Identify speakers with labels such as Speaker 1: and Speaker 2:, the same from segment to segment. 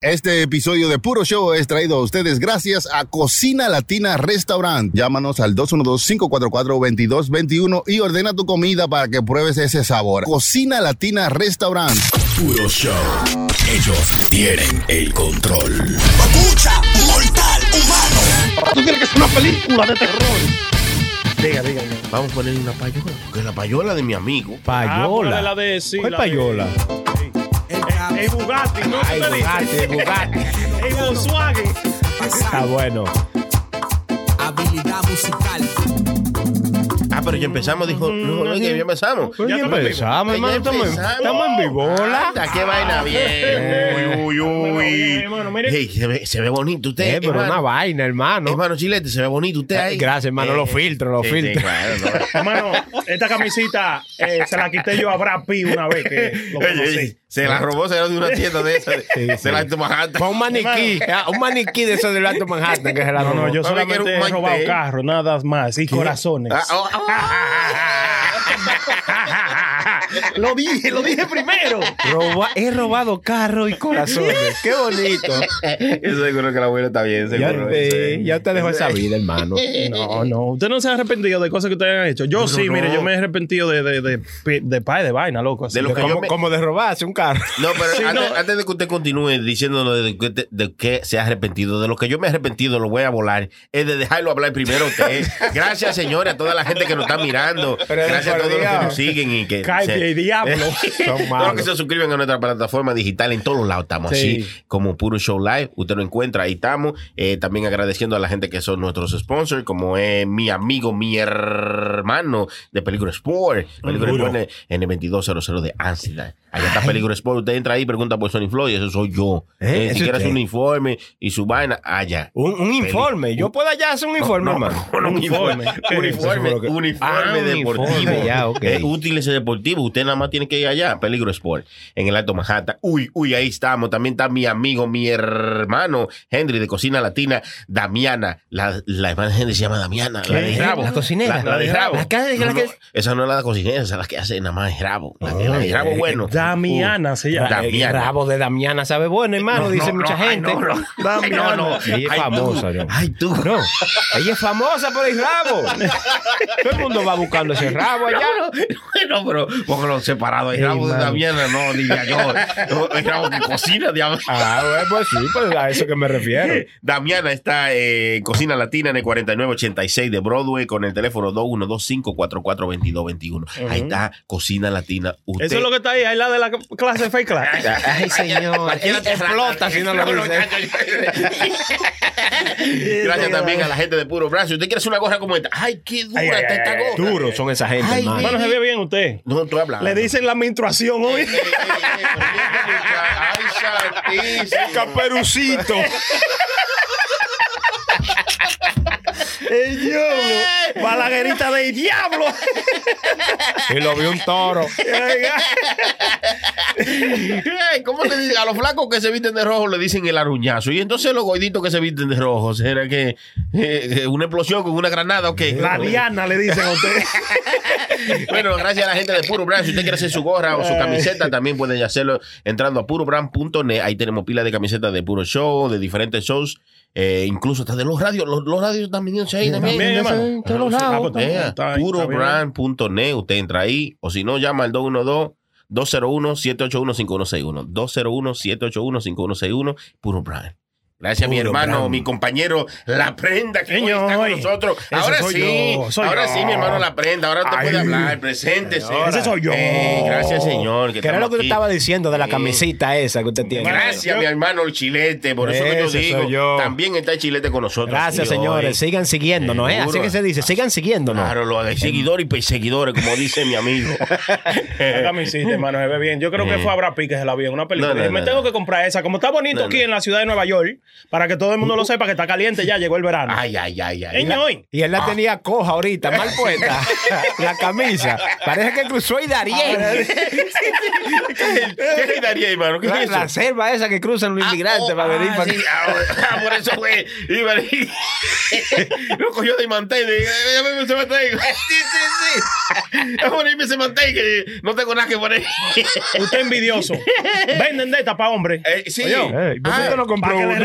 Speaker 1: Este episodio de Puro Show es traído a ustedes gracias a Cocina Latina Restaurant. Llámanos al 212-544-2221 y ordena tu comida para que pruebes ese sabor. Cocina Latina Restaurant.
Speaker 2: Puro show. Ellos tienen el control.
Speaker 3: Escucha, mortal humano.
Speaker 4: Tú tienes que ser una película de terror.
Speaker 5: Diga, diga,
Speaker 4: Vamos a ponerle una payola, porque la payola de mi amigo.
Speaker 5: Payola.
Speaker 6: Ah, la de sí,
Speaker 5: ¿Cuál
Speaker 6: la de-
Speaker 5: payola?
Speaker 6: El Bugatti, ¿no?
Speaker 5: Ay,
Speaker 6: ¿Qué te dice?
Speaker 5: Bugatti, Bugatti.
Speaker 6: El Volkswagen.
Speaker 5: Está bueno.
Speaker 3: Habilidad musical.
Speaker 4: Ah, pero ya empezamos, dijo. No, no, que ya empezamos.
Speaker 5: Pues
Speaker 6: Ya
Speaker 5: ya
Speaker 6: estamos en
Speaker 5: empezamos, Ah,
Speaker 4: vivo.
Speaker 5: hermano.
Speaker 4: Ya
Speaker 5: Estamos, en-
Speaker 4: empezamos.
Speaker 5: estamos en Eh. vivola.
Speaker 4: Anda, qué vaina bien. Uy, uy,
Speaker 6: Bien,
Speaker 4: uy.
Speaker 6: eh, hermano, mire.
Speaker 4: Ey, se, ve, se ve bonito usted.
Speaker 5: Eh, pero una
Speaker 4: hermano.
Speaker 5: vaina, hermano.
Speaker 4: Hermano Chilete, se ve bonito usted ahí. Eh,
Speaker 5: Gracias, hermano, lo filtro, lo
Speaker 4: sí,
Speaker 5: filtro.
Speaker 4: sí, claro, no.
Speaker 6: Hermano, esta camisita eh, se la quité yo a Brad Pitt una vez que lo
Speaker 4: Ey,
Speaker 6: conocí.
Speaker 4: ey, se la robó, se la dio de una tienda de esas.
Speaker 5: Sí,
Speaker 4: se
Speaker 5: sí.
Speaker 4: la tomaste.
Speaker 5: Fue un maniquí. ah, Un maniquí de esos del Alto Manhattan que se la
Speaker 6: No, no,
Speaker 5: robó.
Speaker 6: yo
Speaker 4: Mami, quiero
Speaker 6: solamente
Speaker 4: un
Speaker 6: he
Speaker 4: Mike
Speaker 6: robado
Speaker 4: Day.
Speaker 6: carros, nada más. Y corazones.
Speaker 4: Ah, oh, ah.
Speaker 5: oh.
Speaker 6: lo dije, lo dije primero.
Speaker 5: Roba- he robado carro y corazones. Qué bonito.
Speaker 4: Yo seguro que la abuela está bien,
Speaker 5: Ya
Speaker 4: seguro.
Speaker 5: te, ya te dejó esa vida, hermano.
Speaker 6: No, no. Usted no se ha arrepentido de cosas que usted han hecho. Yo
Speaker 4: No,
Speaker 6: sí,
Speaker 4: no.
Speaker 6: mire, yo me he arrepentido de, de, de, de, pay, de vaina, loco. así.
Speaker 4: De lo
Speaker 6: Yo
Speaker 4: que yo
Speaker 5: Como,
Speaker 4: me-
Speaker 5: como de robarse un carro.
Speaker 4: No, pero
Speaker 6: Sí,
Speaker 4: antes,
Speaker 6: no.
Speaker 4: antes de que usted continúe diciéndonos de, que te- de qué se ha arrepentido, de lo que yo me he arrepentido, lo voy a volar, es de dejarlo hablar primero a usted. Gracias, señores, a toda la gente que nos está mirando.
Speaker 5: Pero de
Speaker 4: Gracias a todos los que
Speaker 5: perdido.
Speaker 4: nos siguen y que.
Speaker 6: Cállate, diablo.
Speaker 5: Son
Speaker 4: Todos los que
Speaker 5: malos.
Speaker 4: se suscriben a nuestra plataforma digital en todos lados estamos
Speaker 5: Sí.
Speaker 4: así como Puro Show Live. Usted lo encuentra, ahí estamos. Eh, también agradeciendo a la gente que son nuestros sponsors, como es mi amigo, mi hermano de Película Sport.
Speaker 5: Mm,
Speaker 4: Película Sport en- en el 2200 de Amsterdam. Allá está Película Sport. Usted entra ahí y pregunta por Sony Floyd, eso soy yo. Eh,
Speaker 5: ¿Eh?
Speaker 4: si
Speaker 5: ¿Eso
Speaker 4: quiere
Speaker 5: usted?
Speaker 4: su uniforme y su vaina, allá.
Speaker 5: Un, un informe. Yo puedo allá hacer un informe,
Speaker 4: No,
Speaker 5: hermano.
Speaker 4: no, no,
Speaker 6: Uniforme.
Speaker 4: Uniforme,
Speaker 5: Eso fue lo que-
Speaker 4: uniforme
Speaker 5: Ah,
Speaker 4: deportivo.
Speaker 5: uniforme, ya, ok.
Speaker 4: Es útil ese deportivo. Usted nada más tiene que ir allá. Peligro Sport. En el Alto Manhattan. Uy, uy, ahí estamos. También está mi amigo, mi hermano Henry de Cocina Latina, Damiana. La, la hermana Henry se llama Damiana. La de Rabo.
Speaker 5: ¿La cocinera?
Speaker 4: La, la de
Speaker 5: La de
Speaker 4: Rabo.
Speaker 5: la que- la
Speaker 4: No,
Speaker 5: que-
Speaker 4: no, esa no es la de cocinera, esa es la que hace nada más Rabo. La, que- la de
Speaker 5: Ay,
Speaker 4: Rabo,
Speaker 5: eh,
Speaker 4: bueno.
Speaker 6: Damiana se llama.
Speaker 4: Da-
Speaker 5: El
Speaker 4: Damiana.
Speaker 5: rabo de Damiana sabe bueno, hermano,
Speaker 4: No,
Speaker 5: dice
Speaker 4: no,
Speaker 5: mucha
Speaker 4: no, ay,
Speaker 5: gente.
Speaker 4: no, no.
Speaker 5: Damiana.
Speaker 4: No, no.
Speaker 5: Ella
Speaker 4: Ay, tú.
Speaker 5: es famosa, ¿no?
Speaker 4: Ay, tú.
Speaker 5: No, ella es famosa por el rabo. Todo el mundo va buscando ese rabo allá.
Speaker 4: Bueno, pero porque los separados, el
Speaker 5: Ey,
Speaker 4: rabo de
Speaker 5: mano.
Speaker 4: Damiana, no, diga yo. El rabo que cocina, Damiana.
Speaker 5: Ah, bueno, pues sí, pues a eso que me refiero.
Speaker 4: Damiana está eh, en Cocina Latina en el 4986 de Broadway con el teléfono 212-544-2221. Ahí está Cocina Latina. Usted.
Speaker 6: Eso es lo que está ahí, ahí la de la clase fake class.
Speaker 5: Ay, señor.
Speaker 4: Cualquiera te
Speaker 5: Explota
Speaker 4: arranca.
Speaker 5: si no lo dice.
Speaker 4: Gracias también a la gente de Puro Brazo. Si usted quiere hacer una gorra como esta, ay, qué dura
Speaker 6: Ay, ay,
Speaker 4: está esta
Speaker 6: ay, ay,
Speaker 4: gorra.
Speaker 5: Duros son esa gente,
Speaker 4: Ay,
Speaker 5: hermano.
Speaker 6: Hermano, se ve bien usted.
Speaker 4: Ah, No estoy hablando.
Speaker 6: Le dicen la menstruación hoy.
Speaker 4: Ay, santísimo.
Speaker 5: Caperucito.
Speaker 6: El
Speaker 4: Eh.
Speaker 6: diablo. Balaguerita del diablo.
Speaker 5: Y lo vio un toro.
Speaker 6: Oiga.
Speaker 4: Ey, ¿Cómo le dicen? A los flacos que se visten de rojo le dicen el aruñazo. Y entonces los goiditos que se visten de rojo, ¿será que eh, una explosión con una granada o qué?
Speaker 6: la Diana le dicen a usted.
Speaker 4: Bueno, gracias a la gente de Puro Brand. Si usted quiere hacer su gorra o su camiseta, también pueden hacerlo entrando a purobrand.net. Ahí tenemos pila de camisetas de Puro Show, de diferentes shows, eh, incluso hasta de los radios. Los, los radios también están ahí también.
Speaker 6: También, hermano.
Speaker 4: En todos lados.
Speaker 6: Ah, pues,
Speaker 4: Eh,
Speaker 6: está ahí, está bien.
Speaker 4: purobrand.net. Usted entra ahí o si no, llama al 212. 201-781-5161. 201-781-5161. Puro Brand. Gracias, mi
Speaker 5: Puro
Speaker 4: hermano,
Speaker 5: Brand.
Speaker 4: mi compañero, la prenda que hoy está con
Speaker 6: Señor,
Speaker 4: nosotros.
Speaker 6: ese
Speaker 4: Ahora
Speaker 6: soy
Speaker 4: sí,
Speaker 6: yo, soy
Speaker 4: ahora
Speaker 6: yo.
Speaker 4: sí, mi hermano, la prenda. Ahora usted
Speaker 5: Ay.
Speaker 4: puede hablar, preséntese.
Speaker 6: Ese soy yo.
Speaker 4: Eh, gracias, señor.
Speaker 5: Que era lo que
Speaker 4: te
Speaker 5: usted estaba diciendo de la
Speaker 4: Sí.
Speaker 5: camisita esa que usted tiene.
Speaker 4: Eh, Gracias, mi hermano, el chilete. Por eso que yo
Speaker 5: Ese soy
Speaker 4: digo.
Speaker 5: yo.
Speaker 4: También está el chilete con nosotros.
Speaker 5: Gracias,
Speaker 4: Sí, hoy.
Speaker 5: señores. Sigan siguiéndonos, ¿eh? Así
Speaker 4: Seguro.
Speaker 5: que se dice, sigan siguiéndonos.
Speaker 4: Claro, los de seguidores y perseguidores, como dice mi amigo.
Speaker 6: La camisita, hermano, se ve bien. Yo creo que fue a Brad Pitt que se la vio en una película.
Speaker 4: No, no,
Speaker 6: Me
Speaker 4: no,
Speaker 6: tengo
Speaker 4: no.
Speaker 6: que comprar esa. Como está bonito
Speaker 4: No,
Speaker 6: aquí
Speaker 4: no.
Speaker 6: en la ciudad de Nueva York, Para que todo el mundo lo sepa que está caliente ya, llegó el verano.
Speaker 4: Ay, ay, ay, ay.
Speaker 6: Ey, hoy.
Speaker 5: Y él
Speaker 4: Ah.
Speaker 5: la tenía coja ahorita, mal puesta. la camisa. Parece que cruzó y
Speaker 4: Ah,
Speaker 5: Darien.
Speaker 4: ¿Qué le daría, hermano? ¿Qué
Speaker 5: La,
Speaker 4: es eso?
Speaker 5: la selva esa que cruzan los inmigrantes
Speaker 4: oh,
Speaker 5: para venir
Speaker 4: ah,
Speaker 5: para
Speaker 4: sí, ah, ah, por eso fue. Iba y- lo cogió de mantel. de- Dame ese mantel. Sí, sí, sí. Poneme ese mantel que no tengo nada que poner.
Speaker 6: Usted envidioso. Venden de esta para hombre.
Speaker 4: Eh, sí.
Speaker 5: Ey, ¿Por qué
Speaker 4: Ah,
Speaker 5: tú no
Speaker 6: Para
Speaker 5: compró
Speaker 6: que, le
Speaker 5: uno?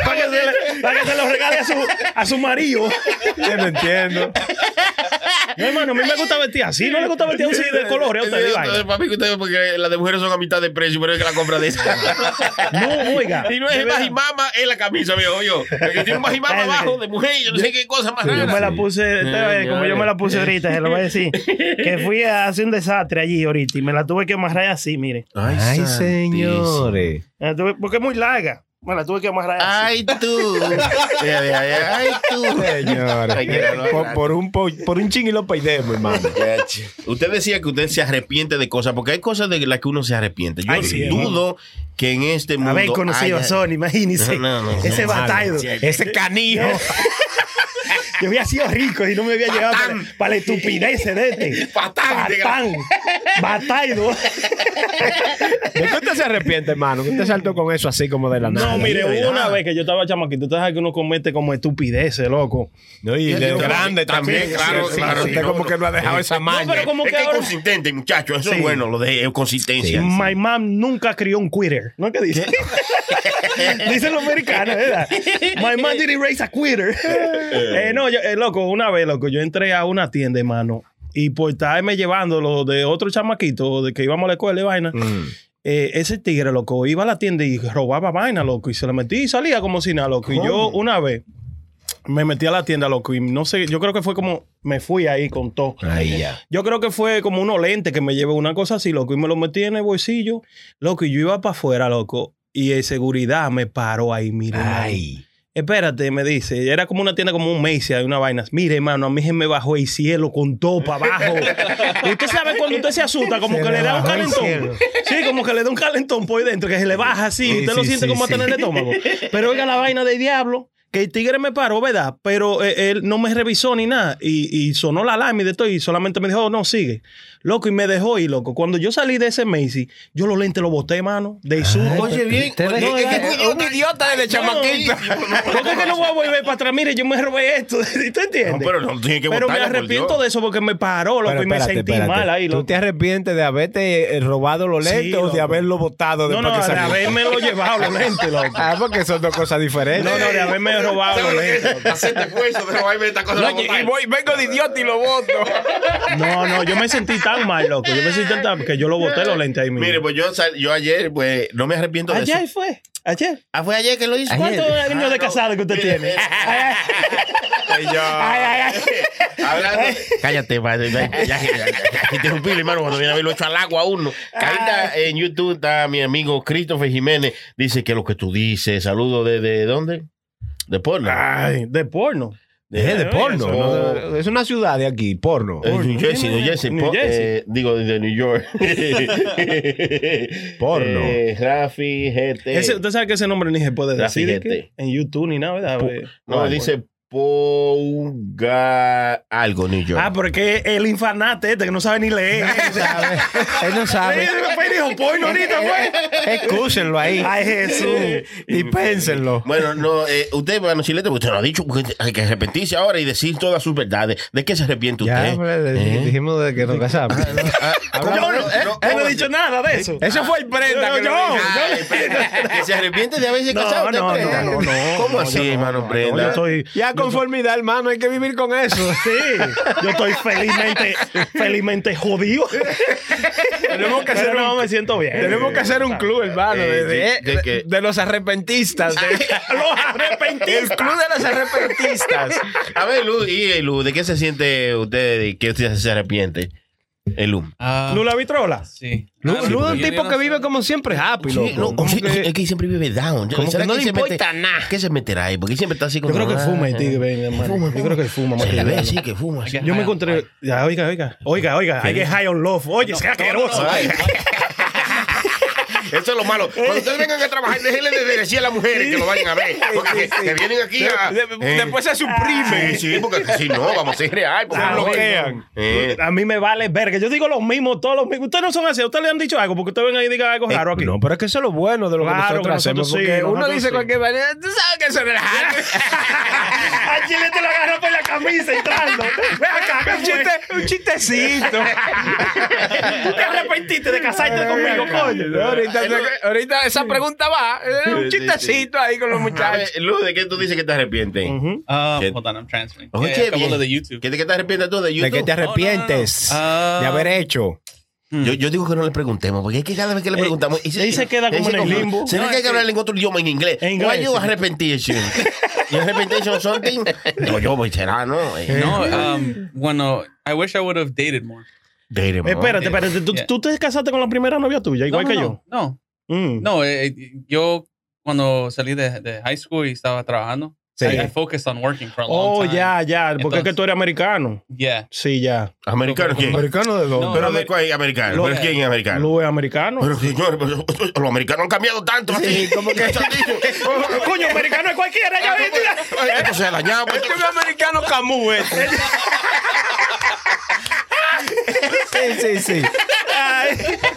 Speaker 6: regale- pa' que se le- pa' que se lo regale a su, a su marido.
Speaker 5: Yo no entiendo.
Speaker 6: No, hermano, a mí me gusta vestir así. No le gusta vestir así de colores a usted. de
Speaker 4: Entonces,
Speaker 6: vaina.
Speaker 4: Papi, que ustedes, porque las de mujeres son a mitad de precio, pero es que la compra de esa.
Speaker 6: No, oiga.
Speaker 4: Y no es
Speaker 6: de
Speaker 4: el
Speaker 6: verdad.
Speaker 4: majimama, es la camisa, viejo. Yo. Porque tiene un majimama abajo de mujer, yo no sé qué cosa más
Speaker 7: Yo
Speaker 4: rara.
Speaker 7: me la puse, te-
Speaker 4: Ay,
Speaker 7: como yo
Speaker 4: ay.
Speaker 7: me la puse ahorita, se lo voy a decir. Que fui a hacer un desastre allí ahorita y me la tuve que amarrar así, mire.
Speaker 5: Ay,
Speaker 4: santísimo.
Speaker 5: señores.
Speaker 7: Me la tuve- porque es muy larga. Me la tuve que amarrar así.
Speaker 4: Ay, tú. Mira, mira, mira, Ay, tú. Ay, qué
Speaker 5: Señores.
Speaker 4: dolor.
Speaker 5: Por, por un, po- por un ching y lo perdemos, hermano.
Speaker 4: Usted decía que usted se arrepiente de cosas, porque hay cosas de las que uno se arrepiente. Yo
Speaker 7: Ay, sí,
Speaker 4: dudo que en este mundo.
Speaker 7: Haber conocido
Speaker 4: haya-
Speaker 7: a Sony, imagínese.
Speaker 4: No, no, no.
Speaker 7: Ese batallo.
Speaker 5: Ese canijo.
Speaker 7: Yo había sido rico y no me había llegado para, para la estupidez de este.
Speaker 4: Patán, diga.
Speaker 7: Patán. Bataldo.
Speaker 5: ¿De qué usted se arrepiente, hermano? Que usted saltó con eso así como de la nada.
Speaker 7: No, mire,
Speaker 5: Ay,
Speaker 7: una vez que yo estaba chamaquito, tú sabes que uno comete como estupideces, loco.
Speaker 5: No, y de
Speaker 4: Yo-
Speaker 5: grande también,
Speaker 4: también, claro,
Speaker 5: Sí,
Speaker 4: claro,
Speaker 5: Usted
Speaker 4: sí,
Speaker 5: como
Speaker 4: no,
Speaker 5: que no ha dejado esa maña.
Speaker 6: pero como
Speaker 4: Es
Speaker 6: que
Speaker 4: que es
Speaker 6: ahora-
Speaker 4: consistente, muchachos. Eso
Speaker 7: Sí.
Speaker 4: es bueno, lo de eh, consistencia.
Speaker 7: My mom nunca crió un quitter. ¿No qué dice? Dicen los americanos, ¿verdad? My mom didn't raise a quitter. Eh, no, yo, eh, loco, una vez, loco, yo entré a una tienda, hermano, y por estarme llevando lo de otro chamaquito de que íbamos a la escuela y vaina.
Speaker 4: Mm.
Speaker 5: Mm.
Speaker 7: eh, ese tigre, loco, iba a la tienda y robaba vaina, loco, y se la metía y salía como si nada, loco. Y yo una vez me metí a la tienda, loco, y no sé, yo creo que fue como me fui ahí con todo.
Speaker 5: Ahí ya.
Speaker 7: Yo creo que fue como unos lentes que me llevé una cosa así, loco, y me lo metí en el bolsillo, loco, y yo iba para afuera, loco, y el seguridad me paró ahí, mire. hermano.
Speaker 5: Ay.
Speaker 7: Espérate, me dice, era como una tienda, como un Macy, hay una vaina. Mire, hermano, a mí se me bajó el cielo con todo para abajo. y usted sabe cuando usted se asusta, como
Speaker 5: Se
Speaker 7: que
Speaker 5: le
Speaker 7: le da un
Speaker 5: bajó el
Speaker 7: calentón.
Speaker 5: cielo.
Speaker 7: Sí, como que le da un calentón por ahí dentro, que se le baja así,
Speaker 5: Sí,
Speaker 7: usted
Speaker 5: sí,
Speaker 7: lo siente
Speaker 5: sí,
Speaker 7: como
Speaker 5: sí.
Speaker 7: a tener el estómago. Pero oiga la vaina de diablo. Que el tigre me paró, ¿verdad? Pero eh, él no me revisó ni nada. Y, y sonó la alarma y de todo. Y solamente me dijo, "Oh, no, sigue. Loco, y me dejó ir, loco. Cuando yo salí de ese Macy, yo los lentes los boté, mano. De
Speaker 5: Ah,
Speaker 7: susto.
Speaker 4: Oye, bien.
Speaker 5: Usted
Speaker 4: oye,
Speaker 5: es-
Speaker 4: es que
Speaker 5: es-
Speaker 4: tú-
Speaker 5: es un idiota desde chamaquito.
Speaker 7: ¿Por qué que no voy a volver para atrás? Mire, yo me robé esto. ¿Tú entiendes?
Speaker 4: No, pero no tiene que
Speaker 7: Pero me
Speaker 4: botarla, por
Speaker 7: arrepiento
Speaker 4: Dios.
Speaker 7: de eso porque me paró, loco,
Speaker 5: Pero
Speaker 7: y me
Speaker 5: espérate,
Speaker 7: sentí
Speaker 5: espérate.
Speaker 7: mal ahí,
Speaker 5: ¿Tú
Speaker 7: loco.
Speaker 5: te arrepientes de haberte eh, robado los
Speaker 7: Sí,
Speaker 5: lentes o de
Speaker 7: loco.
Speaker 5: haberlo botado
Speaker 7: No,
Speaker 5: después
Speaker 7: no,
Speaker 5: que
Speaker 7: de
Speaker 5: salió?
Speaker 7: haberme lo llevado los lentes, loco.
Speaker 5: Ah, porque son dos cosas diferentes.
Speaker 7: No, no, de haberme robado los lentes. loco.
Speaker 4: Hacerte esfuerzo, pero ahí me esta cosa.
Speaker 5: No,
Speaker 4: la botar.
Speaker 5: y voy, vengo de idiota y lo voto.
Speaker 7: No, no, yo me sentí tan mal, loco. Yo me sentí tan que yo lo boté los lentes ahí mismo.
Speaker 4: Mire, pues yo, sal- yo ayer, pues, no me arrepiento de eso.
Speaker 7: fue. Ayer.
Speaker 4: Ah, fue ayer que lo hice.
Speaker 7: ¿Cuántos años de casado que usted tiene? Ay,
Speaker 5: Y yo,
Speaker 7: ay, ay.
Speaker 4: Hablando. Cállate, padre. Ya, ya, ya, ya, ya, interrumpí, hermano, cuando viene a verlo hecho al agua a uno.
Speaker 7: Ah.
Speaker 4: Ahorita en YouTube está mi amigo Christopher Jiménez. Dice que lo que tú dices, saludo de, de dónde? De Portland.
Speaker 7: Ay, de porno.
Speaker 5: Es de porno.
Speaker 4: eso.
Speaker 5: ¿no? Es una ciudad de aquí, porno.
Speaker 4: Eh, New Jersey, New Jersey,
Speaker 7: New
Speaker 4: po-
Speaker 7: Jersey.
Speaker 4: eh, digo de New York.
Speaker 5: Porno.
Speaker 4: Eh, Rafi, GT.
Speaker 7: Ese- usted sabe que ese nombre ni se puede
Speaker 4: La
Speaker 7: decir ¿de
Speaker 4: siguiente.
Speaker 7: qué? en YouTube ni nada, ¿verdad? Ah,
Speaker 4: no,
Speaker 7: Bueno.
Speaker 4: dice Ponga algo, New York.
Speaker 7: Ah, porque el infanate este que no sabe ni leer.
Speaker 5: ¿Sabe? Él no sabe.
Speaker 7: Fue dijo porno ahorita, güey.
Speaker 5: Excúsenlo ahí.
Speaker 7: Ay, Jesús.
Speaker 5: Y pénsenlo.
Speaker 4: Bueno, no, eh, usted, bueno, si le usted lo ha dicho, porque hay que arrepentirse ahora y decir todas sus verdades. ¿De qué se arrepiente
Speaker 5: Ya,
Speaker 4: usted?
Speaker 5: pues,
Speaker 4: ¿Eh?
Speaker 5: dijimos de que nos casamos.
Speaker 4: Ah,
Speaker 5: ¿Cómo
Speaker 4: no,
Speaker 5: no?
Speaker 4: eh,
Speaker 7: Él no ha dicho nada de eso.
Speaker 5: Eso fue el prenda. que
Speaker 7: yo,
Speaker 5: nos dijo.
Speaker 4: Ay, espera, que se arrepiente de haberse
Speaker 7: No,
Speaker 4: casado.
Speaker 7: no,
Speaker 4: usted,
Speaker 7: no,
Speaker 4: Brenda.
Speaker 7: no, no,
Speaker 4: ¿Cómo
Speaker 7: no, yo
Speaker 4: así,
Speaker 7: no,
Speaker 4: hermano
Speaker 7: no,
Speaker 4: Brenda?
Speaker 7: yo estoy,
Speaker 5: Ya conformidad, hermano, hay que vivir con eso.
Speaker 7: sí, yo estoy felizmente, felizmente jodido.
Speaker 5: Tenemos que hacer
Speaker 7: Pero no
Speaker 5: un-
Speaker 7: me siento bien.
Speaker 5: Tenemos que hacer un club, hermano,
Speaker 4: Eh,
Speaker 5: de, de-
Speaker 4: de- de que-
Speaker 5: de los arrepentistas. de-
Speaker 7: Los arrepentidos.
Speaker 5: el club de los arrepentistas.
Speaker 4: A ver, Lu, y eh, Lu, ¿de qué se siente usted de que usted se arrepiente? El Lu.
Speaker 8: Ah,
Speaker 7: Lula Vitrola.
Speaker 8: sí.
Speaker 5: Lu-
Speaker 8: Ah, sí,
Speaker 5: Lu es
Speaker 8: porque
Speaker 5: un
Speaker 8: yo
Speaker 5: tipo
Speaker 8: no
Speaker 5: que
Speaker 8: sé.
Speaker 5: vive como siempre happy,
Speaker 4: Sí, no,
Speaker 5: loco. Como
Speaker 4: sí, eh,
Speaker 5: que-
Speaker 4: Es que siempre vive down. Yo-
Speaker 5: como que
Speaker 4: ¿será
Speaker 5: no
Speaker 4: que
Speaker 5: le
Speaker 4: se mete-
Speaker 5: importa nada.
Speaker 4: ¿Qué se meterá ahí? Porque siempre está así
Speaker 7: Yo
Speaker 4: como.
Speaker 7: creo que
Speaker 4: ah,
Speaker 7: fuma el tigre, ven,
Speaker 4: fuma,
Speaker 7: hermano. Yo creo que fuma más
Speaker 4: Se
Speaker 7: que
Speaker 4: le ve
Speaker 7: yo.
Speaker 4: así que fuma. así.
Speaker 5: Ah,
Speaker 7: Yo me encontré. Ya, oiga, oiga. Oiga, oiga. Hay que high on love. Oye, es
Speaker 8: No, no,
Speaker 7: asqueroso.
Speaker 8: no, ay,
Speaker 4: Eso es lo malo. Cuando ustedes vengan a trabajar, déjenle de decir a las mujeres que lo vayan a ver. Porque que, que vienen aquí a.
Speaker 5: ah, De- de-
Speaker 4: Eh,
Speaker 5: Después se suprime.
Speaker 4: Sí, sí, porque si no, vamos a ser real. porque
Speaker 5: La
Speaker 4: no lo ven.
Speaker 5: bloquean.
Speaker 4: Eh,
Speaker 7: A mí me vale verga. Yo digo los mismos, todos los mismos. Ustedes no son así. Ustedes le han dicho algo porque ustedes ven ahí y digan algo raro aquí.
Speaker 5: Eh, No, pero es que eso es lo bueno de lo
Speaker 7: Claro
Speaker 5: que nosotros
Speaker 7: que nosotros
Speaker 5: hacemos.
Speaker 7: sí,
Speaker 5: porque uno
Speaker 7: nosotros
Speaker 5: dice
Speaker 7: sí.
Speaker 5: cualquier manera, tú sabes que eso no es algo.
Speaker 7: Al chile te lo agarró por la camisa entrando. Ve acá, ¿qué
Speaker 5: un,
Speaker 7: fue?
Speaker 5: chiste, un chistecito.
Speaker 7: ¿Tú te arrepentiste de casarte conmigo, coño?
Speaker 5: ahorita, ahorita esa pregunta va. eh, Un
Speaker 4: Sí, Ah. sí,
Speaker 5: chistecito ahí con los
Speaker 4: a
Speaker 5: muchachos.
Speaker 4: ver, Luz, ¿de qué tú dices que te arrepientes?
Speaker 8: Uh,
Speaker 4: Shit.
Speaker 8: hold on, I'm transferring.
Speaker 4: Oye,
Speaker 8: yeah, a couple
Speaker 4: bien.
Speaker 8: of the YouTube.
Speaker 4: ¿Qué, ¿De qué te arrepientes tú de YouTube?
Speaker 5: ¿De qué te arrepientes
Speaker 8: Ah.
Speaker 5: de haber hecho?
Speaker 4: Yo, yo digo que no le preguemos, porque es que cada vez que le preguntamos. y
Speaker 7: ahí se queda
Speaker 4: y
Speaker 7: como en el
Speaker 4: confunde.
Speaker 7: limbo.
Speaker 4: Se ve
Speaker 8: No,
Speaker 4: que hay
Speaker 8: es
Speaker 4: que
Speaker 8: que-
Speaker 4: hablar en otro idioma, en inglés.
Speaker 7: En inglés,
Speaker 4: Why you
Speaker 7: sí.
Speaker 4: arrepentation? you arrepentation something? Digo yo, voy, será, ¿no? Eh,
Speaker 8: No, um, bueno, I wish I would have dated more.
Speaker 4: date, man.
Speaker 7: Espérate, espérate. ¿Tú,
Speaker 8: Yeah.
Speaker 7: tú te casaste con la primera novia tuya, igual
Speaker 8: no,
Speaker 7: que
Speaker 8: no,
Speaker 7: yo.
Speaker 8: No,
Speaker 7: Mm.
Speaker 8: no, eh, eh, yo cuando salí de, de high school y estaba trabajando,
Speaker 5: Sí.
Speaker 8: I, I focused on working for a long
Speaker 7: Oh,
Speaker 8: time.
Speaker 7: ya, ya. Porque es que
Speaker 8: Entonces-
Speaker 7: tú eres americano.
Speaker 8: Yeah.
Speaker 7: Sí, ya.
Speaker 4: ¿Americano quién?
Speaker 5: ¿Americano de dónde?
Speaker 8: No,
Speaker 4: ¿Pero de
Speaker 8: amer-
Speaker 4: cuál americano? ¿Pero quién es americano?
Speaker 7: Lu es americano.
Speaker 4: Pero señores, pero los americanos han cambiado tanto. así. como que
Speaker 7: Coño, americano es cualquiera.
Speaker 4: Ah,
Speaker 7: Ya viste.
Speaker 4: Esto pues, se dañaba.
Speaker 5: Este es un americano Camus, este. Sí, sí, sí.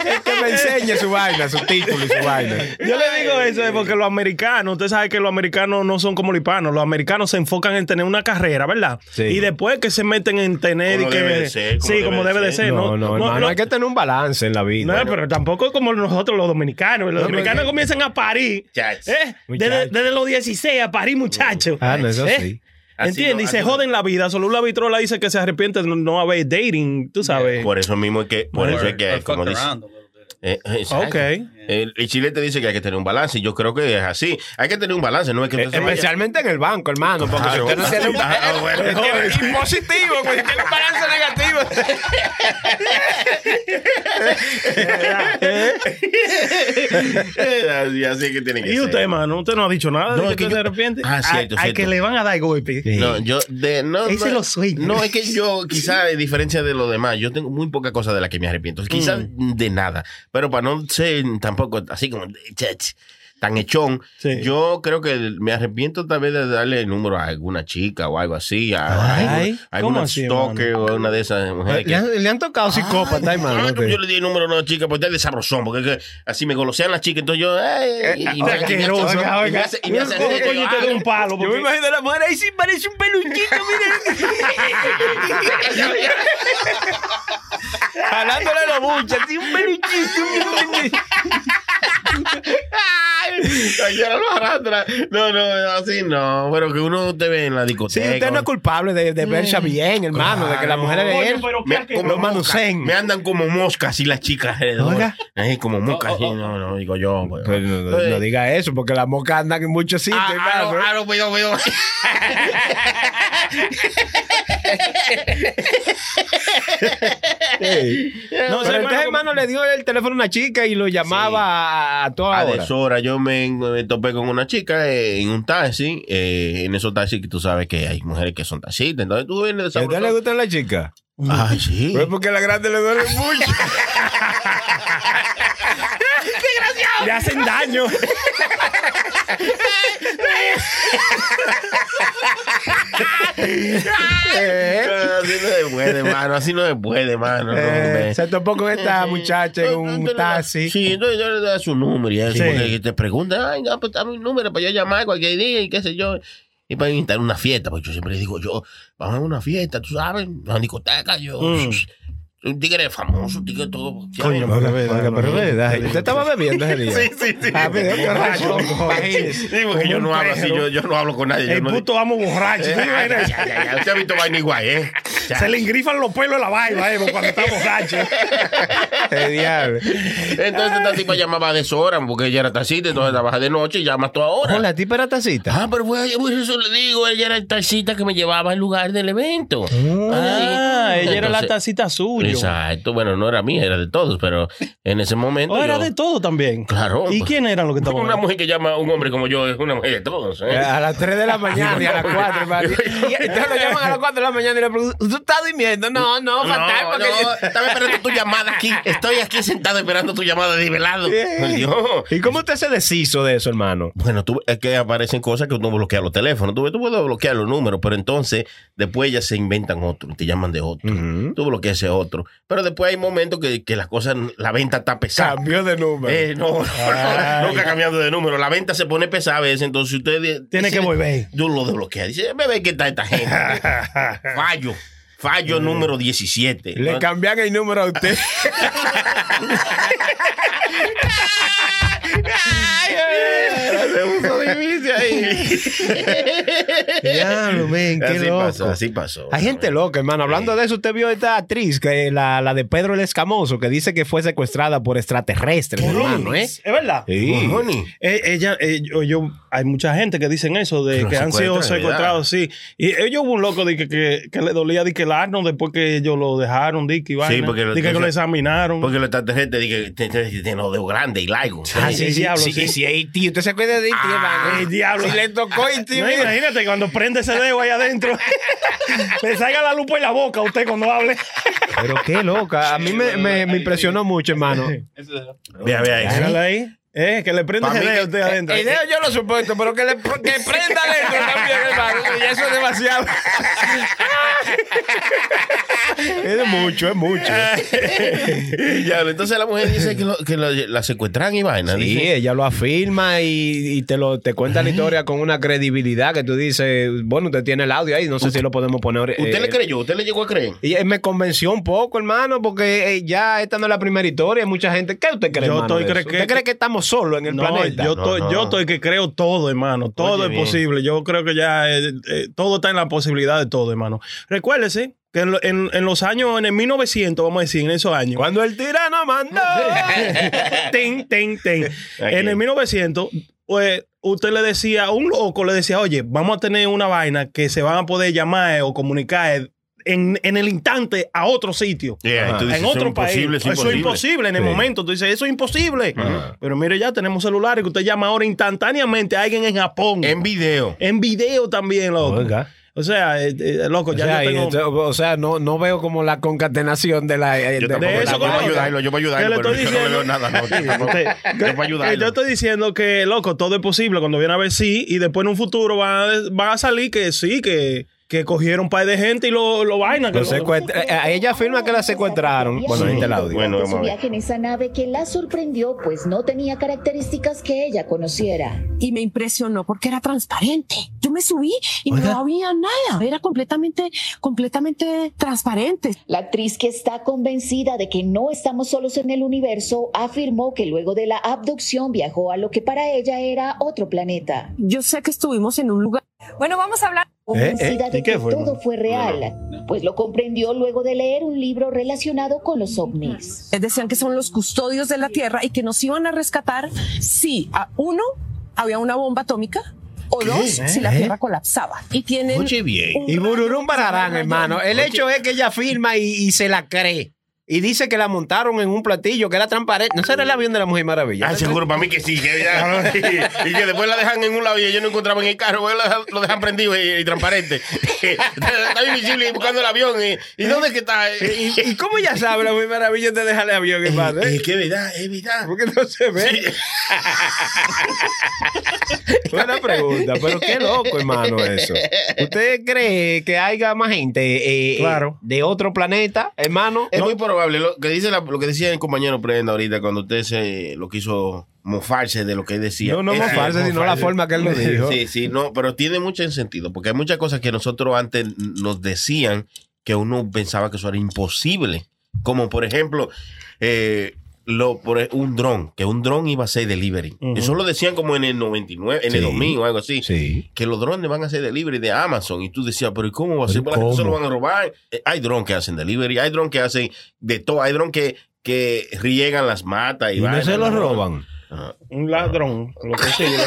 Speaker 5: Es que me enseñe su vaina, su título y su vaina.
Speaker 7: Yo le digo eso es porque los americanos, usted sabe que los americanos no son como los hispanos. Los americanos se enfocan en tener una carrera, ¿verdad?
Speaker 5: Sí.
Speaker 7: Y después que se meten en tener
Speaker 4: Como
Speaker 7: y que.
Speaker 4: debe de ser, como
Speaker 7: sí,
Speaker 4: debe
Speaker 7: como
Speaker 4: de
Speaker 7: debe de
Speaker 4: ser.
Speaker 7: ser.
Speaker 5: No, no, hermano,
Speaker 7: no,
Speaker 5: hay que tener un balance en la vida.
Speaker 7: no, pero tampoco como nosotros los dominicanos. Los dominicanos comienzan a parir.
Speaker 4: Muchachos.
Speaker 7: ¿eh? Desde,
Speaker 5: Muchachos.
Speaker 7: desde los 16 a parir, muchachos.
Speaker 5: Ah, no, eso
Speaker 7: ¿eh?
Speaker 4: Uh,
Speaker 5: sí.
Speaker 4: Así no,
Speaker 7: ¿Entiendes? Y
Speaker 4: así
Speaker 7: se
Speaker 4: no.
Speaker 7: joden la vida. Solo la vitrola dice que se arrepiente de no- no haber dating, tú sabes.
Speaker 4: Por eso mismo es que, por eso es
Speaker 8: Or-
Speaker 4: que,
Speaker 8: or
Speaker 4: como
Speaker 8: fucked
Speaker 4: dice,
Speaker 8: around a little bit.
Speaker 4: Eh, exacto.
Speaker 7: Ok.
Speaker 4: El, el chilete dice que hay que tener un balance y yo creo que es así. Hay que tener un balance, no es que
Speaker 5: Eh,
Speaker 4: usted se vaya-
Speaker 5: Especialmente en el banco, hermano, porque si
Speaker 4: Claro.
Speaker 5: usted no tiene un
Speaker 4: Ah, bueno.
Speaker 5: Y positivo, güey, tiene un balance negativo.
Speaker 4: Eh, así, así que tiene que
Speaker 7: ¿Y
Speaker 4: ser.
Speaker 7: usted, mano? ¿Usted no ha dicho nada
Speaker 4: No, es
Speaker 7: de que,
Speaker 4: que
Speaker 7: usted
Speaker 4: yo-
Speaker 7: se arrepiente?
Speaker 4: Ah, cierto,
Speaker 7: Al- al
Speaker 4: cierto.
Speaker 7: que le van a dar golpe.
Speaker 4: No, yo de, no,
Speaker 7: Eh, Ese
Speaker 4: no,
Speaker 7: lo sueño.
Speaker 4: No, es que yo, quizás, a diferencia de lo demás, yo tengo muy poca cosa de la que me arrepiento. Quizás
Speaker 7: Mm.
Speaker 4: de nada. Pero para no ser tampoco así como de- ch- ch- tan echón,
Speaker 7: Sí.
Speaker 4: yo creo que me arrepiento tal vez de darle el número a alguna chica o algo así. A, a
Speaker 7: Ay,
Speaker 4: alguna- a
Speaker 7: ¿cómo
Speaker 4: alguna
Speaker 7: así,
Speaker 4: stalker o una de esas mujeres.
Speaker 5: Le
Speaker 4: que-
Speaker 5: han, le han tocado psicópata,
Speaker 4: Ay,
Speaker 5: hermano.
Speaker 4: claro, Yo le di el número a una chica pues, porque es de sabrosón, porque es que así me golosean las chicas, entonces yo. ay, y me- y me-
Speaker 7: asqueroso.
Speaker 4: y me hace- y me hace-
Speaker 7: ¿Cómo coño
Speaker 4: yo,
Speaker 7: te
Speaker 4: ay,
Speaker 7: doy un palo?
Speaker 5: Yo me
Speaker 7: Porque...
Speaker 5: imagino a la mujer ahí sí parece un peluchito, miren. Jalándole la bucha, sí, un peluchito.
Speaker 4: ay, yo no lo arrastra. No, no, así no. Pero que uno te ve en la
Speaker 5: Si
Speaker 4: discoteca.
Speaker 5: usted no es culpable de, de verse bien, hermano, de que la mujer de
Speaker 7: Mm. Coño,
Speaker 5: él.
Speaker 7: pero qué
Speaker 4: me,
Speaker 7: asqueroso.
Speaker 4: como
Speaker 5: lo
Speaker 4: mosca.
Speaker 5: manusean.
Speaker 4: me andan como moscas y las chicas alrededor.
Speaker 5: Oiga.
Speaker 4: Ay, como moscas, sí, no, no, digo yo. pues.
Speaker 5: Pero no, no- no diga eso, porque las moscas andan en muchos sitios,
Speaker 4: Ah, ah,
Speaker 5: hermano.
Speaker 4: no, ah, no, pues, yo, pues, yo.
Speaker 5: No,
Speaker 7: sí,
Speaker 5: pero entonces,
Speaker 7: hermano,
Speaker 5: hermano, le dio el teléfono a una chica y lo llamaba a- a toda
Speaker 4: A
Speaker 5: hora.
Speaker 4: deshora yo me, me topé con una chica eh, en un taxi, eh, en esos taxis que tú sabes que hay mujeres que son taxistas, entonces tú vienes de
Speaker 5: ¿A usted
Speaker 4: sabrosón.
Speaker 5: le gustan las chicas?
Speaker 4: Ay, sí.
Speaker 5: Pues porque a la grande le duele mucho.
Speaker 7: Le hacen daño.
Speaker 4: No, así no se puede, mano. Así no se puede, mano. no,
Speaker 5: Eh,
Speaker 4: hombre.
Speaker 5: se topó con esta muchacha en
Speaker 4: Entonces,
Speaker 5: un
Speaker 4: le da-
Speaker 5: taxi.
Speaker 4: Sí, entonces yo le doy su número y eso,
Speaker 7: Sí.
Speaker 4: porque te pregunta, ay, no, pues dame un número para yo llamar cualquier día y qué sé yo. Y para invitar a una fiesta, porque yo siempre digo, yo, vamos a una fiesta, tú sabes, a una discoteca, yo.
Speaker 5: Mm.
Speaker 4: Un tigre famoso, un tigre todo.
Speaker 5: Oiga,
Speaker 4: ¿sabes?
Speaker 5: oiga, pero es verdad. Usted estaba bebiendo ese día.
Speaker 4: Sí, sí, sí.
Speaker 5: Ah, pero qué
Speaker 4: Borracho.
Speaker 5: razón,
Speaker 4: Sí,
Speaker 5: cojones.
Speaker 4: porque yo no hablo así, yo, yo no hablo con nadie. yo
Speaker 7: El
Speaker 4: no-
Speaker 7: puto amo borracho.
Speaker 4: Eh,
Speaker 7: ¿tú te
Speaker 4: ay,
Speaker 7: imaginas?
Speaker 4: ya, ya, ya, Usted ha visto vaina igual, ¿eh? Ya.
Speaker 7: Se le engrifan los pelos de la barba eh, cuando está borracho.
Speaker 5: Qué Eh, diablo.
Speaker 4: Entonces esta tipa llamaba a deshora porque ella era taxista, entonces trabaja de noche y llamas tú ahora.
Speaker 5: Hola, tipa era tacita.
Speaker 4: Ah, pero fue, pues eso le digo, ella era el taxista que me llevaba al lugar del evento. Ay,
Speaker 7: Ah, ella era la
Speaker 4: Entonces-
Speaker 7: tacita suya.
Speaker 4: Exacto, bueno, no era mía, era de todos, pero en ese momento.
Speaker 7: O Oh, era
Speaker 4: yo-
Speaker 7: de todo también.
Speaker 4: Claro. pues.
Speaker 7: ¿Y quién eran los que estaban?
Speaker 4: Una
Speaker 7: ahí?
Speaker 4: mujer que llama a un hombre como yo es una mujer de todos. ¿eh?
Speaker 7: Ah.
Speaker 5: A las 3 de la mañana y a las 4, hermano. Y entonces lo llaman a las 4 de la mañana y le preguntan, ¿tú estás durmiendo? No, no, fatal, porque
Speaker 4: no,
Speaker 5: yo-
Speaker 4: estaba esperando tu llamada aquí. Estoy aquí sentado esperando tu llamada de velado.
Speaker 5: Yeah.
Speaker 4: Yo-
Speaker 5: ¿Y cómo usted se deshizo de eso, hermano?
Speaker 4: Bueno, tú, es que aparecen cosas que uno bloquea los teléfonos. Tú, ves, tú puedes bloquear los números, pero entonces después ya se inventan otro, te llaman de otro. Tú bloqueas ese otro. Pero después hay momentos que, que las cosas, la venta está pesada.
Speaker 5: Cambió de número.
Speaker 4: Eh, no, no, no, nunca cambiando de número. La venta se pone pesada a veces, entonces usted
Speaker 7: Tiene
Speaker 4: dice-
Speaker 7: que volver.
Speaker 4: Yo lo desbloquea. Dice, bebé, ¿qué tal esta gente? Fallo. Fallo número 17.
Speaker 5: Mm. Le
Speaker 4: ¿no?
Speaker 5: cambian el número a usted. Diablo, ven, qué
Speaker 4: así
Speaker 5: loco.
Speaker 4: pasó, así pasó.
Speaker 5: Hay gente loca, hermano. Hablando de eso, usted vio esta actriz, que la, la de Pedro el Escamoso, que dice que fue secuestrada por extraterrestres, hermano, ¿eh?
Speaker 7: Es verdad.
Speaker 5: Sí.
Speaker 4: Cojones.
Speaker 7: Eh, ella, eh, yo, yo- hay mucha gente que dicen eso, de
Speaker 4: Pero
Speaker 7: que han sido
Speaker 4: secuestran,
Speaker 7: secuestrados, sí. Y ellos hubo un loco de que, que, que le dolía de que el Arnold después que ellos lo dejaron, de que, vaina,
Speaker 4: porque lo-
Speaker 7: de que lo examinaron.
Speaker 4: Porque los extraterrestres dicen que tienen los dedos grandes y largos.
Speaker 7: Ah, sí, sí, diablo,
Speaker 5: sí,
Speaker 7: sí.
Speaker 5: y si es tío, usted se acuerda de tío, hermano.
Speaker 7: el diablo.
Speaker 5: Si le tocó y tío.
Speaker 7: No, imagínate cuando prende ese dedo ahí adentro, le salga la lupa en la boca a usted cuando hable.
Speaker 5: Pero qué loca. A mí me, me- me impresionó mucho, hermano.
Speaker 8: Eso-
Speaker 4: Vea, vea eso.
Speaker 7: Mírala ahí. Eh, que le prende
Speaker 4: Pa'
Speaker 7: ese
Speaker 4: mí
Speaker 7: dedo
Speaker 4: que- eh,
Speaker 7: a usted adentro.
Speaker 5: El dedo yo lo supuesto, pero que, le, que prenda dentro también, hermano. Ya eso es demasiado. es mucho, es mucho.
Speaker 7: Eh,
Speaker 4: Diablo, Entonces la mujer dice que, lo- que lo- la secuestran y vaina.
Speaker 5: Sí,
Speaker 4: dice.
Speaker 5: ella lo afirma y, y te lo te cuenta la historia con una credibilidad que tú dices, bueno, usted tiene el audio ahí, no sé si lo podemos poner. eh,
Speaker 4: ¿Usted le creyó? ¿Usted le llegó a creer?
Speaker 5: Y eh, me convenció un poco, hermano, porque eh, ya esta no es la primera historia. Hay mucha gente. ¿Qué usted cree,
Speaker 7: Yo
Speaker 5: hermano, de
Speaker 7: estoy cre-
Speaker 5: eso?
Speaker 7: que-
Speaker 5: ¿Usted cree que estamos solos en el
Speaker 7: No,
Speaker 5: planeta?
Speaker 7: yo,
Speaker 4: No,
Speaker 7: estoy,
Speaker 4: no.
Speaker 7: yo estoy que creo todo, hermano. Todo
Speaker 4: Oye,
Speaker 7: es
Speaker 4: bien.
Speaker 7: posible. Yo creo que ya eh, eh, todo está en la posibilidad de todo, hermano. Recuérdese que en, lo- en- en los años, en el 1900, vamos a decir, en esos años.
Speaker 5: Cuando el tirano mandó.
Speaker 7: ten, ten, ten. En el 1900, pues, usted le decía, un loco le decía, oye, vamos a tener una vaina que se van a poder llamar eh, o comunicar eh, en, en el instante a otro sitio.
Speaker 4: Yeah, y tú dices,
Speaker 7: en
Speaker 4: "Eso es
Speaker 7: otro país.
Speaker 4: imposible, es
Speaker 7: eso es
Speaker 4: imposible".
Speaker 7: imposible en el
Speaker 4: Sí.
Speaker 7: momento. Tú dices, eso es imposible.
Speaker 4: Ajá.
Speaker 7: Pero mire, ya tenemos celulares que usted llama ahora instantáneamente a alguien en Japón.
Speaker 4: En
Speaker 7: En,
Speaker 4: video.
Speaker 7: video también, loco.
Speaker 5: Oiga.
Speaker 7: O sea, eh, eh, loco,
Speaker 5: Oh, O
Speaker 7: ya
Speaker 5: sea,
Speaker 7: yo
Speaker 5: y
Speaker 7: tengo...
Speaker 5: esto- o sea, no, no veo como la concatenación de la. eh,
Speaker 4: Yo
Speaker 5: de-
Speaker 4: tampoco,
Speaker 7: de eso
Speaker 4: yo para
Speaker 7: conozco.
Speaker 4: ayudarlo, yo para
Speaker 7: Yo le
Speaker 4: ayudarlo, pero
Speaker 7: estoy
Speaker 4: yo no le
Speaker 7: diciendo-
Speaker 4: veo nada. No, yo tampoco.
Speaker 7: Usted-
Speaker 4: yo para ayudarlo.
Speaker 7: Eh, Yo estoy diciendo que, loco, todo es posible. Cuando viene a ver sí, y después en un futuro van a, van a salir que sí, que, que cogieron un par de gente y lo, lo vainan. que
Speaker 5: Lo
Speaker 7: lo-
Speaker 5: secuestra- eh, a ella afirma que la secuestraron. Bueno,
Speaker 9: Sí.
Speaker 5: ahí está el audio.
Speaker 4: Bueno,
Speaker 9: de
Speaker 4: vamos a
Speaker 9: su
Speaker 4: ver.
Speaker 9: viaje en esa nave que la sorprendió, pues no tenía características que ella conociera.
Speaker 10: y me impresionó porque era transparente. Yo me subí y no había nada. Era completamente, completamente transparente.
Speaker 9: La actriz que está convencida de que no estamos solos en el universo afirmó que luego de la abducción viajó a lo que para ella era otro
Speaker 5: Eh,
Speaker 9: planeta.
Speaker 10: Yo sé que estuvimos en un lugar.
Speaker 11: Bueno, vamos a hablar.
Speaker 9: Convencida
Speaker 7: ¿y
Speaker 9: de
Speaker 7: qué
Speaker 9: que
Speaker 7: fue,
Speaker 9: todo
Speaker 7: hermano?
Speaker 9: fue real, pues lo comprendió luego de leer un libro relacionado con los ovnis.
Speaker 10: Decían que son los custodios de la Tierra y que nos iban a rescatar si, a, uno, había una bomba atómica o dos, si la Tierra colapsaba. Y tienen...
Speaker 4: Oye, bien.
Speaker 10: un
Speaker 5: Y Bururum Bararán,
Speaker 10: Oye.
Speaker 5: hermano. El hecho es que ella firma y, y se la cree. Y dice que la montaron en un platillo que era transparente. ¿No será el avión de la Mujer Maravilla?
Speaker 4: Ah, seguro para mí que sí. que ya- y, que después la dejan en un lado y ellos no encontraban en el carro. luego la dejan- lo dejan prendido y, y transparente. está invisible y buscando el avión. eh, ¿Y, dónde es que está?
Speaker 5: ¿Y, y cómo ya sabe la Mujer Maravilla te deja el avión, hermano? eh?
Speaker 4: Es que es verdad, es verdad.
Speaker 5: ¿Por qué no se ve? Buena pregunta, pero qué loco, hermano, eso. ¿Usted cree que haya más gente eh, eh,
Speaker 7: Claro.
Speaker 5: de otro planeta, hermano?
Speaker 4: Es muy probable lo que dice la- lo que decía el compañero Prenda ahorita cuando usted se lo quiso mofarse de lo que él decía.
Speaker 5: No, no
Speaker 4: Es que-
Speaker 5: mofarse, sino la forma que él lo dijo.
Speaker 4: Sí, sí, no, pero tiene mucho sentido, porque hay muchas cosas que nosotros antes nos decían que uno pensaba que eso era imposible. Como por ejemplo, eh, lo, por e- un dron, que un dron iba a ser delivery.
Speaker 7: Ujú.
Speaker 4: Eso lo decían como en el 99, en el
Speaker 5: Sí.
Speaker 4: 2000 o algo así.
Speaker 5: Sí.
Speaker 4: Que los drones van a ser delivery de Amazon. Y tú decías, pero ¿y cómo va a ser?
Speaker 5: ¿Pero
Speaker 4: Para que eso lo
Speaker 5: cómo?
Speaker 4: van a robar. Eh, Hay drones que hacen delivery, hay drones que hacen de todo, hay drones que, que riegan las matas y,
Speaker 5: Y no
Speaker 4: vainas,
Speaker 5: se lo
Speaker 4: ¿no?
Speaker 5: roban.
Speaker 7: Un ladrón. Lo que sea, yo le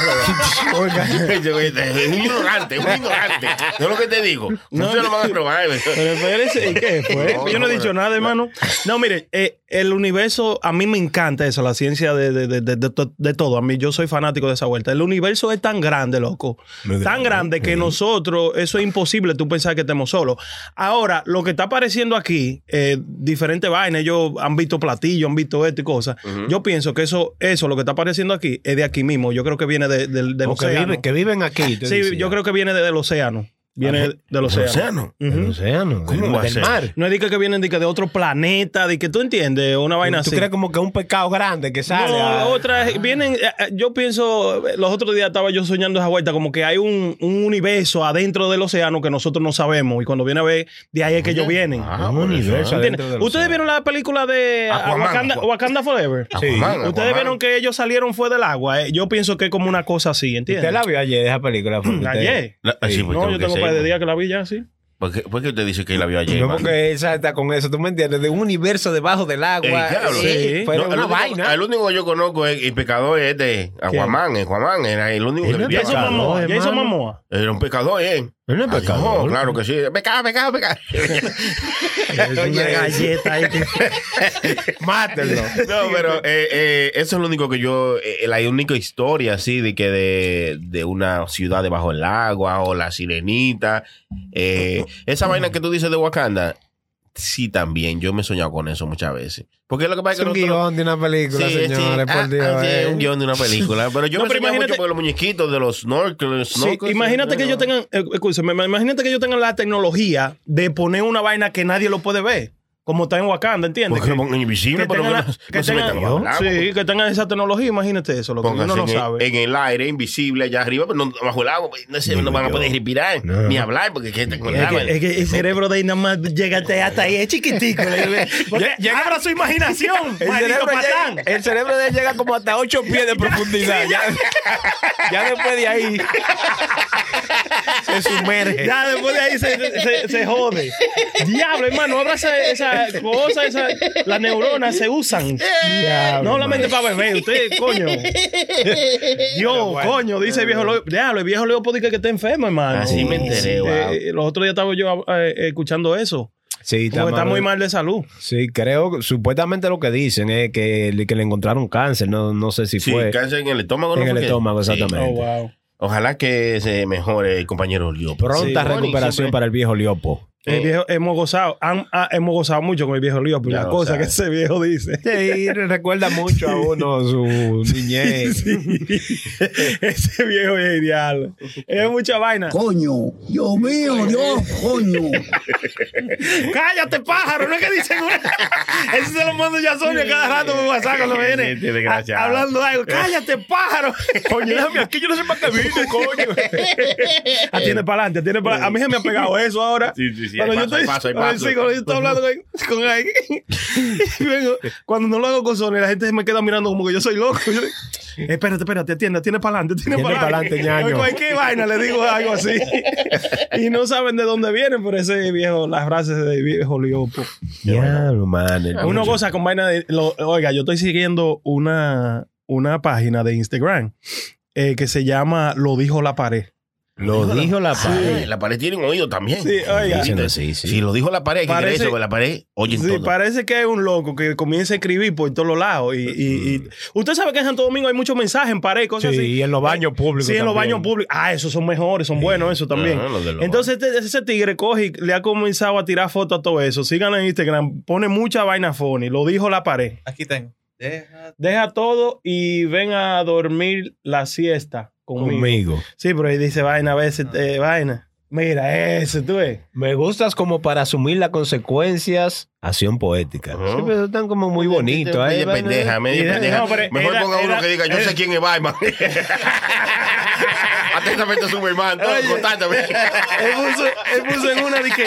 Speaker 7: robaba.
Speaker 4: un ignorante, un ignorante. No es lo que te digo. No se lo van a robar.
Speaker 7: Pero espérese, ¿y qué fue?
Speaker 4: No,
Speaker 7: Yo no
Speaker 4: no,
Speaker 7: he dicho
Speaker 4: pero-
Speaker 7: nada, hermano. No, mire, eh, el universo, a mí me encanta eso, la ciencia de, de- de- de- de to- de todo. A mí, yo soy fanático de esa vuelta. El universo es tan grande, loco.
Speaker 11: Muy
Speaker 7: Tan grande que nosotros, eso es imposible tú pensar que estemos solos. Ahora, lo que está apareciendo aquí, eh, diferentes vainas, ellos han visto platillos, han visto esto y cosas. Yo pienso que eso, eso, lo que está apareciendo aquí, es de aquí mismo. Yo creo que viene de- del, del
Speaker 5: O que,
Speaker 7: océano.
Speaker 5: vive- que viven aquí. tú
Speaker 7: Sí,
Speaker 5: dices,
Speaker 7: yo creo que viene de- del océano. Viene
Speaker 5: Ah,
Speaker 7: del océano.
Speaker 5: Del océano. del-
Speaker 7: va a
Speaker 5: del
Speaker 7: ser?
Speaker 5: mar.
Speaker 7: No es de que, que vienen de, que de otro planeta, de que tú entiendes, una vaina
Speaker 5: ¿Tú
Speaker 7: así.
Speaker 5: crees como que un pecado grande que sale? Ah.
Speaker 7: No,
Speaker 5: a-
Speaker 7: otras vienen, eh, eh, yo pienso, eh, los otros días estaba yo soñando esa vuelta, como que hay un, un universo adentro del océano que nosotros no sabemos y cuando viene a ver, de ahí es que ellos vienen.
Speaker 5: un universo Ah,
Speaker 7: ¿Entiendes?
Speaker 5: adentro del
Speaker 7: Ah, ¿Ustedes vieron la película de ah,
Speaker 5: Aquaman,
Speaker 7: Wakanda,
Speaker 5: Aqua-
Speaker 7: Wakanda Forever?
Speaker 5: Sí. Aquaman,
Speaker 7: Ustedes
Speaker 5: Aquaman.
Speaker 7: vieron que ellos salieron fue del agua. eh. Yo pienso que es como una cosa así, ¿entiendes?
Speaker 5: ¿Usted la vio ayer, esa película? Fue usted.
Speaker 7: Ayer.
Speaker 4: La- sí, pues
Speaker 7: No, yo
Speaker 4: que
Speaker 7: tengo un
Speaker 4: ser,
Speaker 7: par de
Speaker 4: pues.
Speaker 7: días que la vi ya, sí.
Speaker 4: ¿Por qué, por qué usted dice que la vio ayer?
Speaker 5: No,
Speaker 4: mano?
Speaker 5: porque esa está con eso, ¿tú me entiendes? De un universo debajo del
Speaker 4: Eh,
Speaker 5: agua.
Speaker 4: diablo.
Speaker 5: Sí,
Speaker 4: No,
Speaker 5: Pero
Speaker 4: el
Speaker 5: una
Speaker 4: único-
Speaker 5: vaina.
Speaker 4: El único que yo conozco es el pecador es de Aquaman. El Aquaman era el único que
Speaker 5: no es
Speaker 4: vivía.
Speaker 7: Jason Momoa,
Speaker 5: hermano.
Speaker 7: Jason Momoa.
Speaker 4: Era un pecador, ¿eh?
Speaker 5: Él no es
Speaker 4: Ay,
Speaker 5: pecador.
Speaker 4: no, claro que sí. Pecado, pecado, pecado. Oye,
Speaker 5: Mátenlo.
Speaker 4: No, pero eh, eh, eso es lo único que yo, eh, la única historia así de que de, de una ciudad debajo del agua o la sirenita. eh, esa vaina que tú dices de Wakanda, sí también, yo me he soñado con eso muchas veces. Porque lo que pasa
Speaker 5: Es
Speaker 4: que
Speaker 5: un
Speaker 4: nosotros-
Speaker 5: guión de una película,
Speaker 4: Sí, sí.
Speaker 5: señores,
Speaker 4: Ah,
Speaker 5: por Dios.
Speaker 4: ah, sí,
Speaker 5: eh.
Speaker 4: un guión de una película. Pero yo
Speaker 7: No,
Speaker 4: me
Speaker 7: pero
Speaker 4: soñaba mucho
Speaker 7: imagínate-
Speaker 4: por los muñequitos de los snorkels.
Speaker 7: Sí, imagínate que ellos tengan, eh, escúchame, ma- imagínate que ellos tengan la tecnología de poner una vaina que nadie lo puede ver, como está en Wakanda, ¿entiendes?
Speaker 4: Porque
Speaker 7: Que,
Speaker 4: lo pongan invisible,
Speaker 7: que
Speaker 4: pero
Speaker 7: tengan,
Speaker 4: no,
Speaker 7: la-
Speaker 4: no
Speaker 7: que
Speaker 4: se metan
Speaker 7: tengan-
Speaker 4: bajo el agua.
Speaker 7: sí, que tengan esa tecnología, imagínate eso, lo que uno
Speaker 4: Pónganse
Speaker 7: no
Speaker 4: en, el-
Speaker 7: sabe.
Speaker 4: en el aire, invisible allá arriba, pero no, bajo el agua, pues, no, se, no van a poder respirar ni hablar porque que están con el
Speaker 7: Es
Speaker 4: agua.
Speaker 7: que, es que el cerebro de ahí nada más llega hasta ahí, es chiquitico. Porque ah, abra su imaginación,
Speaker 5: El
Speaker 7: maldito
Speaker 5: cerebro,
Speaker 7: patán.
Speaker 5: llega, el cerebro de él llega como hasta 8 pies de profundidad. Ya, ya después de ahí se sumerge.
Speaker 7: Ya después de ahí se, se- se jode. Diablo, hermano, ahora esa, esa cosa, esa- las neuronas se usan. no solamente para beber, usted, coño.
Speaker 5: Eh,
Speaker 7: Dios, coño, dice el viejo Leo. Diablo, el viejo Leopoldo dice que está enfermo, hermano.
Speaker 4: Así me enteré,
Speaker 7: Eh,
Speaker 4: wow.
Speaker 7: los otros días estaba yo eh, escuchando eso.
Speaker 5: Sí,
Speaker 7: Porque está
Speaker 5: mal.
Speaker 7: muy mal de salud.
Speaker 5: Sí, creo, supuestamente lo que dicen es que, le- que le encontraron cáncer, no, no sé si
Speaker 4: Sí,
Speaker 5: fue
Speaker 4: cáncer en el estómago. ¿no
Speaker 5: en el
Speaker 4: fue que-
Speaker 5: estómago,
Speaker 4: Sí.
Speaker 5: exactamente.
Speaker 7: Oh, wow.
Speaker 4: Ojalá que se mejore el compañero Leo.
Speaker 5: Pronta
Speaker 4: Sí,
Speaker 5: recuperación
Speaker 4: siempre-
Speaker 5: para el viejo Liopo.
Speaker 7: El viejo, hemos gozado, han- ah, hemos gozado mucho con el viejo Leo, por
Speaker 4: Ya
Speaker 7: la
Speaker 4: lo
Speaker 7: cosa
Speaker 4: sabe.
Speaker 7: que ese viejo dice.
Speaker 5: Sí, recuerda mucho a uno su niñez.
Speaker 7: ese viejo es ideal. Es mucha vaina.
Speaker 2: Coño, Dios mío, Dios, coño.
Speaker 7: Cállate, pájaro, no es que dicen una. Eso se lo mando yo a Sonia cada rato pues, por WhatsApp cuando me viene.
Speaker 4: Sí, desgraciado.
Speaker 7: a- hablando algo. Cállate, pájaro. Coño, déjame aquí, yo no sé para qué vine, coño. Atiende para adelante, atiende para adelante. A mí se me ha pegado eso ahora.
Speaker 4: Sí, sí, sí,
Speaker 7: Cuando
Speaker 4: hay
Speaker 7: yo
Speaker 4: paso,
Speaker 7: estoy,
Speaker 4: hay paso, hay
Speaker 7: cuando-
Speaker 4: paso.
Speaker 7: sí, cuando yo estoy hablando con, con alguien. y vengo- cuando no lo hago con Sonia, la gente me queda mirando como que yo soy loco. Yo le- espérate, espérate, atiende, atiende para adelante, atiende
Speaker 5: Atiende
Speaker 7: para adelante.
Speaker 5: pa'lante, ñaño.
Speaker 7: Cualquier vaina le digo algo así. y no saben de dónde vienen por ese viejo, las frases de viejo liopo.
Speaker 5: Diablo, man, el
Speaker 4: Ah,
Speaker 7: Uno
Speaker 5: bicho.
Speaker 7: goza con vaina de. lo- oiga, yo estoy siguiendo una, una página de Instagram eh, que se llama Lo dijo la pared.
Speaker 5: Lo dijo la
Speaker 4: Sí,
Speaker 5: pared.
Speaker 4: la pared tiene un oído también.
Speaker 7: Sí, oiga.
Speaker 4: Sí,
Speaker 5: Diciendo, sí, sí.
Speaker 4: Si lo dijo la pared, hay que creer
Speaker 7: Parece-
Speaker 4: eso, que la pared oye
Speaker 7: Sí,
Speaker 4: todo.
Speaker 7: parece que hay un loco que comienza a escribir por todos los lados. Y, y- y- usted sabe que en Santo Domingo hay muchos mensajes en pared, y cosas
Speaker 5: Sí,
Speaker 7: así.
Speaker 5: y en los baños públicos
Speaker 7: Sí, en los
Speaker 5: también.
Speaker 7: baños públicos. Ah, esos son mejores, son buenos, eso también.
Speaker 4: Ajá, Ah, los de los
Speaker 7: Entonces, este- ese tigre coge y le ha comenzado a tirar fotos a todo eso. Síganlo en Instagram, pone mucha vaina funny. Lo dijo la pared.
Speaker 8: Aquí tengo. Deja.
Speaker 7: Deja todo y ven a dormir la siesta conmigo.
Speaker 5: conmigo.
Speaker 7: Sí, pero ahí dice vaina a veces, eh, vaina. Mira, ese tú ves.
Speaker 5: Me gustas como para asumir las consecuencias. Acción poética.
Speaker 4: Ajá.
Speaker 5: Sí, pero están como muy bonitos. ahí,
Speaker 4: Media
Speaker 5: van,
Speaker 4: pendeja,
Speaker 5: eh.
Speaker 4: media
Speaker 7: Era-
Speaker 4: pendeja.
Speaker 7: no, pero
Speaker 4: Mejor
Speaker 7: era-
Speaker 4: ponga uno
Speaker 7: era-
Speaker 4: que diga, yo
Speaker 7: era-
Speaker 4: sé quién es Batman. Atentamente, Superman. todo,
Speaker 7: Oye.
Speaker 4: contáctame.
Speaker 7: Él puso, él puso en una de que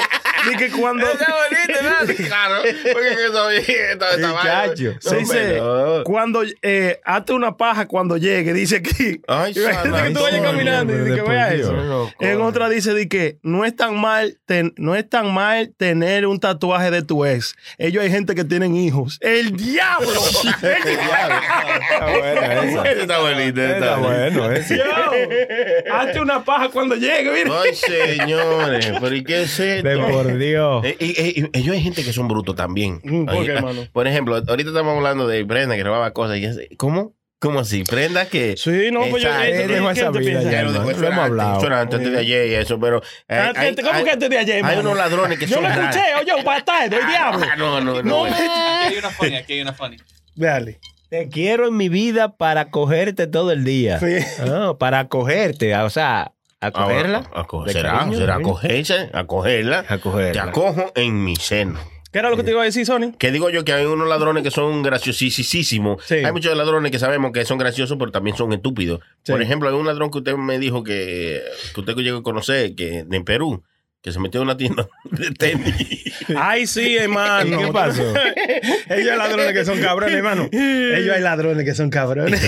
Speaker 7: Ni que cuando.
Speaker 4: Está bonito, ¿no? Claro. Porque que está bien, está- está mal.
Speaker 7: Muchacho. Se dice,
Speaker 4: Bueno.
Speaker 7: cuando eh, hazte una paja cuando llegue, dice aquí.
Speaker 4: Ay,
Speaker 7: Imagínate que tú vayas
Speaker 4: Antonio,
Speaker 7: caminando y
Speaker 4: hombre,
Speaker 7: dices que
Speaker 4: de
Speaker 7: vea
Speaker 4: por
Speaker 7: eso.
Speaker 4: Dios.
Speaker 7: En otra dice de que no es tan mal ten- no es tan mal tener un tatuaje de tu ex. Ellos hay gente que tienen hijos. El diablo. El diablo.
Speaker 4: Ese está bonito, ese está bueno.
Speaker 7: Yo, hazte una paja cuando llegue, mira.
Speaker 4: Ay, señores, pero ¿y qué es esto?
Speaker 5: De por Dios.
Speaker 4: Eh, y- y- y- ellos hay gente que son brutos también.
Speaker 7: Mm, ¿por
Speaker 4: Ay,
Speaker 7: qué,
Speaker 4: ah,
Speaker 7: hermano?
Speaker 4: por ejemplo, ahorita estamos hablando de Brenda que robaba cosas. Y ese- ¿Cómo? ¿Cómo así? Prenda que.
Speaker 7: Sí, no, pues yo.
Speaker 4: Exacto.
Speaker 7: eh,
Speaker 5: Él dejó
Speaker 7: ¿qué
Speaker 5: esa
Speaker 7: te
Speaker 5: vida
Speaker 7: piensas?
Speaker 4: Ya
Speaker 5: ya,
Speaker 4: lo
Speaker 5: hermano.
Speaker 4: dejó,
Speaker 5: Lo
Speaker 4: eso
Speaker 5: hemos
Speaker 4: era antes,
Speaker 5: hablado.
Speaker 4: eso era antes de ayer y eso, pero. eh,
Speaker 7: Antes-
Speaker 4: hay-
Speaker 7: Ah, ¿Cómo
Speaker 4: hay-
Speaker 7: que antes de ayer,
Speaker 4: Hay
Speaker 7: hermano?
Speaker 4: unos ladrones que
Speaker 7: Yo
Speaker 4: son.
Speaker 7: lo escuché,
Speaker 4: raros.
Speaker 7: oye, bastardo, el diablo.
Speaker 4: Ah, no, no, no. bueno.
Speaker 8: Aquí hay una funny, aquí hay una funny.
Speaker 7: Dale.
Speaker 5: Te quiero en mi vida para cogerte todo el día.
Speaker 7: Sí.
Speaker 5: Ah, para cogerte, o sea, a
Speaker 4: Ah, bueno,
Speaker 5: cogerla.
Speaker 4: a- a co-
Speaker 5: de
Speaker 4: será,
Speaker 5: cariño,
Speaker 4: será
Speaker 5: ¿eh?
Speaker 4: acogerse, acogerla.
Speaker 5: A cogerla.
Speaker 4: Te acojo en mi seno.
Speaker 7: ¿Qué era lo que te iba a decir, Sony?
Speaker 4: Que digo yo que hay unos ladrones que son graciosísimos.
Speaker 7: Sí.
Speaker 4: Hay muchos ladrones que sabemos que son graciosos, pero también son estúpidos.
Speaker 7: Sí.
Speaker 4: Por ejemplo, hay un ladrón que usted me dijo que, que usted llegó a conocer, que en Perú, que se metió en una tienda de tenis.
Speaker 7: Ay, sí, hermano.
Speaker 5: ¿Qué pasó?
Speaker 7: Ellos hay ladrones que son cabrones, hermano. Ellos hay ladrones que son cabrones.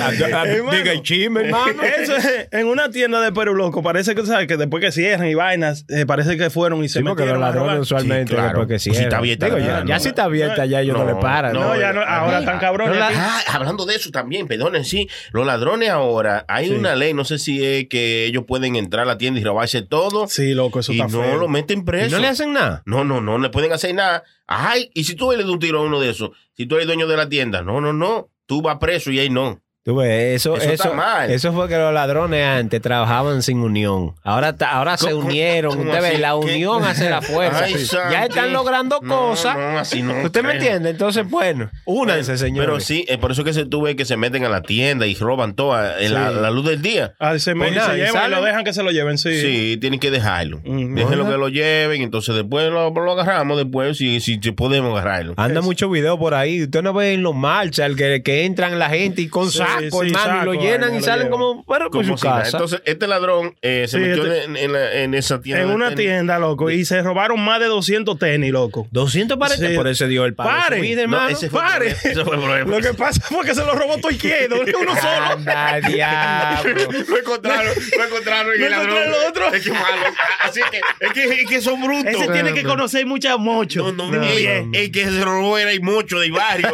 Speaker 7: ah, Hermano.
Speaker 5: Diga el chisme, hermano.
Speaker 7: Eso es, en una tienda de Perú Loco, parece que, ¿sabes? que después que cierran y vainas, eh, parece que fueron y se
Speaker 5: Sí, porque los
Speaker 7: metieron a robar.
Speaker 5: ladrones usualmente
Speaker 4: Sí, claro.
Speaker 5: después que
Speaker 4: Pues si está
Speaker 5: cierran.
Speaker 4: abierta
Speaker 5: Digo,
Speaker 4: la
Speaker 5: ya,
Speaker 4: tienda,
Speaker 5: ya
Speaker 4: no.
Speaker 5: si está abierta, ya ellos no, le paran.
Speaker 7: No, ya no, ahora están cabrones.
Speaker 5: No, la-
Speaker 4: Ah, hablando de eso también, perdonen, sí. Los ladrones ahora, hay una ley, no sé si es que ellos pueden entrar a la tienda y robarse todo.
Speaker 7: Sí, loco, eso
Speaker 4: y
Speaker 7: está
Speaker 4: no
Speaker 7: feo.
Speaker 4: lo meten
Speaker 5: ¿Y
Speaker 4: preso.
Speaker 5: no le hacen nada.
Speaker 4: No, no, no le pueden hacer nada. Ay, y si tú le das un tiro a uno de esos, si tú eres dueño de la tienda, no, no, no, tú vas preso y ahí no.
Speaker 5: Tú ves, eso,
Speaker 4: Eso
Speaker 5: eso,
Speaker 4: está mal.
Speaker 5: eso fue que los ladrones antes trabajaban sin unión. Ahora, ta- ahora se
Speaker 4: ¿Cómo- cómo-
Speaker 5: unieron.
Speaker 4: cómo
Speaker 5: Usted ve,
Speaker 4: así?
Speaker 5: la
Speaker 4: ¿Qué?
Speaker 5: unión hace la fuerza.
Speaker 4: Ay,
Speaker 5: ya
Speaker 4: Santi.
Speaker 5: están logrando
Speaker 4: No,
Speaker 5: cosas.
Speaker 4: no, así no
Speaker 5: ¿Usted me
Speaker 4: creo.
Speaker 5: entiende? Entonces, bueno, únanse, señores.
Speaker 4: Pero sí, eh, por eso que se tuve que se meten a la tienda y roban toda eh, la, la luz del día.
Speaker 7: Ah, se me-
Speaker 5: Pues nada,
Speaker 7: se
Speaker 5: ¿y
Speaker 7: llevan y
Speaker 5: salen?
Speaker 7: lo dejan que se lo lleven, sí.
Speaker 4: Sí, tienen que dejarlo.
Speaker 7: Mm,
Speaker 4: Déjenlo
Speaker 5: ¿verdad?
Speaker 4: que lo lleven, entonces después lo, lo agarramos, después si, si podemos agarrarlo.
Speaker 5: Anda mucho video por ahí. Usted no ve en los marchas el que, que entran la gente y con
Speaker 7: Sí,
Speaker 5: saco, hermano,
Speaker 7: sí,
Speaker 5: y
Speaker 7: saco,
Speaker 5: lo llenan
Speaker 7: vaina,
Speaker 5: y
Speaker 7: lo
Speaker 5: salen
Speaker 7: llevan.
Speaker 5: como, bueno,
Speaker 4: Como
Speaker 5: por pues, su
Speaker 4: si nada.
Speaker 5: casa.
Speaker 4: Entonces, este ladrón eh, se
Speaker 7: Sí,
Speaker 4: metió
Speaker 7: este-
Speaker 4: en, en la- en esa tienda.
Speaker 7: En
Speaker 4: de
Speaker 7: una
Speaker 4: tenis.
Speaker 7: tienda, loco, y se robaron más de 200 tenis, loco.
Speaker 5: 200 para
Speaker 7: Sí.
Speaker 5: por eso dio el paro.
Speaker 7: Pare.
Speaker 5: Subida,
Speaker 4: No,
Speaker 5: hermano.
Speaker 4: ese fue el
Speaker 7: ¡Pare!
Speaker 4: problema, ese fue el problema.
Speaker 7: Lo que pasa fue que se lo robó todo izquierdo, uno solo.
Speaker 5: Anda, diablo.
Speaker 4: Lo encontraron, lo encontraron y
Speaker 7: Lo
Speaker 4: el ladrón.
Speaker 7: encontraron los otros.
Speaker 4: Es que malo. Así es que, es que, es que son brutos.
Speaker 7: Ese tiene que conocer muchas mochos.
Speaker 4: No, no, el, el que se robó era y mucho de barrio.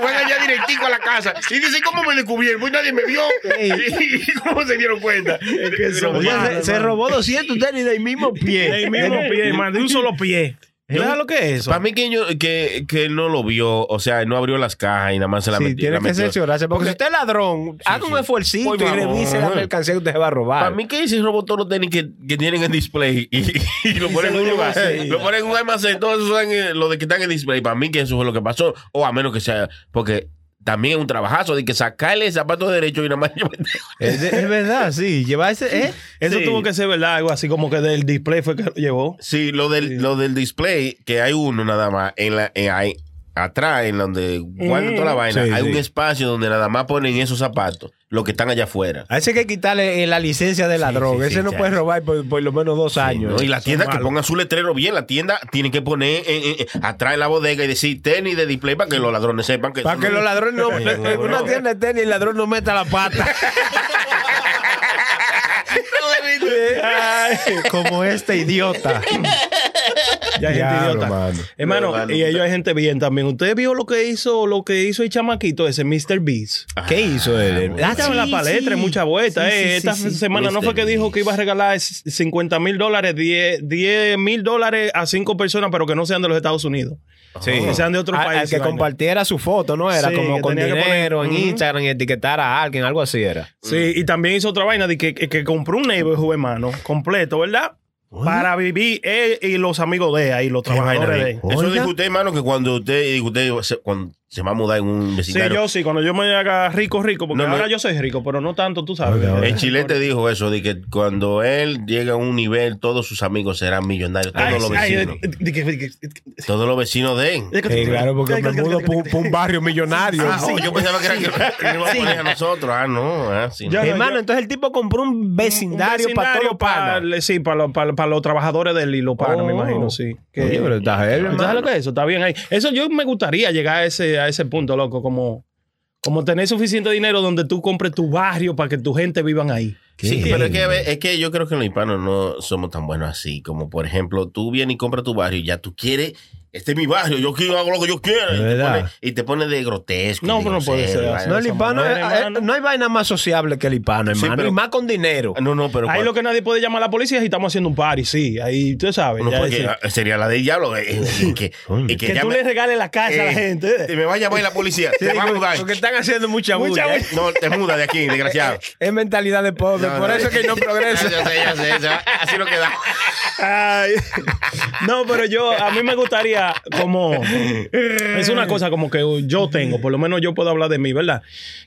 Speaker 4: Fue allá directico a la casa. Y dice, ¿cómo me descubrieron? Pues nadie me vio. ¿Y cómo se dieron cuenta?
Speaker 7: que son
Speaker 4: Pero,
Speaker 5: Oye,
Speaker 7: malos,
Speaker 5: se, se
Speaker 7: hermano.
Speaker 5: robó 200 tenis del mismo pie.
Speaker 7: El mismo
Speaker 5: Eh,
Speaker 7: pie, hermano, de un solo pie. ¿Sabes lo que es eso?
Speaker 4: Para mí que, yo, que, que él no lo vio, o sea, no abrió las cajas y nada más se la
Speaker 5: Sí,
Speaker 4: metió.
Speaker 5: tiene
Speaker 4: la
Speaker 5: que
Speaker 4: metió.
Speaker 5: cerciorarse. Porque, si usted es ladrón, haga un esfuercito
Speaker 4: Por
Speaker 5: y
Speaker 4: favor.
Speaker 5: revise la mercancía que usted se va a robar.
Speaker 4: Para mí que se robó todos los tenis que, que tienen en display y, y lo ponen en un lugar. Lo ponen en un almacén, todos esos son eh, los de que están en display. Para mí que eso fue lo que pasó. O a menos que sea, porque también es un trabajazo de que sacarle el zapato derecho y nada más.
Speaker 5: es, de- es verdad, sí. Lleva ese. ¿eh?
Speaker 7: Eso
Speaker 4: Sí.
Speaker 7: tuvo que ser verdad, algo así como que del display fue que lo llevó.
Speaker 4: Sí, lo del, lo del display, que hay uno nada más, en la, en- hay- atrás, en donde guardan toda la vaina,
Speaker 5: Sí,
Speaker 4: hay
Speaker 5: sí.
Speaker 4: un espacio donde nada más ponen esos zapatos, los que están allá afuera.
Speaker 5: A ese hay que quitarle eh, la licencia de ladrón.
Speaker 4: sí,
Speaker 5: ese
Speaker 4: sí,
Speaker 5: no
Speaker 4: ya.
Speaker 5: puede robar por, por lo menos dos años.
Speaker 4: ¿no? Y la
Speaker 5: Son
Speaker 4: tienda que
Speaker 5: malos.
Speaker 4: pongan su letrero bien, la tienda tiene que poner eh, eh, eh, atrás en la bodega y decir tenis de display para que los ladrones sepan que
Speaker 5: Para
Speaker 4: eso
Speaker 5: que
Speaker 4: no-
Speaker 5: los ladrones no.
Speaker 4: Sí,
Speaker 5: en una
Speaker 4: no.
Speaker 5: tienda de tenis, el ladrón no meta la pata. Ay, Como este idiota.
Speaker 7: Ya hay gente
Speaker 5: Diablo,
Speaker 7: idiota.
Speaker 5: mano.
Speaker 7: Hermano,
Speaker 4: Pero,
Speaker 7: y
Speaker 4: mano,
Speaker 7: ellos hay gente bien también. ¿Usted vio lo que hizo, lo que hizo el chamaquito ese, Mr. Beast?
Speaker 5: ¿Qué hizo él?
Speaker 7: Ah, estaba en la
Speaker 5: sí,
Speaker 7: palestra, en
Speaker 5: sí.
Speaker 7: mucha vuelta.
Speaker 5: Sí,
Speaker 7: eh.
Speaker 5: sí,
Speaker 7: Esta
Speaker 5: sí, sí.
Speaker 7: semana no fue
Speaker 4: Mr.
Speaker 7: que dijo que
Speaker 4: Beast.
Speaker 7: iba a regalar 50 mil dólares, 10 10 mil dólares a cinco personas, pero que no sean de los Estados Unidos.
Speaker 5: Sí.
Speaker 7: Que sean de otro
Speaker 5: Al-
Speaker 7: país,
Speaker 5: Al que
Speaker 7: vaina.
Speaker 5: compartiera su foto, ¿no? Era
Speaker 7: Sí,
Speaker 5: como
Speaker 7: que
Speaker 5: con
Speaker 7: tenía que
Speaker 5: dinero
Speaker 7: poner-
Speaker 5: en
Speaker 7: Ujú.
Speaker 5: Instagram y etiquetar a alguien, algo así era.
Speaker 4: Mm.
Speaker 7: Sí, y también hizo otra vaina de que, que, que compró un neighborhood, hermano, completo, ¿verdad? Para vivir él y los amigos de ahí, los
Speaker 4: Qué vaina,
Speaker 7: trabajadores de
Speaker 4: bien.
Speaker 7: ahí.
Speaker 4: Eso
Speaker 5: Oiga.
Speaker 4: dijo usted, hermano, que cuando usted, usted se- cuando se va a mudar en un
Speaker 7: Sí,
Speaker 4: vecindario.
Speaker 7: yo sí, cuando yo me haga rico, rico, porque
Speaker 4: No, no.
Speaker 7: ahora yo soy rico, pero no tanto, tú sabes. Eh,
Speaker 4: El chilete dijo eso, de que cuando él llega a un nivel, todos sus amigos serán millonarios, todos
Speaker 7: Ay,
Speaker 4: los
Speaker 7: ay,
Speaker 4: vecinos.
Speaker 7: eh, di que- di que-
Speaker 4: todos los vecinos de él.
Speaker 5: Eh, claro, porque me mudo por un barrio millonario.
Speaker 4: Ah, oh, yo pensaba que era que que nos iba a poner a nosotros. Ah, no, ah, sí, no.
Speaker 7: Ya, ya.
Speaker 5: Hermano, entonces el tipo compró un vecindario, para todos los
Speaker 7: para,
Speaker 5: panas.
Speaker 7: sí, para, los- para- para los trabajadores del hilo pana, me
Speaker 5: Oh.
Speaker 7: imagino, sí. Que-
Speaker 5: Oye, pero está heavy,
Speaker 7: ¿Tú ¿Sabes
Speaker 5: hermano.
Speaker 7: lo que es eso? Está bien ahí. Eso yo me gustaría llegar a ese, a ese punto, loco, como, como tener suficiente dinero donde tú compres tu barrio para que tu gente vivan ahí.
Speaker 4: Sí, pero es que, a ver, es que yo creo que los hispanos no somos tan buenos así. Como por ejemplo, tú vienes y compras tu barrio y ya tú quieres, este es mi barrio, yo quiero, hago lo que yo quiera. Y te
Speaker 5: ¿Verdad?
Speaker 4: pone- Y te pones de grotesco.
Speaker 7: No,
Speaker 4: de
Speaker 7: pero no puede
Speaker 4: grosero,
Speaker 7: ser
Speaker 4: y
Speaker 7: así.
Speaker 5: No,
Speaker 4: vaina.
Speaker 5: el hispano,
Speaker 7: manera,
Speaker 5: eh, eh,
Speaker 7: hermano.
Speaker 5: no hay vaina más sociable que el hispano,
Speaker 4: Sí,
Speaker 5: hermano.
Speaker 4: pero-
Speaker 5: y más con dinero.
Speaker 4: No, no, pero
Speaker 7: ahí
Speaker 4: cuando-
Speaker 7: lo que nadie puede llamar a la policía es si estamos haciendo un party, sí. Ahí tú sabes.
Speaker 4: no,
Speaker 7: ya
Speaker 4: porque,
Speaker 7: ese-
Speaker 4: ah, sería la del diablo. eh, eh, que, eh,
Speaker 7: que tú
Speaker 4: llame-
Speaker 7: le regales la casa a la
Speaker 4: eh,
Speaker 7: gente.
Speaker 4: Te me va a llamar la policía. te va a mudar.
Speaker 5: Porque están haciendo mucha
Speaker 7: Mucha
Speaker 5: bulla.
Speaker 7: bulla.
Speaker 5: ¿eh?
Speaker 4: No, te muda de aquí, desgraciado.
Speaker 5: Es mentalidad de pobre.
Speaker 4: No,
Speaker 5: Por
Speaker 4: no.
Speaker 5: eso es que no progresa.
Speaker 4: Ya sé, ya sé, ya sé. Así lo queda.
Speaker 7: Ay. No, pero yo, a mí me gustaría como... Es una cosa como que yo tengo, por lo menos yo puedo hablar de mí, ¿verdad?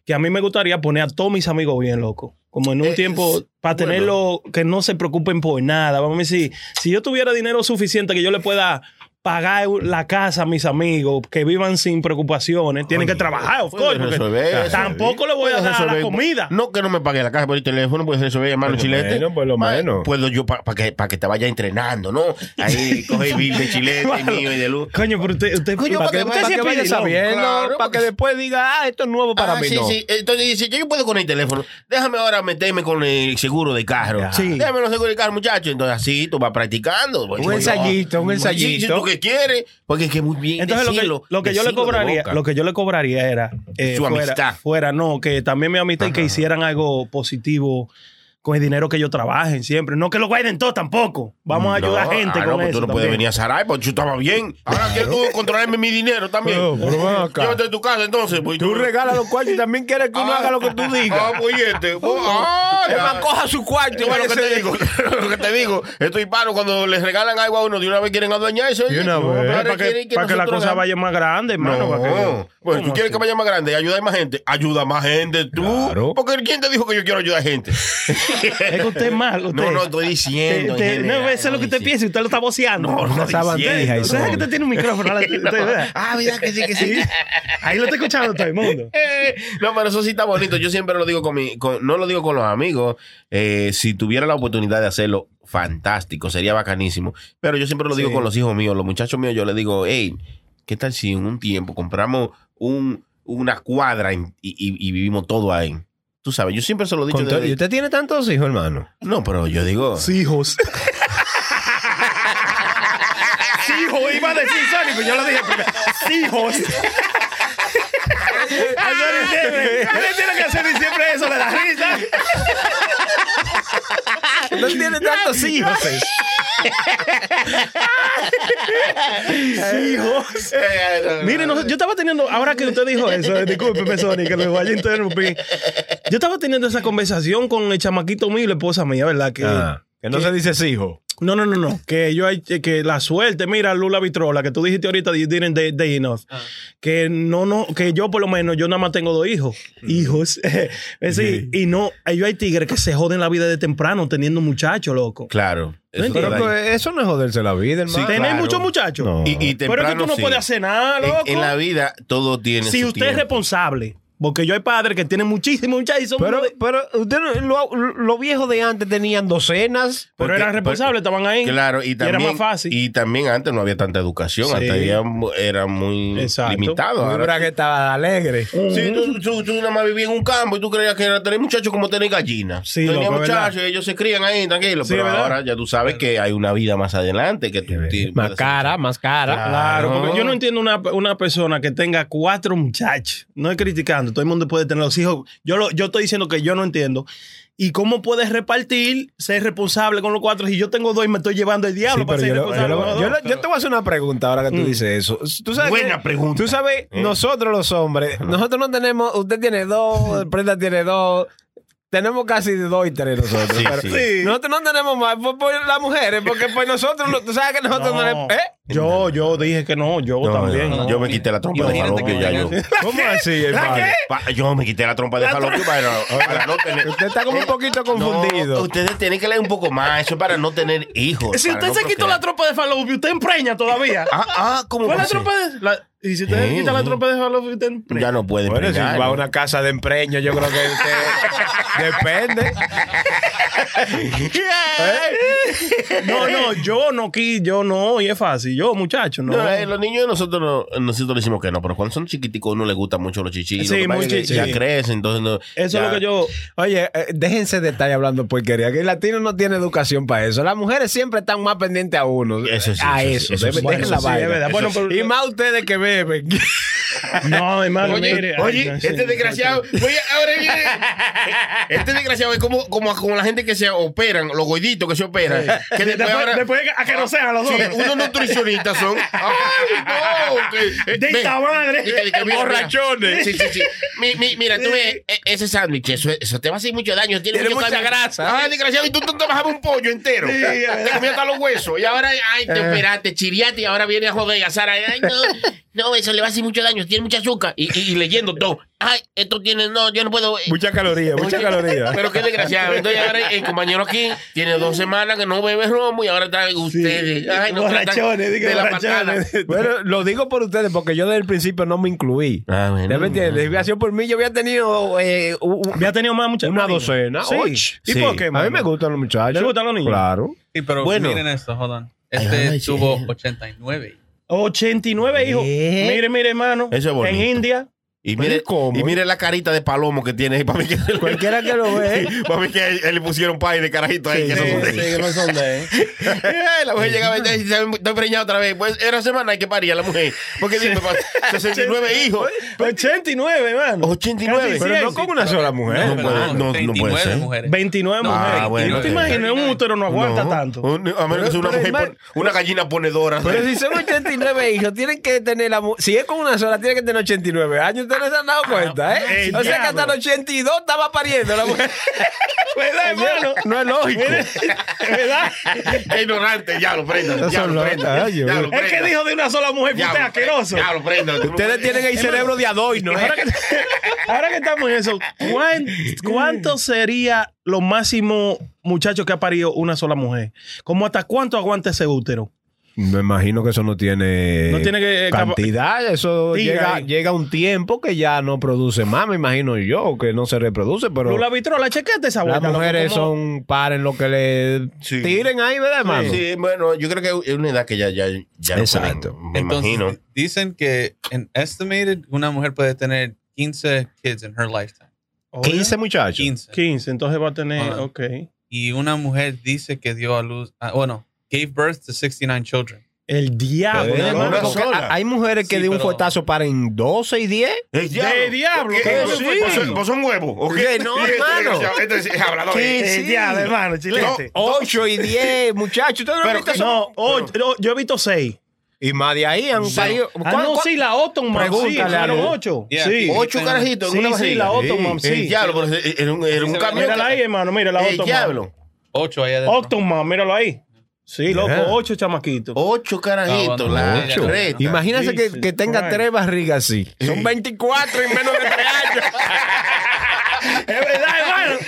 Speaker 7: Que a mí me gustaría poner a todos mis amigos bien loco. Como en un
Speaker 4: Es-
Speaker 7: tiempo, para
Speaker 4: bueno.
Speaker 7: tenerlo, que no se preocupen por nada. Vamos a decir, si yo tuviera dinero suficiente que yo le pueda pagar la casa a mis amigos, que vivan sin preocupaciones, tienen que trabajar, of
Speaker 4: Puedes
Speaker 7: course, porque
Speaker 4: resolver eso,
Speaker 7: tampoco
Speaker 4: Luis.
Speaker 7: le voy a
Speaker 4: Puedes
Speaker 7: dar la
Speaker 4: resolver.
Speaker 7: comida.
Speaker 4: No que no me pague la caja por el teléfono, puedes resolver llamar a un
Speaker 5: Por lo
Speaker 4: chilete. pues,
Speaker 5: menos, por lo
Speaker 4: Ma,
Speaker 5: menos.
Speaker 4: Puedo yo para que, pa que te vaya entrenando, ¿no? Ahí coge bill de chilete
Speaker 7: Claro.
Speaker 4: mío y de luz.
Speaker 7: Coño, pero usted, usted,
Speaker 4: Coño, para
Speaker 7: ¿para qué?
Speaker 4: que-
Speaker 7: Usted
Speaker 4: sí
Speaker 5: Para que
Speaker 7: siempre
Speaker 5: vaya
Speaker 7: es pilón.
Speaker 5: sabiendo,
Speaker 4: claro.
Speaker 5: para que después diga, ah, esto es nuevo para
Speaker 4: Ah,
Speaker 5: mí.
Speaker 4: sí,
Speaker 5: no.
Speaker 4: sí. Entonces dice, yo puedo con el teléfono. Déjame ahora meterme con el seguro de carro.
Speaker 7: Sí.
Speaker 4: Déjame los seguros de carro, muchacho. Entonces así tú vas practicando. Pues,
Speaker 5: Un
Speaker 4: digo yo,
Speaker 5: ensayito, un
Speaker 4: sí,
Speaker 5: ensayito.
Speaker 4: Si tú que quieres, porque es que muy bien.
Speaker 7: Entonces
Speaker 4: decirlo,
Speaker 7: lo que, lo que yo le
Speaker 4: decirlo de
Speaker 7: cobraría,
Speaker 4: boca.
Speaker 7: lo que yo le cobraría era eh,
Speaker 4: Su
Speaker 7: fuera,
Speaker 4: amistad.
Speaker 7: fuera, no, que también mi amistad y que hicieran algo positivo con el dinero que ellos trabajen siempre. No que lo guarden todo tampoco. Vamos a ayudar
Speaker 4: No,
Speaker 7: a gente
Speaker 4: ah,
Speaker 7: con
Speaker 4: no, pues
Speaker 7: eso.
Speaker 4: Tú no puedes
Speaker 7: también.
Speaker 4: venir a Saray, porque yo estaba bien. Ahora quiero tú controlarme mi dinero también.
Speaker 5: Pero, pero ven acá.
Speaker 4: Llévate de tu casa entonces. Pues,
Speaker 5: Tú regalas los cuartos y también quieres que uno
Speaker 4: Ah,
Speaker 5: haga lo que tú digas.
Speaker 4: Ah, pues y este. pues, ah,
Speaker 5: Es
Speaker 4: ya.
Speaker 5: más, coja su cuarto y
Speaker 4: Yo lo que te
Speaker 5: váyase.
Speaker 4: digo, lo que te digo, estos hispanos cuando les regalan algo a uno de una vez quieren adueñarse. oye.
Speaker 5: De una
Speaker 4: No,
Speaker 5: vez.
Speaker 4: pero
Speaker 7: Para,
Speaker 4: ahora
Speaker 7: que,
Speaker 4: quieren
Speaker 7: para que la
Speaker 4: nosotros
Speaker 7: cosa
Speaker 4: hagamos-
Speaker 7: vaya más grande, hermano. para
Speaker 4: No,
Speaker 7: que-
Speaker 4: pues tú
Speaker 7: ¿Cómo
Speaker 4: quieres que
Speaker 7: así?
Speaker 4: vaya más grande y ayuda a más gente. Ayuda a más gente tú.
Speaker 5: Claro.
Speaker 4: Porque ¿quién te dijo que yo quiero ayudar a gente?
Speaker 7: Es que usted es malo. Usted,
Speaker 4: No, no, estoy diciendo. en
Speaker 7: Usted- usted-
Speaker 4: general,
Speaker 7: no, eso es lo que usted
Speaker 4: sí.
Speaker 7: piensa. y Usted lo está voceando.
Speaker 4: No, no,
Speaker 5: Una sabandija
Speaker 4: diciendo.
Speaker 5: y
Speaker 7: Usted sabe que usted tiene un micrófono. ¿verdad? Usted, ¿verdad?
Speaker 4: Ah, mira que sí, que sí.
Speaker 7: Ahí lo está escuchando todo el mundo.
Speaker 4: Eh, No, pero eso sí está bonito. Yo siempre lo digo con mi, con- no lo digo con los amigos. Eh, si tuviera la oportunidad de hacerlo, fantástico, sería bacanísimo. Pero yo siempre lo digo con los hijos míos, los muchachos míos, yo les digo, hey, ¿qué tal si en un tiempo compramos un, una cuadra en- y, y- y vivimos todo ahí? Tú sabes, yo siempre se lo he dicho.
Speaker 5: Con todo-
Speaker 4: desde-
Speaker 5: ¿Y usted tiene tantos hijos, hermano?
Speaker 4: No, pero yo digo.
Speaker 7: hijos. Hijo, iba a decir Sony, pero yo lo dije primero. Hijos. Él tiene que hacer y siempre eso le da risa.
Speaker 5: No tiene tantos hijos. eh.
Speaker 7: Hijos.
Speaker 5: Eh,
Speaker 7: Miren, no- yo estaba teniendo, ahora que usted dijo eso, eh, discúlpeme, Sony, que lo vaya a interrumpir. Yo estaba teniendo esa conversación con el chamaquito mío y la esposa mía, ¿verdad? Que,
Speaker 5: Ah, que no se dice hijo.
Speaker 7: No, no, no, no. Que yo hay- eh, que la suerte, mira, Lula Vitrola, que tú dijiste ahorita, you didn't day, day enough.
Speaker 5: Ah.
Speaker 7: Que no, no, que yo por lo menos, yo nada más tengo dos hijos.
Speaker 5: Mm.
Speaker 7: Hijos. es decir, y no, ellos hay tigres que se joden la vida de temprano teniendo muchachos, loco.
Speaker 4: Claro. eso es
Speaker 7: entiendo.
Speaker 4: verdad.
Speaker 5: Pero eso no es joderse la vida, hermano.
Speaker 4: Sí,
Speaker 7: Tener
Speaker 4: claro.
Speaker 7: muchos muchachos.
Speaker 5: No.
Speaker 4: Y, y
Speaker 7: Pero es que tú
Speaker 4: temprano
Speaker 7: no
Speaker 4: sí.
Speaker 7: puedes hacer nada,
Speaker 4: En-
Speaker 7: loco.
Speaker 4: En, la vida todo tiene
Speaker 7: si
Speaker 4: su
Speaker 7: usted es
Speaker 4: tiempo.
Speaker 7: responsable. Porque yo hay padres que tienen muchísimos muchachos y son
Speaker 5: Pero,
Speaker 7: uno de-
Speaker 5: pero usted no- lo, lo viejo de antes tenían docenas.
Speaker 7: pero
Speaker 4: porque-
Speaker 7: eran responsables, estaban ahí.
Speaker 4: Claro, y también,
Speaker 7: era más fácil.
Speaker 4: y también antes no había tanta educación,
Speaker 7: Sí.
Speaker 4: antes había- era muy
Speaker 7: Exacto.
Speaker 4: limitado.
Speaker 5: Yo
Speaker 4: Ahora,
Speaker 5: creo que estaba alegre.
Speaker 4: sí, tú, tú- tú nada más vivías en un campo y tú creías que era tener muchachos como tener gallinas.
Speaker 7: Sí,
Speaker 4: Tenía
Speaker 7: loco,
Speaker 4: muchachos, ellos se crían ahí, tranquilo.
Speaker 7: Sí,
Speaker 4: pero
Speaker 7: ¿verdad?
Speaker 4: ahora ya tú sabes que hay una vida más adelante que tú tienes.
Speaker 5: Más
Speaker 4: puedes-
Speaker 5: cara, más cara.
Speaker 7: Claro,
Speaker 4: Claro.
Speaker 7: porque yo no entiendo una, una persona que tenga cuatro muchachos. No es criticando, todo el mundo puede tener los hijos. Yo, lo, yo estoy diciendo que yo no entiendo. ¿Y cómo puedes repartir, ser responsable con los cuatro? Si yo tengo dos y me estoy llevando el diablo
Speaker 5: Sí,
Speaker 7: para
Speaker 5: pero
Speaker 7: ser
Speaker 5: yo, lo- yo
Speaker 7: responsable
Speaker 5: lo-
Speaker 7: con los
Speaker 5: yo lo-
Speaker 7: dos.
Speaker 5: yo te voy a hacer una pregunta ahora que tú dices eso. ¿Tú sabes
Speaker 4: Buena
Speaker 5: que-
Speaker 4: pregunta. Mm.
Speaker 5: Tú sabes, nosotros los hombres, nosotros no tenemos, usted tiene dos, Prenda tiene dos, tenemos casi de dos y tres nosotros.
Speaker 4: Sí,
Speaker 5: pero
Speaker 4: sí.
Speaker 5: Nosotros no tenemos más por, por las mujeres, porque pues nosotros, no- tú sabes que nosotros no,
Speaker 7: No.
Speaker 5: le- ¿eh?
Speaker 7: Yo, yo dije que no, yo también.
Speaker 4: No, Yo me quité la trompa de
Speaker 8: Imagínate
Speaker 4: falopio
Speaker 8: que
Speaker 4: ya yo.
Speaker 8: yo-
Speaker 7: ¿Cómo así,
Speaker 4: Pa-
Speaker 7: hermano?
Speaker 4: pa- Yo me quité la trompa de falopio para, para no tener.
Speaker 5: Usted está como un poquito
Speaker 4: Eh, No,
Speaker 5: confundido.
Speaker 4: ustedes tienen que leer un poco más. Eso es para no tener hijos.
Speaker 7: Si
Speaker 4: para
Speaker 7: usted
Speaker 4: no
Speaker 7: se quitó
Speaker 4: procrear.
Speaker 7: la tropa de Falopio, usted empreña todavía.
Speaker 4: Ah, ah, ¿cómo
Speaker 7: ¿Cuál es la
Speaker 4: pasa?
Speaker 7: tropa de.? la- y si usted se
Speaker 4: Sí.
Speaker 7: quita la tropa de Falopio, usted empreña.
Speaker 4: Ya no puede
Speaker 5: Bueno, si
Speaker 4: preñar,
Speaker 5: va a
Speaker 4: ¿no?
Speaker 5: una casa de empreño, yo creo que usted- depende.
Speaker 7: No, no, yo no qui, yo no, y es fácil. Yo, muchacho, no.
Speaker 4: No, eh, los niños de nosotros no, nosotros le decimos que no, pero cuando son chiquiticos no les gustan mucho los chichis.
Speaker 7: Sí,
Speaker 4: Lo que pasa
Speaker 7: muy
Speaker 4: es que
Speaker 7: chichi.
Speaker 4: Ya crecen, entonces no.
Speaker 7: Eso es
Speaker 4: ya-
Speaker 7: lo que yo.
Speaker 5: Oye, eh, déjense de estar hablando porquería, que el latino no tiene educación para eso. Las mujeres siempre están más pendientes a uno.
Speaker 4: Eso sí,
Speaker 5: a
Speaker 4: eso sí, eso
Speaker 5: eso. deben-
Speaker 4: sí.
Speaker 5: dejen
Speaker 4: Bueno,
Speaker 5: la
Speaker 4: sí,
Speaker 5: vaina.
Speaker 7: es verdad. Bueno,
Speaker 5: Eso sí.
Speaker 7: pero-
Speaker 5: y más ustedes que beben.
Speaker 7: No, hermano,
Speaker 4: Oye,
Speaker 7: mire.
Speaker 4: oye,
Speaker 7: ay, sí,
Speaker 4: este desgraciado. oye, ahora viene. Este desgraciado es como, como, como la gente que se operan, los goiditos que se operan. Que después,
Speaker 7: Después,
Speaker 4: ahora-
Speaker 7: después a que no sean los
Speaker 4: Sí,
Speaker 7: otros.
Speaker 4: unos nutricionistas son. ¡Ay, no! que- eh,
Speaker 7: De
Speaker 4: ve,
Speaker 7: esta madre.
Speaker 4: y que- que mira, mira.
Speaker 5: Borrachones.
Speaker 4: Sí, sí, sí. Mi- mi- mira, tú ves eh, ese sándwich, eso, eso te va a hacer mucho daño. Tiene,
Speaker 5: Tiene
Speaker 4: mucho
Speaker 5: mucha
Speaker 4: cambio.
Speaker 5: grasa.
Speaker 4: Ay, desgraciado, y tú, tú te bajabas un pollo entero.
Speaker 7: Sí, es
Speaker 4: te
Speaker 7: verdad. Eh.
Speaker 4: comías hasta los huesos. Y ahora, ay, te operaste, chiriate, y ahora viene a joder a Sara. Ay, no, no, eso le va a hacer mucho daño, tiene mucha azúcar. Y, y- y leyendo todo. Ay, esto tiene, no, yo no puedo. eh,
Speaker 5: Mucha caloría, mucha caloría.
Speaker 4: pero qué desgraciado. Entonces ahora el compañero aquí tiene dos semanas que no bebe romo y ahora trae ustedes. Ay, no
Speaker 7: Borrachones, diga
Speaker 4: de la
Speaker 7: borrachones.
Speaker 4: patada.
Speaker 5: Bueno, lo digo por ustedes porque yo desde el principio no me incluí.
Speaker 4: Ah, bueno.
Speaker 5: ¿Ya me entiendes? Si hubiera sido por mí, yo había tenido eh, un- un-
Speaker 7: Había tenido más muchachos.
Speaker 5: una docena.
Speaker 7: Sí.
Speaker 5: ocho.
Speaker 7: ¿Y
Speaker 5: Sí.
Speaker 7: por qué,
Speaker 5: A mí
Speaker 7: mano?
Speaker 5: me gustan los muchachos.
Speaker 7: ¿Te gustan los niños?
Speaker 5: Claro.
Speaker 8: Sí, pero
Speaker 4: Bueno.
Speaker 8: miren esto, hold on.
Speaker 4: Ay,
Speaker 8: Este
Speaker 4: ay,
Speaker 8: tuvo
Speaker 4: yeah.
Speaker 8: 89.
Speaker 7: 89 hijos.
Speaker 5: ¿Eh?
Speaker 7: Mire, mire, hermano.
Speaker 4: Eso es bonito.
Speaker 7: En India.
Speaker 4: Y mire,
Speaker 5: ¿Cómo?
Speaker 4: y mire la carita de palomo que tiene ahí para mí que,
Speaker 5: Cualquiera que lo ve.
Speaker 4: para mí que él, él le pusieron pay de carajito ahí. que
Speaker 7: ¿Eh? Sí,
Speaker 4: eso son de-
Speaker 7: sí, que no son de él.
Speaker 4: Eh, la mujer llegaba y decía, estoy preñada otra vez. Pues era semana hay que parir a la mujer. Porque dime, pa- 69 hijos.
Speaker 7: 89, hermano.
Speaker 4: 89.
Speaker 5: Pero no con una sola mujer.
Speaker 4: No puede-
Speaker 8: Pero
Speaker 4: no- no puede
Speaker 8: 29
Speaker 4: ser.
Speaker 8: mujeres.
Speaker 7: 29
Speaker 8: No,
Speaker 7: mujeres.
Speaker 4: ah, bueno,
Speaker 7: ¿No te
Speaker 4: eh.
Speaker 7: imaginas? Un útero no aguanta
Speaker 4: No.
Speaker 7: tanto.
Speaker 4: Un- a menos que sea una
Speaker 5: Pero-
Speaker 4: mujer,
Speaker 5: pero-
Speaker 4: pon- una gallina ponedora.
Speaker 5: Pero si son 89 hijos, tienen que tener la mu- Si es con una sola, tiene que tener 89 años. Ustedes no se han dado cuenta, ¿eh?
Speaker 7: el
Speaker 5: o sea que hasta
Speaker 7: diablo.
Speaker 5: los 82 estaba pariendo la mujer.
Speaker 7: ¿Verdad, hermano?
Speaker 5: No es lógico.
Speaker 7: ¿Verdad?
Speaker 4: Qué ignorante, ya lo prendan.
Speaker 5: Esas
Speaker 4: Ya
Speaker 5: son
Speaker 4: lo
Speaker 5: locas,
Speaker 4: prendan.
Speaker 5: yo-
Speaker 4: ya lo
Speaker 7: Es que
Speaker 4: prendan.
Speaker 7: dijo de una sola mujer,
Speaker 4: Ya
Speaker 7: usted
Speaker 4: lo-
Speaker 7: asqueroso.
Speaker 4: Ya eh. lo prendan.
Speaker 5: Ustedes tienen ahí cerebro de adoino, ¿eh?
Speaker 7: Ahora que, ahora que estamos en eso, ¿cuán- ¿cuánto sería lo máximo muchacho que ha parido una sola mujer? ¿Cómo hasta cuánto aguanta ese útero?
Speaker 5: Me imagino que eso no tiene,
Speaker 7: No tiene que-
Speaker 5: Eh,
Speaker 7: eh,
Speaker 5: cantidad. Eso
Speaker 7: Diga
Speaker 5: llega,
Speaker 7: ahí.
Speaker 5: llega un tiempo que ya no produce más, me imagino yo, que no se reproduce, pero
Speaker 7: Lula Vitrola, chequete esa
Speaker 5: las
Speaker 7: vuelta, loco,
Speaker 5: mujeres
Speaker 7: ¿cómo?
Speaker 5: son paren lo que le
Speaker 4: Sí.
Speaker 5: tiren ahí, ¿verdad,
Speaker 7: Ah,
Speaker 5: hermano?
Speaker 4: Sí, bueno, yo creo que es una edad que ya, ya, ya no
Speaker 5: Exacto.
Speaker 4: pueden, me
Speaker 8: Entonces,
Speaker 4: imagino.
Speaker 8: dicen que en estimated una mujer puede tener 15 kids in her lifetime.
Speaker 7: Ahora,
Speaker 5: 15 muchachos.
Speaker 8: 15.
Speaker 7: 15, entonces va a tener,
Speaker 8: Ah.
Speaker 7: ok.
Speaker 8: Y una mujer dice que dio a luz, ah, bueno, gave birth to 69 children.
Speaker 7: El diablo.
Speaker 5: Pero,
Speaker 7: hermano.
Speaker 5: hermano, porque
Speaker 4: sola.
Speaker 5: Hay mujeres que
Speaker 8: Sí,
Speaker 5: de un
Speaker 8: pero-
Speaker 5: fuetazo paren 12 y 10.
Speaker 4: ¡Es
Speaker 7: ¡De diablo!
Speaker 4: ¿Qué?
Speaker 7: ¿Qué?
Speaker 4: ¿Vos-
Speaker 7: Sí.
Speaker 4: vos- ¿Vos son huevos? ¿O qué?
Speaker 5: ¿Qué? No,
Speaker 4: Y este
Speaker 5: hermano.
Speaker 4: desgraciado, Este es- es hablador.
Speaker 5: ¿Qué?
Speaker 4: ¿eh?
Speaker 7: El
Speaker 5: Sí.
Speaker 7: diablo, hermano, chilete.
Speaker 5: 8 y 10, muchachos. ¿Ustedes no han visto eso?
Speaker 7: no, ocho- no, yo he visto seis.
Speaker 5: Y más de ahí han parido.
Speaker 7: Ah,
Speaker 5: ¿Cuál-
Speaker 7: no,
Speaker 5: cuál-
Speaker 7: sí, la Otton, man, sí,
Speaker 5: Pregúntale a
Speaker 7: fueron
Speaker 5: Lu.
Speaker 7: ocho.
Speaker 8: Yeah.
Speaker 7: Sí.
Speaker 4: Ocho carajitos en
Speaker 7: Sí,
Speaker 4: una
Speaker 7: sí,
Speaker 4: barriga.
Speaker 7: la Ottoman, sí.
Speaker 4: El diablo, pero es- era un, era un
Speaker 8: Sí,
Speaker 4: camión.
Speaker 7: Mírala ahí, hermano, mira la
Speaker 4: El
Speaker 7: Ottoman.
Speaker 4: diablo.
Speaker 8: 8 allá de
Speaker 7: Octomom, míralo ahí. Sí, loco,
Speaker 5: Yeah.
Speaker 7: ocho chamaquitos.
Speaker 4: Ocho carajitos.
Speaker 8: Ah, bueno,
Speaker 4: la
Speaker 8: ocho.
Speaker 4: creta.
Speaker 5: Imagínense
Speaker 7: Jesus
Speaker 5: que, que tenga
Speaker 7: Christ.
Speaker 5: tres barrigas así. Son 24 y menos de 3 años.
Speaker 7: Es verdad, hermano.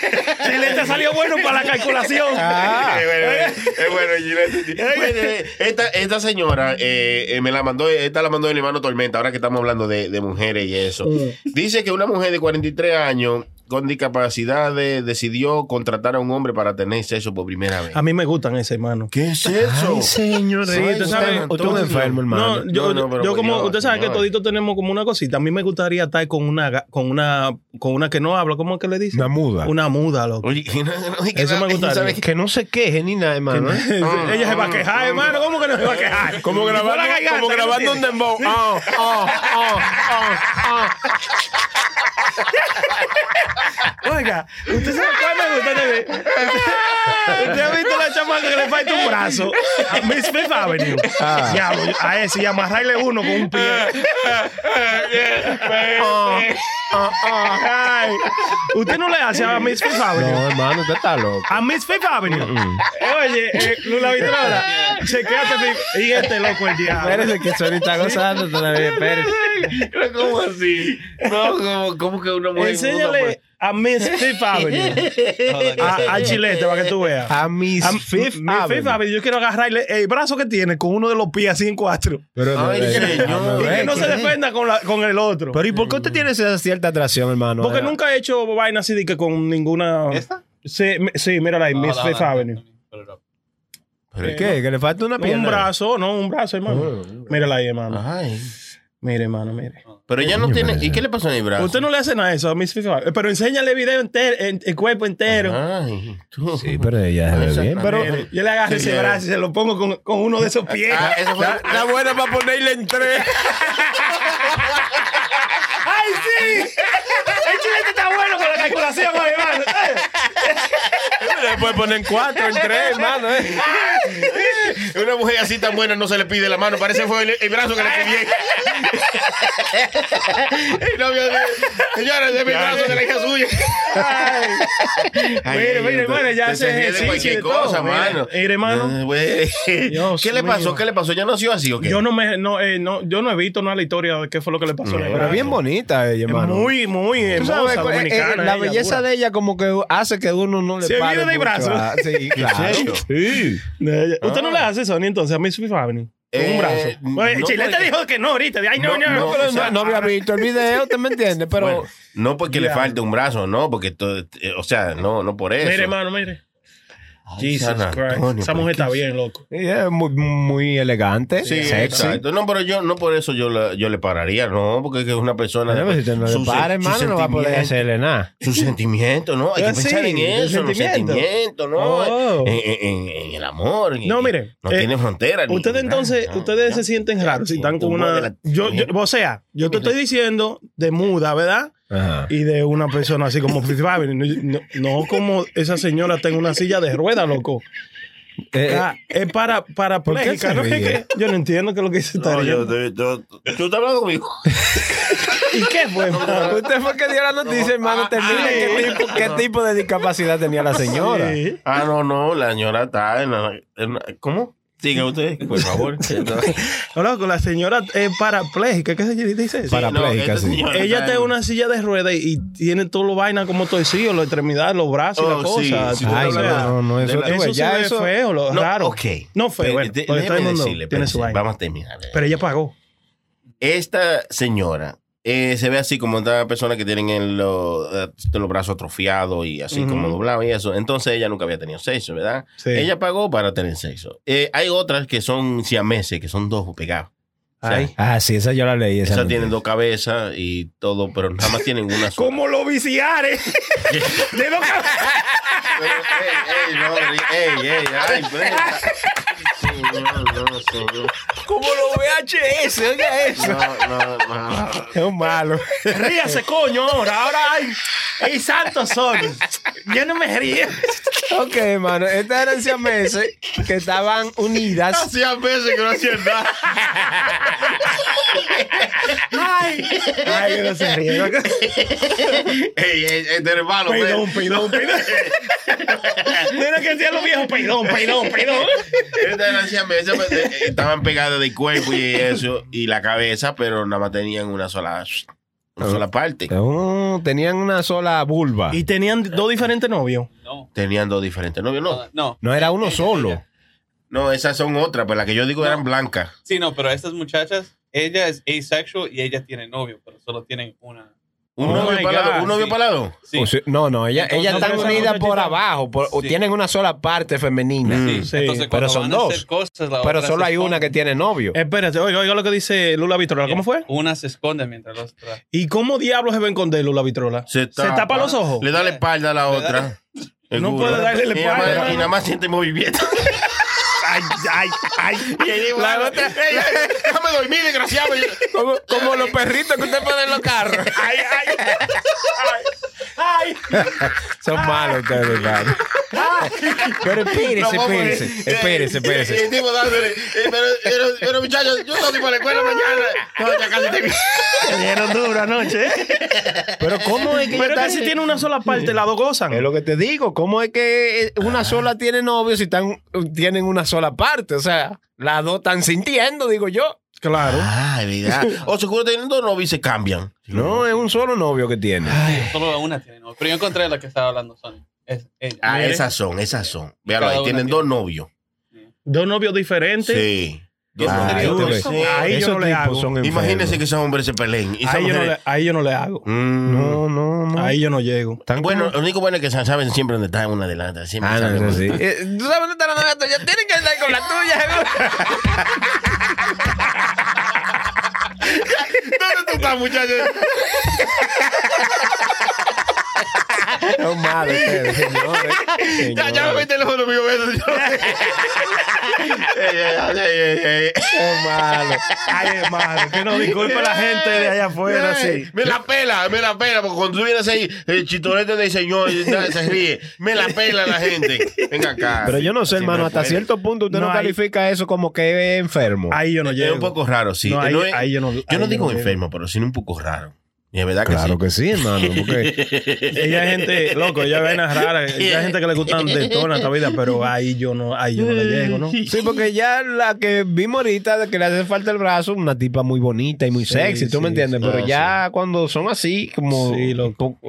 Speaker 7: Chilete salió bueno para la calculación.
Speaker 4: Es bueno, es bueno, Gillette. Bueno, eh, esta, esta señora eh, eh, me la mandó, esta la mandó el hermano Tormenta, ahora que estamos hablando de, de mujeres y eso. Dice que una mujer de 43 años con discapacidades decidió contratar a un hombre para tener sexo por primera vez.
Speaker 7: A mí me gustan ese, hermano.
Speaker 4: ¿Qué es eso?
Speaker 7: señor. Sí,
Speaker 4: Ay,
Speaker 7: usted sabe.
Speaker 4: San
Speaker 5: Usted es un enfermo, hermano.
Speaker 7: No,
Speaker 4: Yo
Speaker 7: yo,
Speaker 4: no, pero
Speaker 7: yo
Speaker 4: pues
Speaker 7: como,
Speaker 4: yo-
Speaker 7: usted sabe que
Speaker 4: no.
Speaker 7: todito tenemos como una cosita. A mí me gustaría estar con una, ga- con una, con una que no habla. ¿Cómo es que le dicen?
Speaker 5: Una muda.
Speaker 7: Una muda, loco.
Speaker 4: Oye, no, no, no,
Speaker 7: Eso me gustaría.
Speaker 4: ¿sabes qué?
Speaker 5: Que no se queje ni nada, hermano. ¿eh?
Speaker 4: no,
Speaker 7: Ella se va a
Speaker 4: no,
Speaker 7: quejar,
Speaker 4: no,
Speaker 7: hermano. ¿Cómo que no se va a quejar?
Speaker 5: Como
Speaker 7: Si fuera
Speaker 5: grabando,
Speaker 7: garganta,
Speaker 5: como
Speaker 7: ¿qué
Speaker 5: grabando un
Speaker 7: tiene?
Speaker 5: dembow. Ah, ah, ah, ah, ah.
Speaker 7: Oiga, usted sabe cuál me usted te ve. Usted, usted ha visto la chamaca que le falta un brazo. A Miss Fifth Avenue.
Speaker 5: Ah.
Speaker 7: Diablo, a ese y amarrarle uno con un pie.
Speaker 5: Oh,
Speaker 7: Ah, ah, ay. Usted no le hace a Miss Fifth Avenue.
Speaker 5: No, Mm, hermano, usted está loco.
Speaker 7: A Miss Fifth Avenue. Oye, eh, Lula Vitrola, chequeate si- Y este loco el diablo.
Speaker 5: Espérese que Sony está gozando todavía, espérese.
Speaker 4: Pero, ¿Cómo así? No, ¿cómo, cómo que una mujer. una mujer-
Speaker 7: Enséñale a Miss Fifth Avenue. A, a Chilete, para que tú veas.
Speaker 5: A mis
Speaker 7: A mi
Speaker 5: Fifth
Speaker 7: mi
Speaker 5: Avenue.
Speaker 7: Fifth Avenue, yo quiero agarrarle el brazo que tiene con uno de los pies así en cuatro.
Speaker 5: Pero no,
Speaker 4: Ay,
Speaker 5: eh,
Speaker 4: señor.
Speaker 5: no,
Speaker 7: Y
Speaker 5: eh,
Speaker 7: que no se
Speaker 5: ¿qué?
Speaker 7: defenda con, la- con el otro.
Speaker 5: Pero ¿y por qué usted tiene esa cierta atracción, hermano?
Speaker 7: Porque
Speaker 5: Eh,
Speaker 7: nunca he hecho vaina así de que con ninguna.
Speaker 8: ¿Esta?
Speaker 7: Sí, mi- sí, mírala ahí, Miss Fifth Avenue.
Speaker 5: ¿Por ¿Qué? ¿Que le falta una pierna?
Speaker 7: Un brazo, no, un brazo, hermano.
Speaker 5: Ah.
Speaker 7: Mírala ahí, hermano.
Speaker 4: Ay.
Speaker 7: Mire, hermano, mire.
Speaker 4: Pero ya no tiene. ¿Y qué le pasó en el brazo?
Speaker 7: Usted no le hace nada a eso a Miss Fifth Avenue. Pero enséñale video entero, en- el cuerpo entero.
Speaker 4: Ay, tú. Ah,
Speaker 5: Sí, pero ella se ve bien.
Speaker 7: Pero
Speaker 4: Mire.
Speaker 7: yo le agarro
Speaker 4: Sí,
Speaker 7: ese
Speaker 4: ya.
Speaker 7: brazo y se lo pongo con, con uno de esos pies.
Speaker 4: Ah, eso fue.
Speaker 5: Está buena para ponerle en tres.
Speaker 7: ¡Ay, sí! El chilete está bueno con la calculación, mi hermano.
Speaker 5: Le puede poner en cuatro, en tres, hermano. eh.
Speaker 4: Una mujer así tan buena no se le pide la mano. Parece fue el, el brazo que le pidieron. El novio de- Señora, de mi brazo de la hija suya. Ay,
Speaker 7: Mire, mire,
Speaker 4: usted-
Speaker 7: hermano, ya
Speaker 4: usted se
Speaker 7: hace
Speaker 4: ríe de
Speaker 7: ejercicio
Speaker 4: cualquier
Speaker 7: y de
Speaker 4: cosa,
Speaker 7: todo. Mire,
Speaker 4: mano.
Speaker 7: mire, hermano.
Speaker 4: Ah, güey.
Speaker 7: Dios
Speaker 4: ¿Qué le
Speaker 7: mío.
Speaker 4: pasó? ¿Qué le pasó? ¿Ya nació así o qué?
Speaker 7: Yo no me, no, eh, no, yo no he visto nada la historia de qué fue lo que le pasó. a la
Speaker 5: Pero
Speaker 7: hermana.
Speaker 5: bien bonita ella,
Speaker 7: Es
Speaker 5: hermano.
Speaker 7: Muy, muy
Speaker 5: Tú
Speaker 7: hermosa,
Speaker 5: sabes, eh, eh,
Speaker 7: dominicana.
Speaker 5: la
Speaker 7: ella,
Speaker 5: belleza
Speaker 7: pura.
Speaker 5: de ella como que hace que uno no le
Speaker 7: Se
Speaker 5: pare
Speaker 7: vive de
Speaker 5: mucho
Speaker 7: brazo.
Speaker 5: a- Sí, claro.
Speaker 4: serio?
Speaker 5: Sí.
Speaker 7: De ella. ¿Usted no le hace Sony entonces a Miss Fifth Avenue? Con
Speaker 4: Eh,
Speaker 7: un brazo.
Speaker 4: no,
Speaker 7: Oye, Chilete
Speaker 4: porque-
Speaker 7: dijo que no ahorita. Ay, no, no,
Speaker 5: No,
Speaker 7: no.
Speaker 5: pero no, no había visto el video, ¿te me entiendes? Pero
Speaker 4: Bueno, no porque le falte un brazo, no, porque todo, eh, o sea, no, no por eso.
Speaker 7: Mire, hermano, mire. Jesus
Speaker 4: San
Speaker 7: Christ.
Speaker 4: Antonio,
Speaker 7: Esa
Speaker 4: ¿por
Speaker 7: mujer
Speaker 4: qué?
Speaker 7: está bien, loco.
Speaker 5: ella es muy, muy elegante,
Speaker 4: Sí,
Speaker 5: sexy.
Speaker 4: exacto. No, pero yo no por eso yo, la- yo le pararía, no, porque es que es una persona.
Speaker 5: Bueno, pues, si te no le
Speaker 4: su-
Speaker 5: para,
Speaker 4: su
Speaker 5: hermano, no va a poder
Speaker 4: sentimiento-
Speaker 5: hacerle nada.
Speaker 4: Sus sentimientos, ¿no? Hay que
Speaker 7: Ah, sí,
Speaker 4: pensar en
Speaker 7: el
Speaker 4: eso, en los
Speaker 7: sentimiento.
Speaker 4: sentimientos, ¿no? eh,
Speaker 7: Oh.
Speaker 4: En, en- en- en el amor. en-
Speaker 7: No, mire,
Speaker 4: No
Speaker 7: eh,
Speaker 4: tiene frontera. ni-
Speaker 7: Ustedes
Speaker 4: ni
Speaker 7: entonces,
Speaker 4: nada, no,
Speaker 7: ustedes
Speaker 4: no.
Speaker 7: se sienten raros si están con una. Yo, yo- o sea, yo te estoy diciendo de muda, ¿verdad?
Speaker 5: Ajá.
Speaker 7: Y de una persona así como Fifth Avenue. No, no como esa señora tenga una silla de rueda, loco.
Speaker 5: Eh,
Speaker 7: Ah, es para, para
Speaker 5: ¿Por qué
Speaker 7: pléjica,
Speaker 5: se
Speaker 7: ¿no? Es
Speaker 5: ríe?
Speaker 7: que Yo no entiendo qué es lo que dice
Speaker 4: No,
Speaker 7: Tarea.
Speaker 4: yo, yo- yo- tú estás hablando conmigo.
Speaker 7: ¿Y qué
Speaker 5: eh,
Speaker 7: fue? hermano?
Speaker 5: Usted fue que dio la noticia,
Speaker 7: ah,
Speaker 5: hermano. Termine. ¿Qué tipo, qué tipo de discapacidad tenía la señora?
Speaker 7: Sí.
Speaker 4: Ah, no, no, la señora está en la- en la- ¿Cómo? Siga usted, por favor.
Speaker 7: No, loco, la señora es parapléjica. ¿Qué se dice eso?
Speaker 5: Para- Parapléjica, sí.
Speaker 7: Ella está en una silla de rueda y, y tiene todo lo vaina como torcido, la extremidad, los brazos y la
Speaker 4: Oh, sí,
Speaker 7: cosa.
Speaker 4: sí,
Speaker 7: Tú
Speaker 5: Ay,
Speaker 7: hablas-
Speaker 5: no, no, no, eso, tú
Speaker 7: Eso
Speaker 5: ves,
Speaker 7: se
Speaker 5: ya
Speaker 7: ve
Speaker 5: eso.
Speaker 7: feo, lo
Speaker 4: No,
Speaker 7: raro.
Speaker 4: Ok.
Speaker 7: No feo,
Speaker 4: Pero,
Speaker 7: bueno,
Speaker 4: de-
Speaker 7: pero todo el
Speaker 4: déjeme
Speaker 7: mundo
Speaker 4: decirle,
Speaker 7: tiene
Speaker 4: espérese,
Speaker 7: su vaina.
Speaker 4: Vamos a terminar. eh.
Speaker 7: Pero ella pagó.
Speaker 4: Esta señora eh, se ve así como esta persona que tienen el, lo- eh, los brazos atrofiados y así
Speaker 7: Ujú.
Speaker 4: como doblados y eso. Entonces ella nunca había tenido sexo, ¿verdad?
Speaker 7: Sí.
Speaker 4: Ella pagó para tener sexo. Eh, hay otras que son siameses, que son dos pegados. O sea,
Speaker 7: Ay.
Speaker 5: Ah, sí, esa yo la leí. Esa,
Speaker 4: esas
Speaker 5: no-
Speaker 4: tienen dos cabezas y todo, pero nada más tienen una sola.
Speaker 7: ¿Cómo lo viciares? De lo que-
Speaker 4: Pero, ey, ey, no, ey, ey, ay, pero- Sí, no, no, señor.
Speaker 5: Como los VHS, oiga eso.
Speaker 4: No, no, no.
Speaker 5: Es un malo.
Speaker 7: Ríase, coño, ahora. Ahora ay, ay, santo sol. Yo no me río.
Speaker 5: Ok, hermano. Estas eran siameses que estaban unidas.
Speaker 4: Hacía veces que no hacía nada.
Speaker 7: Ay, ay, yo no se ríe. loco.
Speaker 4: Ey, ey, este hermano.
Speaker 7: Peidón,
Speaker 4: ve.
Speaker 7: peidón, peidón. Mira que hacían los viejos peidón, peidón, peidón.
Speaker 4: Estas eran siameses, pues, eh, estaban pegadas del cuerpo y eso, y la cabeza, pero nada más tenían una sola, una sola parte.
Speaker 5: Oh, tenían una sola vulva.
Speaker 7: Y tenían dos diferentes novios.
Speaker 8: No,
Speaker 4: Tenían dos diferentes novios, no.
Speaker 8: no, no.
Speaker 5: No era uno solo.
Speaker 4: No, esas son otras, pero las que yo digo eran blancas.
Speaker 8: Sí, no, pero estas muchachas, ella es asexual y ella tiene novio, pero solo tienen una.
Speaker 4: Un
Speaker 7: Oh
Speaker 4: novio
Speaker 7: my
Speaker 4: palado,
Speaker 7: God,
Speaker 4: un novio
Speaker 8: sí.
Speaker 4: palado.
Speaker 8: Sí,
Speaker 5: O sea, no, no, ellas
Speaker 8: Entonces,
Speaker 5: ellas
Speaker 8: no,
Speaker 5: están
Speaker 8: pero esa
Speaker 5: unidas por
Speaker 8: muchachita-
Speaker 5: abajo, por- o
Speaker 8: Sí.
Speaker 5: tienen una sola parte femenina.
Speaker 4: Mm.
Speaker 8: sí.
Speaker 7: sí,
Speaker 8: Entonces,
Speaker 5: pero
Speaker 8: cuando
Speaker 5: son
Speaker 8: van a
Speaker 5: dos.
Speaker 8: hacer Cosas, la
Speaker 5: Pero
Speaker 8: otra
Speaker 5: solo
Speaker 8: se
Speaker 5: hay una que
Speaker 8: esconde.
Speaker 5: tiene novio.
Speaker 7: Espérate, oiga, oiga lo que dice Lula Vitrola. ¿Cómo fue?
Speaker 8: Una se esconde mientras la otra.
Speaker 7: ¿Y cómo diablos se va a esconder Lula Vitrola? tapa los ojos.
Speaker 4: Le da la espalda a la
Speaker 8: Le da-
Speaker 4: otra. El
Speaker 7: No puede darle la
Speaker 4: Y nada más-
Speaker 7: espalda.
Speaker 4: Y nada más siente movimiento.
Speaker 7: ay, ay, ay.
Speaker 4: La otra, ey, ey, déjame dormir, desgraciado.
Speaker 5: Como, como los perritos que usted pone en los carros.
Speaker 7: Ay, ay, ay, ay.
Speaker 5: Son malos ustedes, mano. Pero espérese,
Speaker 4: No, vamos,
Speaker 5: espérese.
Speaker 4: eh,
Speaker 5: Espérese,
Speaker 4: eh, eh,
Speaker 5: espérese.
Speaker 4: el tipo dándole, eh, pero, pero, pero, muchachos, yo tengo que ir para la escuela mañana. No, ya casi te
Speaker 7: Me dieron duro anoche.
Speaker 5: Pero ¿cómo es que
Speaker 7: Pero
Speaker 5: ella
Speaker 7: que
Speaker 5: está-
Speaker 7: si tiene una sola parte, la dos gozan.
Speaker 5: Es lo que te digo, ¿cómo es que eh, una sola tiene novios y están, tienen una sola parte? O sea, las dos están sintiendo, digo yo.
Speaker 7: Claro.
Speaker 4: Ah, es verdad. O seguro teniendo novio y se cambian.
Speaker 5: No, es un solo novio que tiene.
Speaker 8: Solo una tiene novio. Pero yo encontré la que estaba hablando Sony. Es ella.
Speaker 4: Ah,
Speaker 8: Mire,
Speaker 4: esas son, esas son. Véalo
Speaker 8: Cada
Speaker 4: ahí,
Speaker 8: una
Speaker 4: tienen
Speaker 8: tiene.
Speaker 4: dos novios.
Speaker 7: Dos novios diferentes.
Speaker 4: Sí. Dos
Speaker 8: Ah,
Speaker 4: novios.
Speaker 8: yo
Speaker 5: te
Speaker 4: Sí.
Speaker 5: veo.
Speaker 7: Ahí yo
Speaker 5: Esos
Speaker 7: no le
Speaker 5: tipos
Speaker 7: hago.
Speaker 5: son
Speaker 4: Imagínense
Speaker 5: enfermos.
Speaker 4: que esos hombres se peleen. Y esas
Speaker 7: Ahí yo, no le,
Speaker 4: mujeres-
Speaker 7: ahí yo no le hago.
Speaker 4: Mm.
Speaker 5: No, no, no.
Speaker 7: Ahí yo no llego.
Speaker 5: Están
Speaker 4: Bueno,
Speaker 5: como-
Speaker 4: lo único bueno es que se saben siempre dónde está en una delante. Siempre
Speaker 5: Ah, no,
Speaker 4: saben
Speaker 5: eso
Speaker 4: dónde está.
Speaker 5: sí. Eh, ¿Tú sabes dónde está la novia tuya? Tienen que andar con la tuya, seguro.
Speaker 4: ¿Dónde tú estás, muchachos?
Speaker 5: Son malos ustedes, señores. eh.
Speaker 4: Ya, ya me
Speaker 5: Señores.
Speaker 4: el teléfono mío. beso, yo. Ey, ey, ey, ey, ey.
Speaker 5: Son malos.
Speaker 7: Ay, hermano, que nos disculpe la gente de allá afuera,
Speaker 4: Ey,
Speaker 7: sí.
Speaker 4: Me la pela, me la pela, porque cuando tú vienes ahí, el chitorete del señor y tal, se ríe. Me la pela la gente. Venga acá.
Speaker 5: Pero yo no sé,
Speaker 4: Sí,
Speaker 5: hermano,
Speaker 4: me
Speaker 5: hasta
Speaker 4: puede.
Speaker 5: cierto punto usted no,
Speaker 7: No, ahí-
Speaker 5: califica eso como que es enfermo.
Speaker 7: Ahí yo no
Speaker 4: Es
Speaker 7: llego.
Speaker 4: un poco raro, sí. Eh,
Speaker 7: No, ahí-
Speaker 4: es-
Speaker 7: ahí yo no- ahí yo no
Speaker 4: digo
Speaker 7: llego.
Speaker 4: enfermo, pero sí un poco raro. Y es verdad que
Speaker 5: claro
Speaker 4: sí.
Speaker 5: que sí, hermano. Porque
Speaker 7: Ella es gente, loco, ella es vainas raras. Ella es gente que le gustan de toda esta vida, pero ahí yo no, ahí yo no le llego, ¿no?
Speaker 5: Sí, porque ya la que vimos ahorita de que le hace falta el brazo, una tipa muy bonita y muy
Speaker 7: Sí,
Speaker 5: sexy, ¿tú me
Speaker 7: sí,
Speaker 5: entiendes? Pero
Speaker 4: Ah,
Speaker 5: ya cuando son así, como,
Speaker 7: Sí,
Speaker 5: co-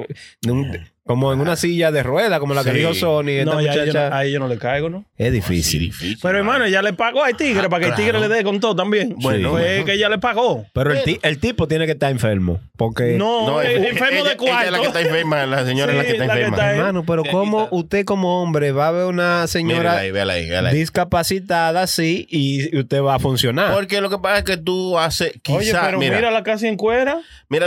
Speaker 5: en un- como en una silla de ruedas, como la que
Speaker 4: Sí.
Speaker 5: dijo Sony, esta
Speaker 7: No, ya yo no-
Speaker 5: muchacha,
Speaker 7: ahí yo no le caigo, ¿no? Ah,
Speaker 5: es
Speaker 4: Sí,
Speaker 5: difícil.
Speaker 4: difícil.
Speaker 7: Pero hermano, ella le pagó al tigre para que el tigre
Speaker 4: claro.
Speaker 7: le dé con todo también. Bueno, fue
Speaker 4: bueno.
Speaker 7: que ella le pagó.
Speaker 5: Pero el, ti- el tipo tiene que estar enfermo, porque...
Speaker 7: No,
Speaker 4: No,
Speaker 7: el
Speaker 4: ella-
Speaker 7: enfermo
Speaker 4: ella-
Speaker 7: de
Speaker 4: ella es la que
Speaker 7: cuarto.
Speaker 4: está enferma, la señora es la
Speaker 7: Sí,
Speaker 4: que está
Speaker 7: la que
Speaker 4: enferma.
Speaker 7: está-
Speaker 5: Hermano, pero ¿cómo usted como hombre va a ver una
Speaker 4: Mírala
Speaker 5: señora
Speaker 4: ahí, véala ahí, véala ahí.
Speaker 5: discapacitada así y usted va a funcionar?
Speaker 4: Porque lo que pasa es que tú haces, quizás,
Speaker 7: Oye,
Speaker 4: mira,
Speaker 7: pero mira
Speaker 4: mira,
Speaker 7: la casi en cuera.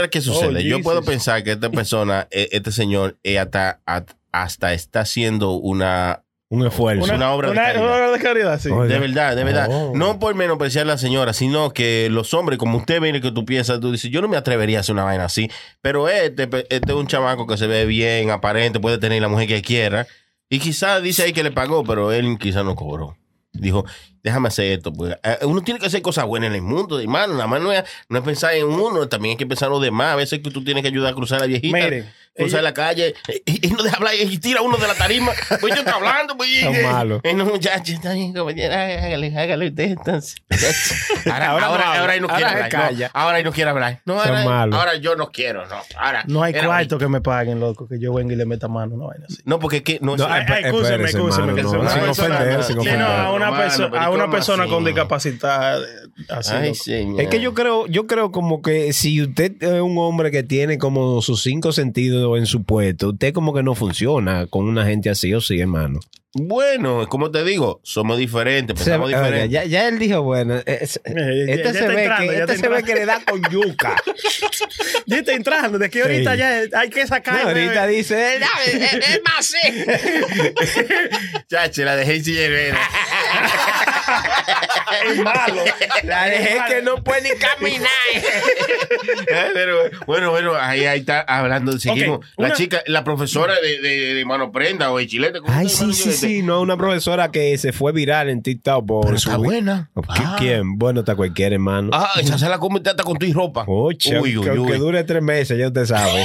Speaker 4: qué sucede. Yo
Speaker 7: Oh, Jesus.
Speaker 4: puedo pensar que esta persona, eh, este señor, eh, hasta, at- hasta está haciendo una,
Speaker 5: Un esfuerzo.
Speaker 4: una obra de caridad.
Speaker 7: una obra de caridad, sí.
Speaker 5: Oye.
Speaker 4: De verdad, de verdad.
Speaker 5: Oh.
Speaker 4: No por menospreciar a la señora, sino que los hombres, como usted ve que tú piensas, tú dices, yo no me atrevería a hacer una vaina así. Pero este, pe- este es un chamaco que se ve bien, aparente, puede tener la mujer que quiera. Y quizás dice ahí que le pagó, pero él quizás no cobró. Dijo, déjame hacer esto. Pues. Eh, Uno tiene que hacer cosas buenas en el mundo, hermano. Nada más no es, no es pensar en uno, también hay que pensar en los demás. A veces que tú tienes que ayudar a cruzar la viejita,
Speaker 7: Mire,
Speaker 4: cruzar
Speaker 7: ella-
Speaker 4: la calle, eh, y, y no deja hablar, y tira uno de la tarima. Pues yo estoy hablando, pues. y-
Speaker 5: Son malos.
Speaker 4: eh, no, muchachos, está bien, compañero. Hágale, hágale usted entonces. Ahora, ahora,
Speaker 5: no habla.
Speaker 4: ahora, ahí no quiere
Speaker 5: Ahora se
Speaker 4: hablar. no,
Speaker 5: calla.
Speaker 4: ahora ahí no quiere hablar. No,
Speaker 5: Son
Speaker 4: ahora,
Speaker 5: malos.
Speaker 4: ahora yo no quiero. No, ahora,
Speaker 7: No hay
Speaker 4: Era
Speaker 7: cuarto que me paguen, loco, que yo venga y le meta mano, no vaina así.
Speaker 4: ahorita. No, porque es que no es.
Speaker 5: No,
Speaker 4: Ah,
Speaker 5: esp-
Speaker 7: ay, escúcheme,
Speaker 5: espérese,
Speaker 7: escúcheme,
Speaker 5: hermano,
Speaker 7: que
Speaker 5: no,
Speaker 7: se-
Speaker 5: sin
Speaker 4: una
Speaker 5: ofender,
Speaker 4: persona-
Speaker 5: sin
Speaker 4: Sí,
Speaker 7: Sí,
Speaker 5: ofender.
Speaker 7: no, a una,
Speaker 4: Hermano,
Speaker 7: perso-
Speaker 4: pero
Speaker 7: a una
Speaker 4: ¿cómo
Speaker 7: persona
Speaker 4: así?
Speaker 7: con discapacidad. eh, Así,
Speaker 4: ay,
Speaker 7: loco.
Speaker 4: señor.
Speaker 5: Es que yo creo, yo creo como que si usted es un hombre que tiene como sus cinco sentidos en su puesto, usted como que no funciona con una gente así o sí, hermano.
Speaker 4: Bueno, como te digo, somos diferentes,
Speaker 5: Se-
Speaker 4: pensamos
Speaker 5: oiga,
Speaker 4: diferentes.
Speaker 5: ya, ya él dijo, bueno, es-
Speaker 7: Eh, Pues ya-
Speaker 5: este
Speaker 7: ya
Speaker 5: se,
Speaker 7: está
Speaker 5: ve,
Speaker 7: entrando,
Speaker 5: que,
Speaker 7: ya
Speaker 5: este
Speaker 7: está
Speaker 5: se ve
Speaker 7: entrando.
Speaker 5: que le da con yuca.
Speaker 7: Ya está entrando, de que ahorita
Speaker 5: Sí.
Speaker 7: ya hay que
Speaker 5: No,
Speaker 7: sacar. eh.
Speaker 5: ahorita dice, "Ya,
Speaker 4: Chacho, la dejé sin llenera.
Speaker 7: es malo.
Speaker 5: la dejé que no puede ni caminar.
Speaker 4: Pero, bueno, bueno, ahí, ahí está hablando. Seguimos.
Speaker 7: Ok,
Speaker 4: La
Speaker 7: una-
Speaker 4: chica, la profesora de, de, de mano prenda o de chilete. ¿cómo
Speaker 5: Ay,
Speaker 4: se llama?
Speaker 5: sí, sí, sí, no, una profesora que se fue viral en TikTok por
Speaker 4: Pero
Speaker 5: su-
Speaker 4: está buena.
Speaker 5: ¿Qui-
Speaker 4: Ah.
Speaker 5: ¿Quién? Bueno, está cualquiera, hermano.
Speaker 4: Ah, esa se la come hasta con tu ropa.
Speaker 5: Ocho,
Speaker 4: uy, uy,
Speaker 5: que,
Speaker 4: uy.
Speaker 5: que dure tres meses, ya usted sabe.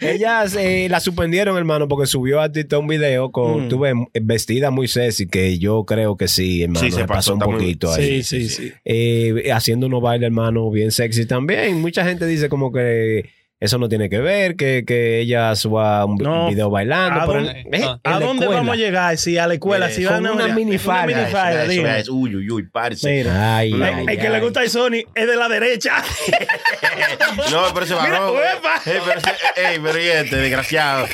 Speaker 5: Ellas eh, la suspendieron, hermano, porque subió a TikTok un video con,
Speaker 7: Mm.
Speaker 5: tú ves, vestida muy sexy, que yo creo que sí, hermano.
Speaker 4: Sí, se
Speaker 5: se pasó,
Speaker 4: pasó,
Speaker 5: un
Speaker 4: está muy-
Speaker 5: poquito ahí.
Speaker 7: Sí, sí, sí.
Speaker 5: Eh, haciendo unos bailes, hermano, bien sexy también. Mucha gente dice como que eso no tiene que ver, que, que ella suba un vi-
Speaker 7: No.
Speaker 5: video bailando.
Speaker 7: ¿A
Speaker 5: pero-
Speaker 7: dónde-
Speaker 5: eh, en
Speaker 7: ¿A
Speaker 5: la
Speaker 7: dónde
Speaker 5: escuela. Eh,
Speaker 7: vamos a llegar? Si a la escuela,
Speaker 4: Mire,
Speaker 7: si van
Speaker 5: con
Speaker 7: a
Speaker 5: una minifalda.
Speaker 7: una
Speaker 4: Eso
Speaker 7: minifalda,
Speaker 4: es,
Speaker 7: diga.
Speaker 4: eso es. Uy, uy, uy, parce.
Speaker 7: Mira.
Speaker 5: Ay,
Speaker 7: la-
Speaker 5: ay,
Speaker 7: el que le
Speaker 5: ay.
Speaker 7: gusta a Sony es de la derecha.
Speaker 4: No, pero ese
Speaker 7: Mira, pues,
Speaker 4: varón. eh,
Speaker 7: uepa.
Speaker 4: Ey, pero, ese- ey, pero y este, desgraciado.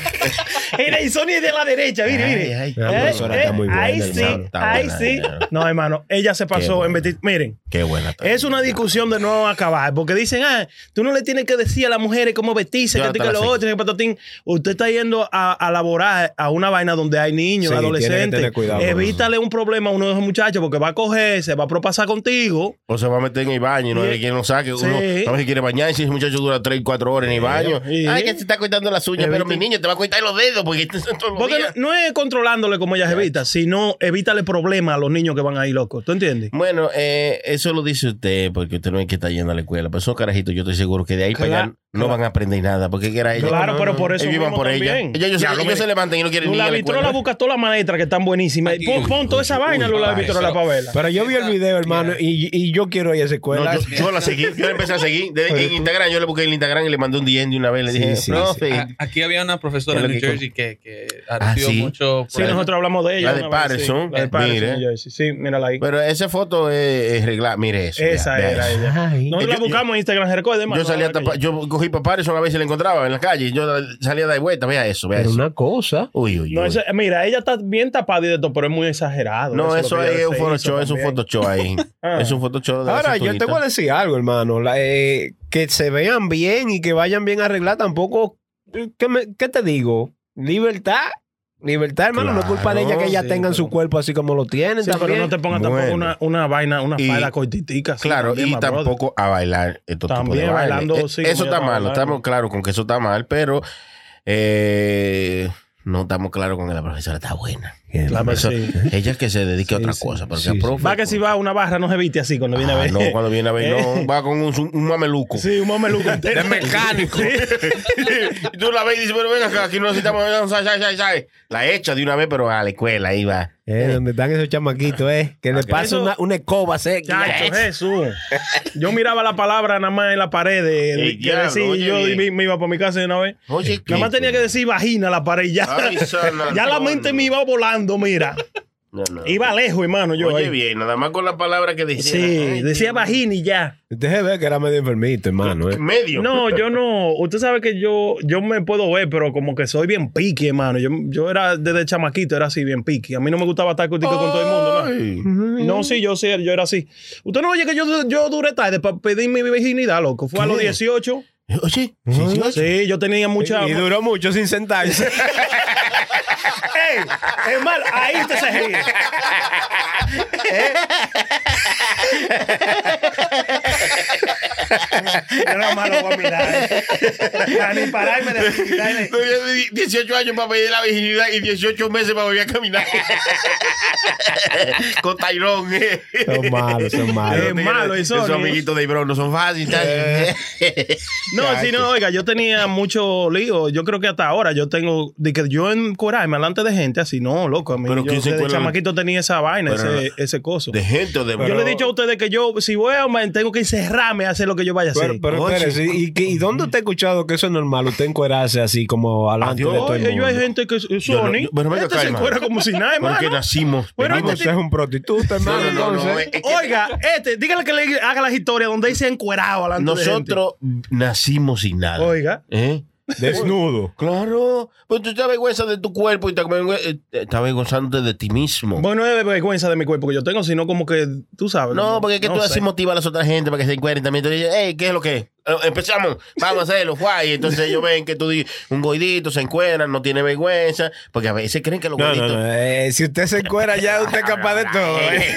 Speaker 7: Era Sony de la derecha, mire,
Speaker 5: Ay,
Speaker 7: mire.
Speaker 5: ay,
Speaker 7: Eh,
Speaker 5: la profesora está
Speaker 7: eh,
Speaker 5: muy buena,
Speaker 7: ahí sí,
Speaker 5: hermano.
Speaker 4: Está
Speaker 7: ahí
Speaker 4: buena,
Speaker 7: sí.
Speaker 4: hermano.
Speaker 7: No, hermano, ella se pasó
Speaker 4: Qué
Speaker 7: en
Speaker 4: buena.
Speaker 7: Betis. Miren,
Speaker 4: Qué buena. está.
Speaker 7: es una discusión de no acabar, porque dicen, ah, tú no le tienes que decir a las mujeres cómo vestirse,
Speaker 4: Yo
Speaker 7: que
Speaker 4: no te
Speaker 7: esto, que
Speaker 4: la
Speaker 7: lo
Speaker 4: sé.
Speaker 7: otro, que patotín. Usted está yendo a, a laborar a una vaina donde hay niños,
Speaker 5: Sí, tiene que
Speaker 7: adolescentes.
Speaker 5: tener cuidado con eso.
Speaker 7: Evítale un problema a uno de esos muchachos porque va a coger, se va a propasar contigo.
Speaker 4: O se va a meter en el baño y no
Speaker 7: Sí.
Speaker 4: le quiere no saque. Uno
Speaker 7: Sí.
Speaker 4: no se quiere bañar y si ese muchacho dura 3, 4 horas en el baño.
Speaker 7: Sí.
Speaker 4: Ay, que se está cortando las uñas,
Speaker 7: Sí,
Speaker 4: pero
Speaker 7: ¿viste?
Speaker 4: mi niño te va a cortar los dedos porque estos son todos los
Speaker 7: Porque
Speaker 4: días.
Speaker 7: no, no es controlándole como ellas evita, sino evítale problemas a los niños que van ahí locos. ¿Tú entiendes?
Speaker 4: Bueno, eh, eso lo dice usted porque usted no es que está yendo a la escuela. Pero esos carajitos, yo estoy seguro que de ahí para allá
Speaker 7: Claro,
Speaker 4: no van a aprender nada. Porque que era ella.
Speaker 7: Claro,
Speaker 4: No,
Speaker 7: pero
Speaker 4: no,
Speaker 7: por
Speaker 4: no.
Speaker 7: eso
Speaker 4: Ellos iban
Speaker 7: mismo
Speaker 4: por ella.
Speaker 7: también.
Speaker 4: Ellos,
Speaker 7: Ya,
Speaker 4: ellos
Speaker 7: hombre.
Speaker 4: se levantan y no quieren ni ir a
Speaker 7: Lula
Speaker 4: la
Speaker 7: Vitrola
Speaker 4: escuela.
Speaker 7: busca todas las maestras que están buenísimas.
Speaker 8: Aquí,
Speaker 7: Pon,
Speaker 8: uy,
Speaker 7: pon toda esa vaina, Lula
Speaker 8: papá,
Speaker 7: Vitrola,
Speaker 8: eso.
Speaker 7: para verla.
Speaker 5: Pero yo vi el video, hermano, y, y yo quiero ir a esa
Speaker 4: No,
Speaker 5: escuela.
Speaker 4: yo, yo la seguí, yo la empecé a seguir. Desde en Instagram, yo le busqué en Instagram y le mandé un DM de una vez. Le
Speaker 5: Sí,
Speaker 4: dije,
Speaker 5: sí,
Speaker 4: profe,
Speaker 8: A- Aquí había una profesora
Speaker 4: Es lo
Speaker 8: en New
Speaker 4: que con-
Speaker 8: Jersey que, que ha
Speaker 4: Ah,
Speaker 8: recibido
Speaker 4: sí.
Speaker 8: mucho.
Speaker 7: Sí, nosotros hablamos de ella.
Speaker 4: La de
Speaker 7: una vez, sí.
Speaker 4: Patterson.
Speaker 7: La de Patterson.
Speaker 4: Mire.
Speaker 7: en Jersey. Sí, mírala ahí.
Speaker 4: pero esa foto es, es reglada. Mire eso.
Speaker 7: esa
Speaker 4: vea, vea
Speaker 7: era
Speaker 4: eso.
Speaker 7: ella.
Speaker 5: Ay.
Speaker 7: Nosotros la
Speaker 4: Yo-
Speaker 7: buscamos en Instagram. Recuerden,
Speaker 4: Yo salía a tapar- yo cogí para Patterson a ver si la encontraba en la calle. Yo la- salía a dar vuelta, vea eso, vea
Speaker 5: Pero
Speaker 4: eso.
Speaker 5: una cosa.
Speaker 4: Uy, uy, uy.
Speaker 7: No, esa- mira, ella está bien tapada y de todo, pero es muy exagerado.
Speaker 4: No,
Speaker 7: es
Speaker 4: eso
Speaker 7: lo que
Speaker 4: ahí
Speaker 7: ella
Speaker 4: es un
Speaker 7: se
Speaker 4: Photoshop,
Speaker 7: hizo
Speaker 4: es un
Speaker 7: también.
Speaker 4: Photoshop ahí.
Speaker 7: Ah.
Speaker 4: Es un Photoshop de
Speaker 5: Ahora,
Speaker 4: la
Speaker 5: yo te
Speaker 4: cinturita.
Speaker 5: voy a decir algo, hermano. La, eh, que se vean bien y que vayan bien arregladas tampoco. eh, ¿Qué, me- qué te digo? Libertad. Libertad, hermano. no es culpa de ella que ellas
Speaker 7: sí,
Speaker 5: tengan
Speaker 7: pero-
Speaker 5: su cuerpo así como lo tienen.
Speaker 7: Sí, pero
Speaker 5: también.
Speaker 7: no te pongas
Speaker 4: Bueno.
Speaker 7: tampoco una, una vaina, una
Speaker 4: Y-
Speaker 7: falda cortitica. así
Speaker 4: Claro,
Speaker 7: también,
Speaker 4: y
Speaker 7: my brother.
Speaker 4: tampoco a bailar estos tipos de
Speaker 7: También
Speaker 4: bailes.
Speaker 7: bailando,
Speaker 4: Eh, eso
Speaker 7: sí, como ya
Speaker 4: está
Speaker 7: estaba
Speaker 4: malo,
Speaker 7: hablando.
Speaker 4: estamos claros con que eso está mal, pero eh, no estamos claros con que la profesora está buena. La
Speaker 7: Claro,
Speaker 4: profesora-
Speaker 7: Ah, pues sí.
Speaker 4: Ella es que se dedique a otra
Speaker 5: sí.
Speaker 4: cosa, porque
Speaker 5: Sí,
Speaker 4: el
Speaker 5: sí.
Speaker 4: profe-
Speaker 7: Va que si va a una barra, no se viste así cuando viene a
Speaker 4: Ah,
Speaker 7: ver. Eh.
Speaker 4: no, cuando viene a ver, no, va con un, un mameluco.
Speaker 7: Sí, un mameluco entero.
Speaker 4: Es mecánico. y tú la ves y dices, pero venga, acá, aquí no necesitamos. ¿sabes, sabes, sabes, sabes? La echa de una vez, pero a la escuela, ahí va.
Speaker 5: Eh, donde están esos chamaquitos, eh. Que le pasa
Speaker 7: Eso-
Speaker 5: una, una escoba seca. Eh.
Speaker 7: Chacho, eh. Jesús. Yo miraba la palabra nada más en la pared de, de-
Speaker 4: El
Speaker 7: que
Speaker 4: diablo,
Speaker 7: decía,
Speaker 4: oye,
Speaker 7: y yo
Speaker 4: bien.
Speaker 7: me, me iba para mi casa de una vez.
Speaker 4: Oye,
Speaker 7: Nada más
Speaker 4: ¿qué?
Speaker 7: tenía que decir vagina a la pared y ya.
Speaker 4: Ay, San Antonio.
Speaker 7: ya la mente me iba volando, mira.
Speaker 4: No, no.
Speaker 7: Iba lejos, hermano, yo
Speaker 4: Oye,
Speaker 7: ahí.
Speaker 4: bien, nada más con la palabra que decía.
Speaker 7: Sí,
Speaker 4: Ay,
Speaker 7: decía
Speaker 4: Dios.
Speaker 7: vagina y ya.
Speaker 5: Usted se ve que era medio enfermito, hermano. eh.
Speaker 4: Medio.
Speaker 7: Ah, No, yo no. Usted sabe que yo, yo me puedo ver, pero como que soy bien piqui, hermano. Yo, yo era desde chamaquito, era así, bien piqui. A mí no me gustaba estar contigo con todo el mundo. ¿no? No, sí, yo sí, yo era así. Usted no oye que yo, yo duré tarde para pedir mi virginidad, loco. Fue a los
Speaker 4: ¿Qué?
Speaker 7: 18.
Speaker 4: Oye, sí, sí, oye.
Speaker 7: Sí, yo tenía mucha.
Speaker 5: Y duró mucho sin sentarse.
Speaker 7: ¡Ey! Es mal, ahí usted se ríe. ¿Eh? Yo nada más lo voy a mirar. Ni pararme de quitarme.
Speaker 4: Tuve 18 años para pedir la virginidad y 18 meses para volver a caminar. Con Tyrón. eh.
Speaker 5: son malos, son malos.
Speaker 7: Eh, malo, eso,
Speaker 4: Esos
Speaker 7: ¿no?
Speaker 4: amiguitos de Ibron no son fáciles. ¿sabes?
Speaker 7: No, si no, oiga, yo tenía mucho lío. Yo creo que hasta ahora yo tengo. De que yo encuerarme delante de gente así, no, loco. A mí,
Speaker 4: Pero
Speaker 7: yo
Speaker 4: ¿quién se
Speaker 7: desde
Speaker 4: encuera-
Speaker 7: chamaquito tenía esa vaina,
Speaker 4: Pero-
Speaker 7: ese, ese coso.
Speaker 4: De gente o de
Speaker 7: yo le he dicho a ustedes que yo, si voy a hombre, tengo que encerrarme a hacer lo que yo vaya a hacer.
Speaker 5: Pero, pero
Speaker 4: Oye.
Speaker 5: espérese, ¿y, qué- y dónde usted ha escuchado que eso es normal? Usted encuerarse así como alante de
Speaker 4: Adiós.
Speaker 5: todo el
Speaker 7: Oye,
Speaker 5: mundo.
Speaker 7: yo hay gente que es es
Speaker 4: Yo no-
Speaker 7: Sony.
Speaker 4: yo- bueno, venga
Speaker 7: este
Speaker 4: acá,
Speaker 7: se
Speaker 4: hermano.
Speaker 7: encuera como si nada, hermano.
Speaker 4: Porque nacimos.
Speaker 7: Bueno,
Speaker 4: venimos-
Speaker 5: Usted es un prostituta,
Speaker 4: No,
Speaker 5: hermano.
Speaker 4: no, no, no,
Speaker 5: entonces.
Speaker 4: es que-
Speaker 7: Oiga, este, dígale que le haga las historias donde dice encuerado alante de
Speaker 4: Nosotros nacimos sin nada.
Speaker 7: gente. Oiga.
Speaker 4: ¿Eh?
Speaker 5: Desnudo.
Speaker 4: Claro, pues tú te avergüenzas de tu cuerpo y te avergüe- eh, te avergonzándote de ti mismo.
Speaker 7: Bueno, es vergüenza de mi cuerpo que yo tengo, sino como que tú sabes.
Speaker 4: No, porque es que tú
Speaker 7: sé.
Speaker 4: así motivas a las otras gente para que se encuentren también. Tú dices, hey, ¿qué es lo que es? Eh, Empezamos, vamos a hacerlo, guay. Entonces ellos ven que tú dices, un goidito se encuentran, no tiene vergüenza, porque a veces creen que los
Speaker 5: No, no,
Speaker 4: goiditos...
Speaker 5: no. eh, si usted se encuera ya, usted es capaz de todo. eh.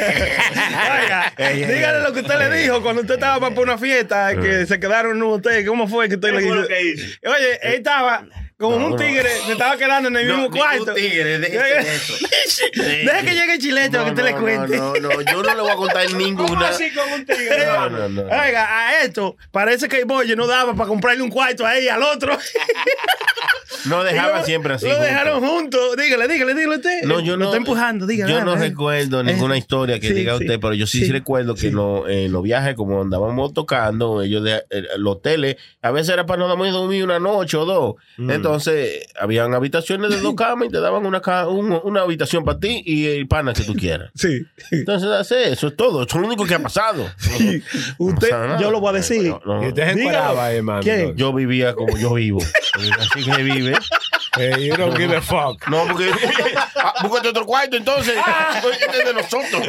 Speaker 7: Oiga, dígale lo que usted le dijo cuando usted estaba para una fiesta que se quedaron ustedes. ¿Cómo fue que usted le dijo? Oye, él estaba como
Speaker 4: No,
Speaker 7: un
Speaker 4: no.
Speaker 7: tigre, se estaba quedando en el mismo cuarto. Deja
Speaker 4: Deja
Speaker 7: que llegue el chilete para que usted le cuente.
Speaker 4: No, no, no, yo no le voy a contar ninguna.
Speaker 7: con un tigre?
Speaker 4: No, no, no.
Speaker 7: Oiga, a esto parece que el boy no daba para comprarle un cuarto a ella al otro.
Speaker 4: No dejaba
Speaker 7: Lo-
Speaker 4: siempre así.
Speaker 7: Lo
Speaker 4: junto.
Speaker 7: dejaron juntos. Dígale, dígale, dígale usted.
Speaker 4: No, yo
Speaker 7: Lo
Speaker 4: no.
Speaker 7: está empujando, dígale.
Speaker 4: Yo no
Speaker 7: dale.
Speaker 4: recuerdo ninguna
Speaker 7: Eh,
Speaker 4: historia que
Speaker 7: sí,
Speaker 4: diga
Speaker 7: sí,
Speaker 4: usted, pero yo sí,
Speaker 7: sí,
Speaker 4: recuerdo que
Speaker 7: sí.
Speaker 4: en lo- en los viajes, como andábamos tocando, ellos de, eh, los hoteles, a veces era para nada más dormir una noche o dos.
Speaker 7: Mm.
Speaker 4: Entonces, habían habitaciones de dos camas y te daban una, ca- un- una habitación para ti y el pana que tú quieras.
Speaker 7: Sí.
Speaker 4: Entonces, así, eso es todo. Eso es lo único que ha pasado.
Speaker 7: Usted,
Speaker 4: pasa nada.
Speaker 7: yo lo voy a decir.
Speaker 4: No, no, no.
Speaker 5: Y usted se
Speaker 7: Dígalo.
Speaker 5: encueraba, hermano.
Speaker 7: ¿Quién?
Speaker 5: entonces.
Speaker 4: Yo vivía como yo vivo. Así que vive.
Speaker 5: Hey, Eh, you don't give a fuck.
Speaker 4: No, porque. Ah, Búscate otro cuarto, entonces. Este es de nosotros.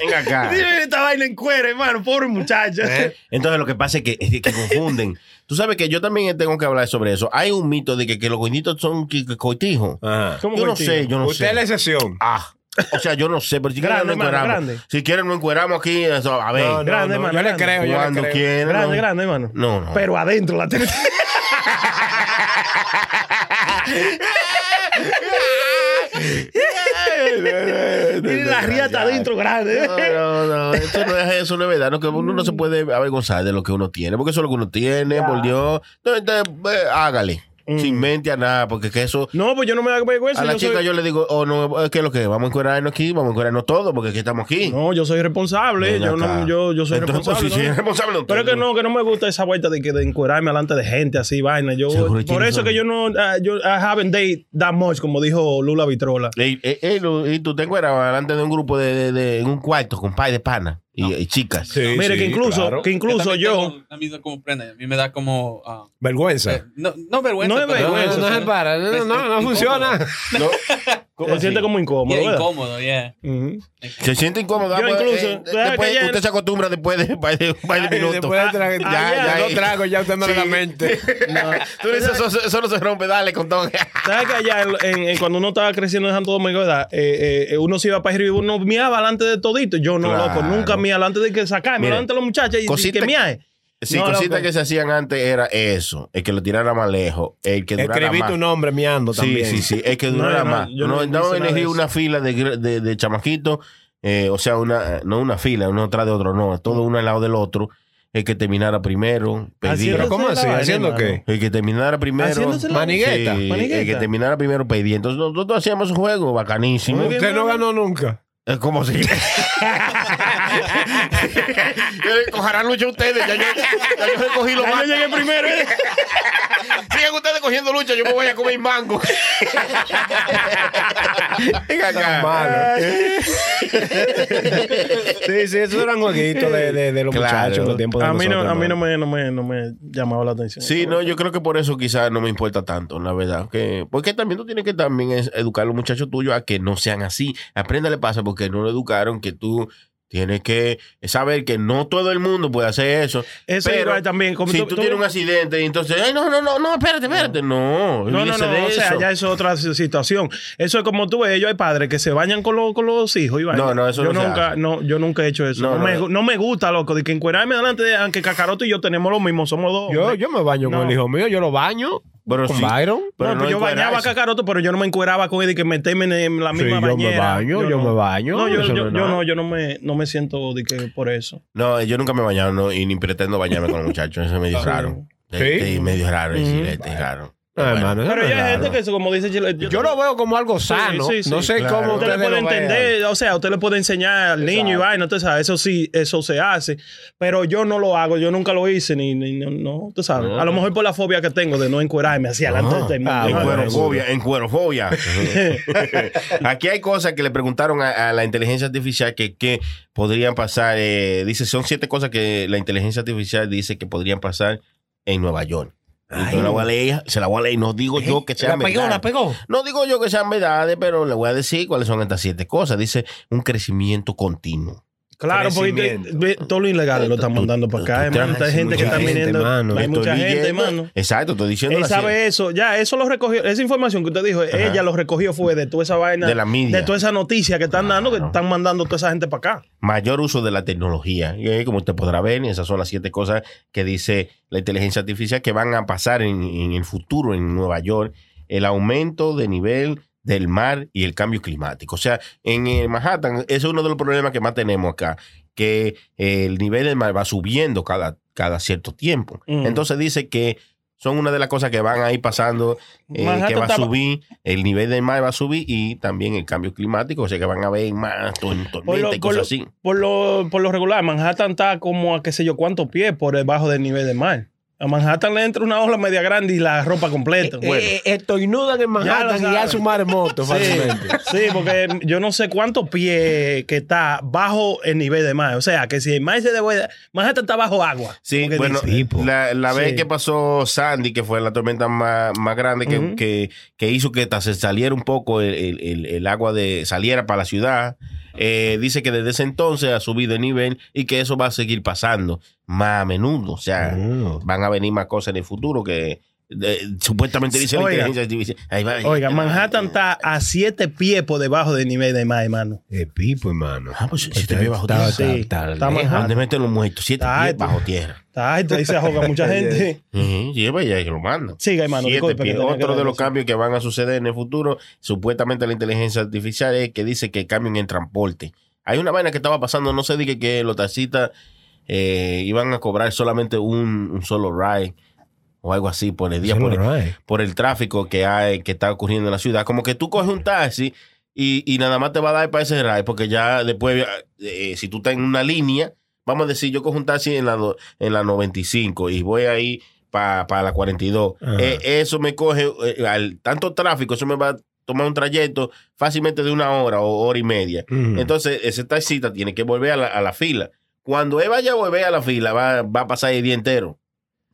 Speaker 4: Venga acá.
Speaker 7: Dime esta vaina en cuero, hermano, pobre muchacho.
Speaker 4: Ah. ¿Eh? Entonces lo que pasa es que, es que confunden. Tú sabes que yo también tengo que hablar sobre eso. Hay un mito de que, que los coinitos son qui- qui- coitijos.
Speaker 7: Ah.
Speaker 5: ¿Cómo
Speaker 4: Yo no
Speaker 5: coitijos?
Speaker 4: sé, yo no
Speaker 5: Usted
Speaker 4: sé.
Speaker 5: es la excepción.
Speaker 4: Ah. O sea, yo no sé, pero si quieren
Speaker 7: Grande,
Speaker 4: no
Speaker 7: hermano,
Speaker 4: encueramos.
Speaker 7: grande.
Speaker 4: Si quieren no encueramos aquí, eso, a ver.
Speaker 5: No, no,
Speaker 7: Grande,
Speaker 5: no,
Speaker 7: hermano,
Speaker 5: Yo le
Speaker 7: grande.
Speaker 5: creo, yo
Speaker 4: cuando
Speaker 5: le creo.
Speaker 4: quieran.
Speaker 7: Grande,
Speaker 4: no.
Speaker 7: grande, hermano.
Speaker 4: No, no.
Speaker 7: Pero adentro la tiene. tiene la riata adentro grande.
Speaker 4: No, no, no, eso no es eso, no es verdad. No, que uno
Speaker 7: Mm.
Speaker 4: no se puede avergonzar de lo que uno tiene, porque eso es lo que uno tiene, por Dios. No, entonces, eh, hágale, sin mente a nada, porque que eso.
Speaker 7: No, pues Mm. yo no me hago vergüenza.
Speaker 4: A la
Speaker 7: yo
Speaker 4: chica
Speaker 7: soy-
Speaker 4: yo le digo, oh, no, eh, ¿qué es lo que? Vamos a encuadrarnos aquí, vamos a encuadrarnos todos, porque aquí estamos aquí.
Speaker 7: No, yo soy responsable.
Speaker 4: Ven
Speaker 7: Yo,
Speaker 4: acá.
Speaker 7: no, yo, yo soy
Speaker 4: Entonces,
Speaker 7: responsable.
Speaker 4: si
Speaker 7: ¿no?
Speaker 4: eres responsable, no
Speaker 7: Pero es que
Speaker 4: tú-
Speaker 7: no, que no me gusta esa vuelta de que de encuerarme delante de gente así, vaina. Yo,
Speaker 4: Seguro
Speaker 7: por
Speaker 4: tienes
Speaker 7: eso que yo no, ah, yo I haven't date that much, como dijo Lula Vitrola.
Speaker 4: Ey, ey, ey, Lu- y tú te encuentras delante de un grupo de, de- de- en un cuarto con pay de pana y, y chicas.
Speaker 5: Sí,
Speaker 7: Mire, que
Speaker 5: sí,
Speaker 7: incluso,
Speaker 5: claro.
Speaker 7: que incluso yo.
Speaker 8: tengo la misma como prenda. A mí me da como. ah,
Speaker 5: Vergüenza.
Speaker 8: no, no vergüenza.
Speaker 7: No es
Speaker 8: pero-
Speaker 5: No, Eh, no, no se para. No, no, no, no funciona.
Speaker 4: No,
Speaker 7: Se siente como incómodo,
Speaker 8: Yeah,
Speaker 7: ¿verdad?
Speaker 8: incómodo, yeah.
Speaker 7: Ujú.
Speaker 4: se siente incómodo.
Speaker 7: Yo
Speaker 4: pues,
Speaker 7: incluso,
Speaker 4: eh,
Speaker 7: tú sabes
Speaker 4: después-
Speaker 7: que ya-
Speaker 4: usted se acostumbra después de un par de, par de minutos.
Speaker 5: Después de tra-
Speaker 4: Ah, ya,
Speaker 5: ya, ya,
Speaker 4: eh.
Speaker 5: no trago, ya usted no le da
Speaker 4: Sí.
Speaker 5: mente.
Speaker 4: Tú dices, eso, eso no se rompe, dale con todo.
Speaker 7: ¿Sabes que allá en- en- en cuando uno estaba creciendo en Santo Domingo, ¿verdad? Eh, eh, uno se iba para arriba y uno miaba delante de todito. Yo no,
Speaker 4: Claro.
Speaker 7: loco, nunca miaba delante de que sacarme,
Speaker 4: Mira,
Speaker 7: delante de los muchachos y- y
Speaker 4: cosita-
Speaker 7: que miae.
Speaker 4: Sí,
Speaker 7: No,
Speaker 4: cositas
Speaker 7: loco.
Speaker 4: que se hacían antes era eso, el que lo tirara más lejos, el que durara
Speaker 5: Escribí
Speaker 4: más.
Speaker 5: tu nombre miando
Speaker 4: Sí,
Speaker 5: también.
Speaker 4: sí, sí. Es que
Speaker 7: No,
Speaker 4: durara
Speaker 7: no,
Speaker 4: más.
Speaker 7: yo no
Speaker 4: no,
Speaker 7: hice
Speaker 4: no
Speaker 7: nada de
Speaker 4: elegí
Speaker 7: eso.
Speaker 4: una fila de, gr- de, de chamaquitos, eh, o sea, una, no una fila, uno tras de otro, no, todo uno al lado del otro. El que terminara primero,
Speaker 7: Así
Speaker 4: pedía.
Speaker 5: Pero ¿cómo así? ¿Haciendo qué?
Speaker 4: El que terminara primero.
Speaker 7: Haciéndose la-
Speaker 5: Manigueta.
Speaker 4: Sí,
Speaker 7: manigueta.
Speaker 4: el que terminara primero pedía. Entonces nosotros hacíamos un juego bacanísimo.
Speaker 7: Muy bien.
Speaker 5: Usted no ganó nunca.
Speaker 4: Es como si. Eh, Cojarán lucha ustedes. Ya yo, ya yo recogí lo
Speaker 7: Ahí
Speaker 4: más.
Speaker 7: Ah, yo llegué primero, ¿eh?
Speaker 4: Sigan ustedes cogiendo lucha, yo me voy a comer mango. Venga acá. Ah,
Speaker 5: Sí, sí, esos eran jueguitos de, de, de los
Speaker 4: Claro.
Speaker 5: muchachos, los tiempos de
Speaker 7: A mí, no,
Speaker 5: nosotros,
Speaker 7: a mí no,
Speaker 5: hermano.
Speaker 7: me, no, me, no me llamaba la atención.
Speaker 4: Sí, no, yo creo que por eso quizás no me importa tanto, la verdad. Que, porque también tú tienes que también es- educar a los muchachos tuyos a que no sean así. Apréndale pasa porque no lo educaron, que tú tienes que saber que no todo el mundo puede hacer eso.
Speaker 7: Eso
Speaker 4: Pero
Speaker 7: igual también. como
Speaker 4: si tú, tienes un accidente y entonces, ay, no, no, no, no, espérate, espérate. No,
Speaker 7: No, no,
Speaker 4: olvídese
Speaker 7: no,
Speaker 4: de
Speaker 7: o sea,
Speaker 4: eso.
Speaker 7: ya eso es otra si- situación. Eso es como tú ves, ellos hay padres que se bañan con, los- con los hijos y vaina.
Speaker 4: No, no, eso
Speaker 7: yo
Speaker 4: no se
Speaker 7: nunca,
Speaker 4: hace.
Speaker 7: no, yo nunca he hecho eso.
Speaker 4: No,
Speaker 7: No,
Speaker 4: no,
Speaker 7: me,
Speaker 4: no.
Speaker 7: gu- no me gusta, loco, de que encuerarme delante de, aunque Cacaroto y yo tenemos lo mismo, somos dos.
Speaker 5: Yo,
Speaker 7: hombres.
Speaker 5: yo me baño
Speaker 7: No.
Speaker 5: con el hijo mío, yo lo baño
Speaker 4: Pero
Speaker 5: con
Speaker 4: sí,
Speaker 5: Byron.
Speaker 7: No, pues yo bañaba a
Speaker 4: encuerarse.
Speaker 7: Cacaroto, pero yo no me encueraba con él y que meterme en la
Speaker 5: Sí,
Speaker 7: misma
Speaker 5: yo me
Speaker 7: bañera.
Speaker 5: baño, yo me baño,
Speaker 7: No, yo,
Speaker 5: eso
Speaker 7: yo-
Speaker 5: no es
Speaker 7: yo
Speaker 5: nada.
Speaker 7: no, yo no me, no me siento de que por eso.
Speaker 4: No, yo nunca me he bañado no, y ni pretendo bañarme con los muchachos. Eso es medio raro.
Speaker 5: Sí.
Speaker 4: Sí, sí, medio raro. sí,
Speaker 7: Mm.
Speaker 4: este, raro.
Speaker 5: No,
Speaker 4: Bueno.
Speaker 5: hermano, eso
Speaker 7: Pero
Speaker 5: no es
Speaker 7: ya hay
Speaker 5: raro.
Speaker 7: gente que eso, como dice Chile,
Speaker 5: Yo lo veo como algo sano.
Speaker 7: sí, sí,
Speaker 5: no sé
Speaker 4: claro.
Speaker 5: cómo
Speaker 4: Usted
Speaker 7: Usted
Speaker 5: ustedes
Speaker 7: le puede
Speaker 5: lo vean.
Speaker 7: entender, o sea, usted le puede enseñar al niño y vaina, tú sabes, eso sí, eso se hace, pero yo no lo hago, yo nunca lo hice, ni, ni- no, no, tú sabes,
Speaker 4: No.
Speaker 7: a lo mejor por la fobia que tengo de no encuerarme así adelante de
Speaker 5: Ah,
Speaker 7: terminar.
Speaker 4: en
Speaker 5: bueno,
Speaker 4: cuerofobia, en cuerofobia. Aquí hay cosas que le preguntaron a, a la inteligencia artificial que, que podrían pasar. eh, dice, son siete cosas que la inteligencia artificial dice que podrían pasar en Nueva York. Yo la voy a leer, se la voy a leer. No digo yo que sea verdad.
Speaker 5: pegó.
Speaker 4: No digo yo que sean verdades, pero le voy a decir cuáles son estas siete cosas. Dice, un crecimiento continuo.
Speaker 7: Claro, porque te-
Speaker 5: Crecimiento.
Speaker 7: ve, todo lo ilegal lo están
Speaker 4: Tú-
Speaker 7: mandando para
Speaker 4: tú-
Speaker 7: acá,
Speaker 4: tú
Speaker 7: hermano,
Speaker 4: traes
Speaker 7: hay gente que
Speaker 4: mucha
Speaker 7: está
Speaker 4: gente,
Speaker 7: viniendo,
Speaker 5: mano.
Speaker 7: hay
Speaker 4: Estoy
Speaker 7: mucha gente,
Speaker 4: leyendo-
Speaker 7: hermano.
Speaker 4: Exacto, estoy diciendo
Speaker 7: Él
Speaker 4: la ciencia.
Speaker 7: sabe eso, ya eso lo recogió, esa información que usted dijo, ella lo recogió fue de toda esa vaina,
Speaker 4: De la media.
Speaker 7: de toda esa noticia que están dando, que están mandando toda esa gente para acá.
Speaker 4: mayor uso de la tecnología. Y ahí, como usted podrá ver, esas son las siete cosas que dice la inteligencia artificial que van a pasar en, en el futuro en Nueva York. El aumento de nivel del mar y el cambio climático. O sea, en eh, Manhattan, ese es uno de los problemas que más tenemos acá, que eh, el nivel del mar va subiendo cada, cada cierto tiempo.
Speaker 7: Mm.
Speaker 4: Entonces dice que son una de las cosas que van a ir pasando, eh,
Speaker 7: Manhattan
Speaker 4: que va a
Speaker 7: está-
Speaker 4: subir, el nivel del mar va a subir y también el cambio climático, o sea que van a haber más tor-
Speaker 7: Por
Speaker 4: tormentas
Speaker 7: lo,
Speaker 4: y
Speaker 7: por,
Speaker 4: cosas
Speaker 7: lo,
Speaker 4: así.
Speaker 7: por, lo, por lo regular, Manhattan está como a qué sé yo cuántos pies por debajo del nivel del mar. A Manhattan le entra una ola media grande y la ropa completa. Bueno.
Speaker 5: Eh, estoy nuda en Manhattan
Speaker 7: lo
Speaker 5: y ya
Speaker 7: saben.
Speaker 5: su maremoto, fácilmente.
Speaker 7: Sí, porque yo no sé cuántos pies que está bajo el nivel de mar. O sea, que si el mar se devuelve, Manhattan está bajo agua.
Speaker 4: Sí,
Speaker 7: Porque
Speaker 4: bueno,
Speaker 7: dice-
Speaker 4: la, la vez
Speaker 7: Sí.
Speaker 4: que pasó Sandy, que fue la tormenta más, más grande que, que- que hizo que hasta se saliera un poco el, el- el- el agua de saliera para la ciudad, eh, dice que desde ese entonces ha subido el nivel y que eso va a seguir pasando más a menudo. O sea,
Speaker 5: Ah.
Speaker 4: van a venir más cosas en el futuro que eh, supuestamente dice la
Speaker 7: Oiga.
Speaker 4: inteligencia artificial. Ahí va-
Speaker 7: Oiga, Manhattan está a siete pies por debajo del nivel de mar, hermano.
Speaker 5: Es Eh, pipo, hermano.
Speaker 4: Ah, pues siete pies bajo
Speaker 5: Está-
Speaker 4: tierra.
Speaker 5: está-
Speaker 7: Sí,
Speaker 5: está
Speaker 7: está
Speaker 5: lejos.
Speaker 7: Manhattan.
Speaker 4: ¿Dónde meten los muertos? Siete
Speaker 7: Está
Speaker 4: pies
Speaker 7: alto.
Speaker 4: bajo tierra.
Speaker 7: Está alto, ahí se ahoga mucha gente.
Speaker 4: Ujú, Sí, pues ya que lo mandan.
Speaker 7: Siga, hermano,
Speaker 4: Siete
Speaker 7: disculpe,
Speaker 4: pies.
Speaker 7: que tenía que
Speaker 4: Otro de
Speaker 7: ver
Speaker 4: los
Speaker 7: eso.
Speaker 4: cambios que van a suceder en el futuro, supuestamente la inteligencia artificial es que dice que cambien el transporte. Hay una vaina que estaba pasando, no sé, dije que los taxistas eh, iban a cobrar solamente un, un solo ride o algo así por el día,
Speaker 5: Solo
Speaker 4: por el,
Speaker 5: ride.
Speaker 4: por el tráfico que hay, que está ocurriendo en la ciudad. Como que tú coges un taxi y, y nada más te va a dar para ese ride, porque ya después, eh, si tú estás en una línea, vamos a decir, yo cojo un taxi en la, do- en la 95 y voy ahí para la 42.
Speaker 5: Ajá.
Speaker 4: Eh, eso me coge, eh, al tanto tráfico, eso me va a tomar un trayecto fácilmente de una hora o hora y media.
Speaker 5: Mm.
Speaker 4: Entonces, ese taxista tiene que volver a la, a la fila. Cuando él vaya a volver a la fila, va, va a pasar el día entero.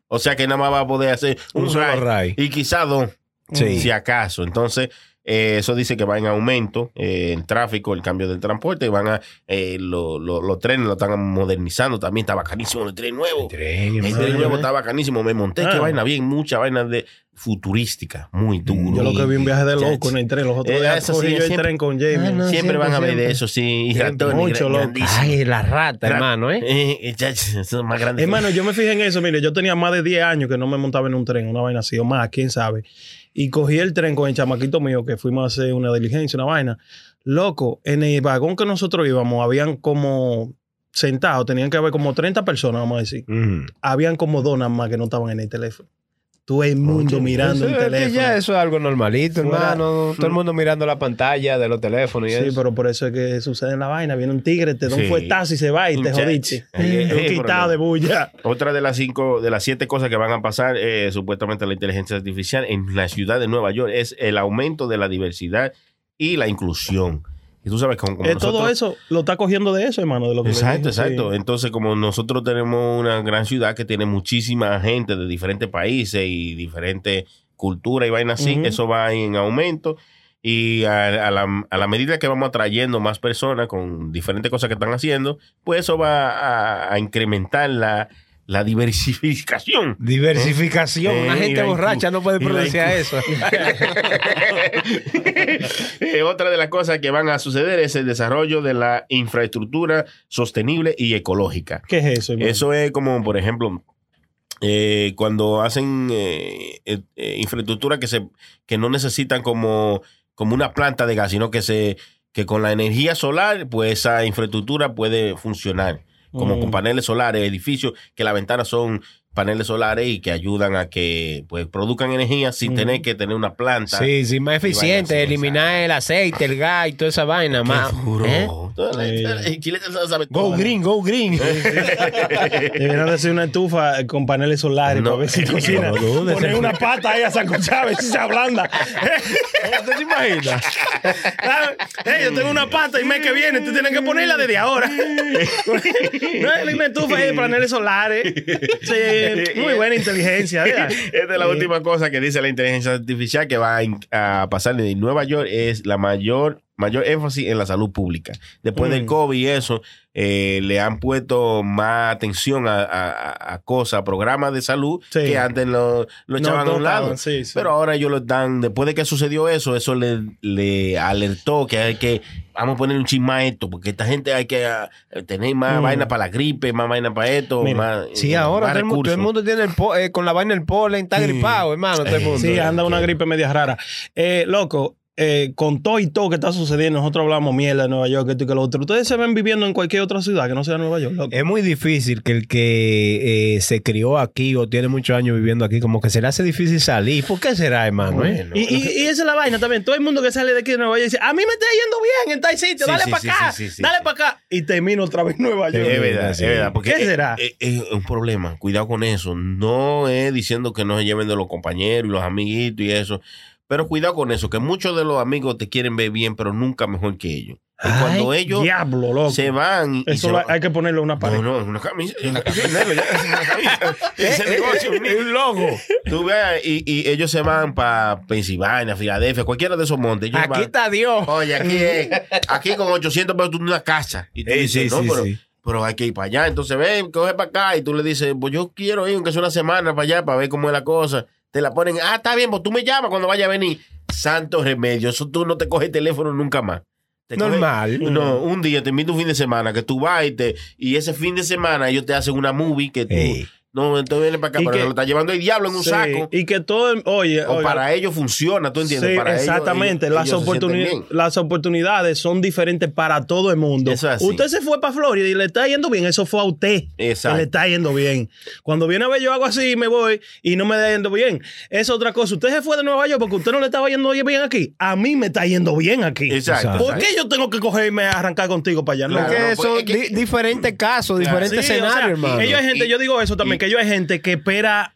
Speaker 4: O sea que nada más va a poder hacer un, Mm.
Speaker 5: Un solo
Speaker 4: ride.
Speaker 5: ride.
Speaker 4: y quizá dos,
Speaker 5: Sí.
Speaker 4: si acaso. Entonces, eh, eso dice que va en aumento eh, el tráfico, el cambio del transporte, y van a eh, lo- lo- los trenes lo están modernizando también. Está bacanísimo el tren nuevo.
Speaker 5: Tren,
Speaker 4: El
Speaker 5: hermano.
Speaker 4: tren nuevo está bacanísimo. Me monté, qué
Speaker 7: Ah. Mm,
Speaker 4: vaina bien, mucha vaina de futurística, muy duro.
Speaker 7: Yo lo que vi un viaje de loco en
Speaker 4: Chacho.
Speaker 7: el tren. Los otros
Speaker 4: Eh,
Speaker 7: días
Speaker 4: eso
Speaker 7: cogí
Speaker 4: sí,
Speaker 7: yo el
Speaker 4: siempre-
Speaker 7: tren con Jamie.
Speaker 5: Ah, no,
Speaker 4: Siempre
Speaker 5: siempre,
Speaker 4: van a ver
Speaker 5: siempre.
Speaker 4: de eso, sí. y
Speaker 5: Siempre.
Speaker 4: ratones
Speaker 7: Mucho,
Speaker 4: gra-
Speaker 7: loco.
Speaker 4: grandísimos.
Speaker 5: Ay, la rata, hermano, ¿eh?
Speaker 4: Eh, chacho, son más grandes.
Speaker 7: Hermano, yo me fijé en eso. Mire, yo tenía más de 10 años que no me montaba en un tren, una vaina así o más, quién sabe. Y cogí el tren con el chamaquito mío que fuimos a hacer una diligencia, una vaina. Loco, en el vagón que nosotros íbamos, habían como sentados, tenían que haber como 30 personas, vamos a decir.
Speaker 5: Mm.
Speaker 7: Habían como dos nada más que no estaban en el teléfono. Todo el mundo mirando el
Speaker 5: Eso es que
Speaker 7: teléfono.
Speaker 5: Ya eso es algo normalito,
Speaker 7: Fuera-
Speaker 5: hermano. Todo el mundo mirando la pantalla de los teléfonos y
Speaker 7: Sí,
Speaker 5: eso.
Speaker 7: pero por eso es que sucede la vaina. Viene un tigre, te da un
Speaker 4: Sí.
Speaker 7: fuetazo y se va y te
Speaker 4: Muchacho.
Speaker 7: jodiste.
Speaker 4: Eh, eh,
Speaker 7: Un quitado de bulla.
Speaker 4: Otra de las cinco, de las siete cosas que van a pasar, eh, supuestamente la inteligencia artificial en la ciudad de Nueva York, es el aumento de la diversidad y la inclusión. Y tú sabes que como, como
Speaker 7: Eh, todo
Speaker 4: nosotros-
Speaker 7: eso lo está cogiendo de eso, hermano, de lo que le
Speaker 4: Exacto,
Speaker 7: dije, sí.
Speaker 4: exacto. Entonces, como nosotros tenemos una gran ciudad que tiene muchísima gente de diferentes países y diferentes culturas y vainas así,
Speaker 7: Ujú.
Speaker 4: eso va en aumento. Y a, a la, a la medida que vamos atrayendo más personas con diferentes cosas que están haciendo, pues eso va a, a incrementar la, la diversificación.
Speaker 5: Diversificación.
Speaker 4: Eh,
Speaker 5: Una
Speaker 4: y
Speaker 5: gente
Speaker 4: la
Speaker 5: borracha
Speaker 4: inclu-
Speaker 5: no puede
Speaker 4: y la
Speaker 5: pronunciar eso.
Speaker 4: Eh, otra de las cosas que van a suceder es el desarrollo de la infraestructura sostenible y ecológica.
Speaker 7: ¿Qué es eso? hermano?
Speaker 4: Eso es como, por ejemplo, eh, cuando hacen eh, eh, eh, infraestructura que se que no necesitan como, como una planta de gas, sino que se que con la energía solar, pues esa infraestructura puede funcionar. Como
Speaker 7: Mm.
Speaker 4: con paneles solares, edificios que las ventanas son paneles solares y que ayudan a que pues produzcan energía sin
Speaker 7: Mm.
Speaker 4: tener que tener una planta.
Speaker 5: Sí, sí, más
Speaker 4: Y
Speaker 5: eficiente.
Speaker 4: vaina así,
Speaker 5: Eliminar el aceite, el gas y toda esa vaina. Más.
Speaker 4: Seguro.
Speaker 5: ¿Eh?
Speaker 4: Entonces, el chileno se lo sabe
Speaker 5: Go
Speaker 4: todo.
Speaker 5: green, go green.
Speaker 7: Deberían de hacer una estufa con paneles solares
Speaker 4: No.
Speaker 7: para ver si cocina.
Speaker 5: No, no, no,
Speaker 7: Poner
Speaker 5: no.
Speaker 7: una pata ahí a sancochar a ver si se ablanda.
Speaker 5: ¿Usted se imagina?
Speaker 7: Ah, eh, yo tengo una pata y mes que viene tú tienes que ponerla desde ahora. no es una estufa ahí de paneles solares. Sí, muy buena inteligencia. ¿verdad?
Speaker 4: Esta es la última cosa que dice la inteligencia artificial que va a in- a, pasar en Nueva York es la mayor mayor énfasis en la salud pública. Después
Speaker 5: Mm.
Speaker 4: del COVID y eso, eh, le han puesto más atención a, a- a- a cosas, a programas de salud
Speaker 7: Sí.
Speaker 4: que antes lo, lo echaban a un
Speaker 7: tocaban,
Speaker 4: lado.
Speaker 7: sí, sí.
Speaker 4: Pero ahora ellos lo dan, después de que sucedió eso, eso le, le alertó que hay que, vamos a poner un chisme a esto, porque esta gente hay que ah, tener más vaina para la gripe, más vaina para esto,
Speaker 7: Mira,
Speaker 4: más,
Speaker 5: Mm. Sí,
Speaker 4: eh,
Speaker 5: ahora
Speaker 4: más
Speaker 5: todo el, mu- todo el
Speaker 4: recursos.
Speaker 5: mundo tiene el po-
Speaker 7: ah.
Speaker 5: eh, con la vaina el polen, está gripado, hermano, todo el mundo.
Speaker 7: Sí, anda una gripe media rara. Eh, loco, eh, con todo y todo que está sucediendo, nosotros hablamos mierda de Nueva York, que esto y que lo otro. Ustedes se ven viviendo en cualquier otra ciudad que no sea Nueva York. loco.
Speaker 5: Es muy difícil que el que eh, se crió aquí o tiene muchos años viviendo aquí, como que se le hace difícil salir. ¿Por qué será, hermano? eh?
Speaker 7: Y, y- y esa es la vaina también. Todo el mundo que sale de aquí de Nueva York dice, a mí me está yendo bien en tal sitio,
Speaker 4: Sí,
Speaker 7: dale
Speaker 4: sí,
Speaker 7: para
Speaker 4: sí,
Speaker 7: acá,
Speaker 4: sí, sí, sí,
Speaker 7: dale
Speaker 4: sí.
Speaker 7: para acá. Y termino otra vez en Nueva York.
Speaker 4: Es verdad,
Speaker 5: sí.
Speaker 4: es verdad. Porque
Speaker 7: ¿Qué
Speaker 4: es-
Speaker 7: será?
Speaker 4: Es, es un problema. Cuidado con eso. No es diciendo que no se lleven de los compañeros y los amiguitos y eso. Pero cuidado con eso, que muchos de los amigos te quieren ver bien, pero nunca mejor que ellos. Y cuando ellos
Speaker 7: Diablo, loco.
Speaker 4: se van y- y se
Speaker 7: Eso lo-
Speaker 4: van-
Speaker 7: hay que ponerle una pared.
Speaker 4: No, no, una camisa. Una camisa. Ese negocio, un logo. Tú ves, y, y ellos se van para Pensilvania, Filadelfia, cualquiera de esos montes. Ellos
Speaker 5: Aquí
Speaker 4: van-
Speaker 5: está Dios.
Speaker 4: Oye, aquí, es- aquí con 800 pesos tú tienes una casa. Y tú
Speaker 5: Eh,
Speaker 4: dices,
Speaker 5: sí,
Speaker 4: no,
Speaker 5: sí,
Speaker 4: pero,
Speaker 5: sí.
Speaker 4: pero hay que ir para allá. Entonces, ven, coge para acá. Y tú le dices, pues yo quiero ir, aunque sea una semana para allá, para ver cómo es la cosa. Te la ponen, ah, está bien, pues tú me llamas cuando vaya a venir. Santo remedio, eso tú no te coges el teléfono nunca más. Te coge-
Speaker 5: Normal.
Speaker 4: no, un día te invito un fin de semana que tú vas y, te- y ese fin de semana ellos te hacen una movie que tú.
Speaker 5: Ey.
Speaker 4: No, entonces viene para acá,
Speaker 7: Y
Speaker 4: pero
Speaker 7: que-
Speaker 4: lo está llevando el diablo en un
Speaker 7: Sí,
Speaker 4: saco.
Speaker 7: Y que todo, oye,
Speaker 4: O
Speaker 7: oye,
Speaker 4: para ellos funciona, ¿tú entiendes?
Speaker 7: sí,
Speaker 4: Para ellos-
Speaker 7: exactamente.
Speaker 4: ellos-
Speaker 7: las,
Speaker 4: ellos se sienten
Speaker 7: oportuni-
Speaker 4: bien.
Speaker 7: las oportunidades son diferentes para todo el mundo.
Speaker 4: Eso es así.
Speaker 7: Usted se fue para Florida y le está yendo bien, eso fue a usted.
Speaker 4: Exacto.
Speaker 7: Que le está yendo bien. Cuando viene a ver, yo hago así y me voy y no me está yendo bien. Es otra cosa. Usted se fue de Nueva York porque usted no le estaba yendo bien aquí. A mí me está yendo bien aquí.
Speaker 4: Exacto.
Speaker 7: ¿Por qué yo tengo que cogerme a arrancar contigo para allá? No,
Speaker 4: Claro,
Speaker 5: Porque
Speaker 4: no, pues,
Speaker 5: son
Speaker 4: es que-
Speaker 5: di- diferentes casos, diferentes
Speaker 7: Sí, o sea,
Speaker 5: escenarios, hermano.
Speaker 7: Ellos hay gente,
Speaker 4: Y-
Speaker 7: yo digo eso también,
Speaker 4: y-
Speaker 7: que ellos hay gente que espera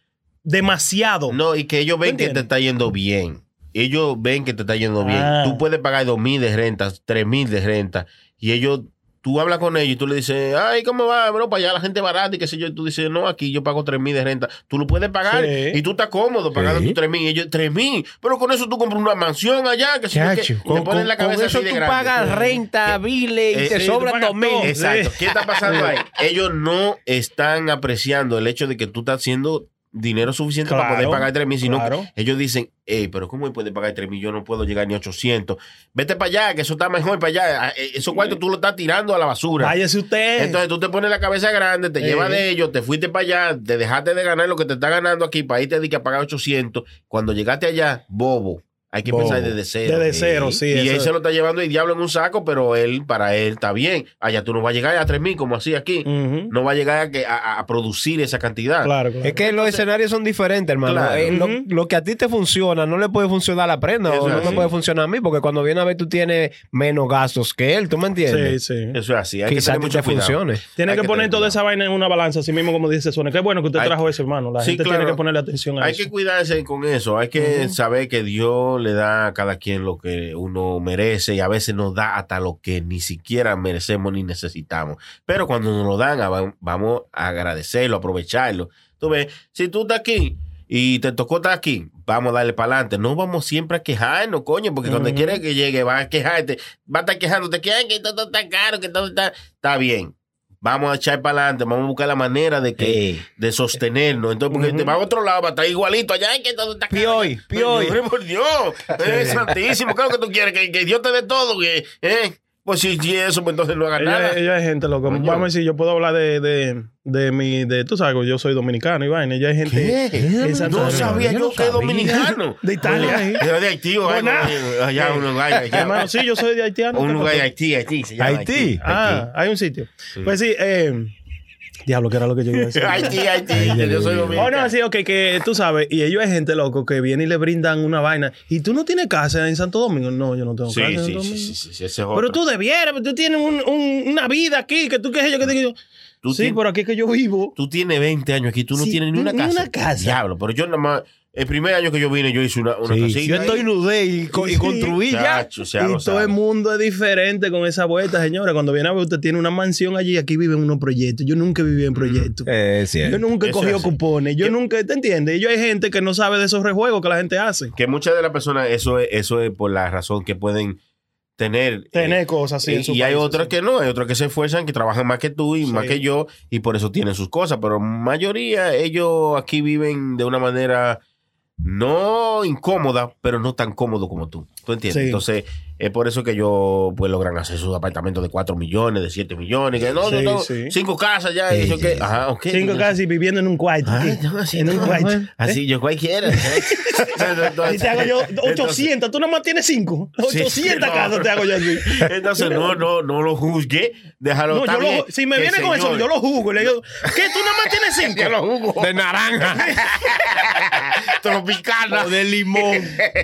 Speaker 7: demasiado.
Speaker 4: No, y que ellos ven que te
Speaker 7: entiendes?
Speaker 4: está yendo bien. Ellos ven que te está yendo bien.
Speaker 7: Ah.
Speaker 4: Tú puedes pagar dos mil de renta, tres mil de renta. Y ellos, tú hablas con ellos y tú le dices, ay, ¿cómo va? Bueno, para allá la gente barata y qué sé yo. Y tú dices, no, aquí yo pago tres mil de renta. Tú lo puedes pagar
Speaker 7: Sí.
Speaker 4: y tú estás cómodo pagando
Speaker 5: Sí.
Speaker 4: tus tres mil. Y ellos, tres mil. Pero con eso tú compras una mansión allá. Que sé yo qué.
Speaker 5: Chacho,
Speaker 4: Y te
Speaker 5: con-
Speaker 4: ponen la
Speaker 5: con- con
Speaker 4: cabeza
Speaker 5: eso
Speaker 4: así de
Speaker 5: tú
Speaker 4: grande.
Speaker 5: pagas
Speaker 4: Sí.
Speaker 5: renta, biles y
Speaker 4: Eh,
Speaker 5: te
Speaker 4: sí, tú
Speaker 5: sobran
Speaker 7: pagas
Speaker 5: dos mil.
Speaker 7: todo.
Speaker 4: Exacto.
Speaker 7: Sí.
Speaker 4: ¿Qué está pasando ahí? Ellos no están apreciando el hecho de que tú estás haciendo dinero suficiente para
Speaker 7: Claro,
Speaker 4: poder pagar 3 mil, sino que
Speaker 7: claro.
Speaker 4: ellos dicen, hey, pero ¿cómo él puede pagar 3 mil? Yo no puedo llegar ni a 800. Vete para allá, que eso está mejor para allá. Eh, Esos cuartos tú lo estás tirando a la basura.
Speaker 7: Váyase usted.
Speaker 4: Entonces tú te pones la cabeza grande, te
Speaker 7: Sí.
Speaker 4: llevas de ellos, te fuiste para allá, te dejaste de ganar lo que te está ganando aquí para irte de que a pagar 800. Cuando llegaste allá, bobo. Hay que
Speaker 5: Bobo.
Speaker 4: empezar desde cero.
Speaker 7: Desde cero, sí,
Speaker 4: Y él
Speaker 7: eso.
Speaker 4: se lo está llevando el diablo en un saco, pero él, para él, está bien. Allá tú no vas a llegar a 3000 como así aquí.
Speaker 7: Ujú.
Speaker 4: No vas a llegar a, que- a- a producir esa cantidad.
Speaker 7: Mm. Claro, claro.
Speaker 5: Es que los escenarios son diferentes, hermano.
Speaker 4: Claro.
Speaker 5: Eh, lo,
Speaker 7: Ujú.
Speaker 5: lo que a ti te funciona no le puede funcionar a la prenda
Speaker 4: Eso
Speaker 5: o no
Speaker 4: es
Speaker 5: me
Speaker 4: así.
Speaker 5: puede funcionar a mí, porque cuando viene a ver tú tienes menos gastos que él, ¿tú me
Speaker 7: Sí,
Speaker 5: entiendes?
Speaker 7: sí.
Speaker 4: Eso es así. Hay que
Speaker 5: Quizás
Speaker 4: tener
Speaker 5: que
Speaker 4: mucho
Speaker 5: te
Speaker 4: cuidado.
Speaker 5: funcione.
Speaker 7: Tiene
Speaker 4: Hay
Speaker 7: que,
Speaker 4: que
Speaker 7: poner
Speaker 4: tener
Speaker 7: toda
Speaker 4: cuidado.
Speaker 7: esa vaina en una balanza, así mismo como dice Sony. Qué bueno que usted
Speaker 4: Hay-
Speaker 7: trajo eso, hermano. La
Speaker 4: Sí,
Speaker 7: gente
Speaker 4: claro.
Speaker 7: tiene que ponerle atención a
Speaker 4: Hay
Speaker 7: eso.
Speaker 4: que cuidarse con eso. Hay que saber que Dios le da a cada quien lo que uno merece y a veces nos da hasta lo que ni siquiera merecemos ni necesitamos. Pero cuando nos lo dan, ava- vamos a agradecerlo, aprovecharlo. Tú ves, si tú estás aquí y te tocó estar aquí, vamos a darle para adelante. No vamos siempre a quejarnos, coño, porque cuando quieres que llegue, vas a quejarte, vas a estar quejándote que, ay, que todo está caro, que todo está. Está bien. Vamos a echar para adelante, vamos a buscar la manera de que de sostenernos. Entonces, porque te va a otro lado, va a estar igualito allá. ay, que todo está
Speaker 5: Pioy,
Speaker 4: caro.
Speaker 5: pioy.
Speaker 4: Pero, Por Dios, es santísimo. ¿Qué es lo que tú quieres? Que, que Dios te dé todo. Que, eh, Pues si, si eso, pues entonces no hagas
Speaker 7: Ella,
Speaker 4: nada.
Speaker 7: ella hay gente, loco.
Speaker 4: Coño.
Speaker 7: Vamos a decir, yo puedo hablar de, de, de mi. De, tú sabes, yo soy dominicano y vaina. Ella hay gente. Esa-
Speaker 4: No sabía yo,
Speaker 5: Yo no
Speaker 4: que
Speaker 5: sabía.
Speaker 4: dominicano.
Speaker 7: De Italia.
Speaker 4: Ay, Era de Haití o algo. eh, Allá, un lugar. allá.
Speaker 7: Eh, Hermano, sí, yo soy de haitiano.
Speaker 4: Un
Speaker 7: ¿qué
Speaker 4: lugar de
Speaker 7: pasó?
Speaker 4: Haití, Haití. se llama
Speaker 5: Haití.
Speaker 7: Ah, hay un sitio. Pues sí, eh, diablo, que era lo que yo iba a decir.
Speaker 4: Haití, Haití. que Yo soy
Speaker 7: Oh, no,
Speaker 4: dominicano.
Speaker 7: sí, ok, que tú sabes. Y ellos hay gente loco que viene y le brindan una vaina. ¿Y tú no tienes casa en Santo Domingo? No, yo no tengo casa
Speaker 4: Sí,
Speaker 7: en Santo
Speaker 4: sí,
Speaker 7: Domingo.
Speaker 4: sí, sí, sí, sí, ese es
Speaker 7: Pero
Speaker 4: otro.
Speaker 7: tú debieras, pero tú tienes un- un- una vida aquí, que tú qué sé yo, que te- que yo.
Speaker 4: Tú
Speaker 7: sí,
Speaker 4: tienes-
Speaker 7: pero aquí es que yo vivo.
Speaker 4: Tú tienes 20 años aquí, tú no
Speaker 7: Sí,
Speaker 4: tienes ni una
Speaker 7: ni
Speaker 4: casa.
Speaker 7: una casa.
Speaker 4: Diablo, pero yo nada más. El primer año que yo vine, yo hice una, una
Speaker 5: Sí.
Speaker 4: casita
Speaker 5: Yo
Speaker 4: ahí.
Speaker 5: estoy nudé y, co- y
Speaker 7: Sí.
Speaker 5: construí ya.
Speaker 4: Chacho, se ha
Speaker 7: Y todo
Speaker 4: gozado.
Speaker 7: el mundo es diferente con esa vuelta, señora. Cuando viene a ver, usted tiene una mansión allí, aquí viven unos proyectos. Yo nunca viví en proyectos.
Speaker 5: Eh, es cierto.
Speaker 7: Yo nunca he
Speaker 4: Eso
Speaker 7: cogido
Speaker 4: es así.
Speaker 7: cupones. Yo
Speaker 4: Yo-
Speaker 7: nunca, ¿te entiendes? Y yo hay gente que no sabe de esos rejuegos que la gente hace.
Speaker 4: Que muchas de las personas, eso es, eso es por la razón que pueden tener. eh,
Speaker 7: Tener cosas así.
Speaker 4: y,
Speaker 7: en su
Speaker 4: y hay
Speaker 7: país,
Speaker 4: otras
Speaker 7: así.
Speaker 4: que no, hay otras que se esfuerzan, que trabajan más que tú y más que yo, y por eso tienen sus cosas. Pero mayoría, ellos aquí viven de una manera no incómoda, pero no tan cómodo como tú. ¿Tú entiendes?
Speaker 7: Sí.
Speaker 4: Entonces, es por eso que yo, pues, logran hacer sus apartamentos de 4 millones, de 7 millones, que no, no,
Speaker 7: Sí,
Speaker 4: no,
Speaker 7: sí.
Speaker 4: cinco casas ya, y eso que, ajá, ok.
Speaker 7: Cinco casi viviendo en un cuarto.
Speaker 4: Ah,
Speaker 7: ¿sí?
Speaker 4: no, así
Speaker 7: en un
Speaker 4: no,
Speaker 7: cuarto. Eh,
Speaker 4: bueno. Así yo cualquiera. ¿eh?
Speaker 7: Ahí te hago yo
Speaker 4: Entonces-
Speaker 7: 800, tú nomás tienes 5.
Speaker 4: Sí.
Speaker 7: 800 casas te hago yo así.
Speaker 4: Entonces, no, no, no lo juzgue. Déjalo
Speaker 7: No,
Speaker 4: está
Speaker 7: yo lo-
Speaker 4: bien,
Speaker 7: si me
Speaker 4: que
Speaker 7: viene con eso,
Speaker 4: señor.
Speaker 7: yo lo jugo. y Le digo, ¿qué? ¿Tú nomás tienes 5?
Speaker 4: Yo lo jugo.
Speaker 5: De naranja.
Speaker 4: Tropicana.
Speaker 5: o de limón.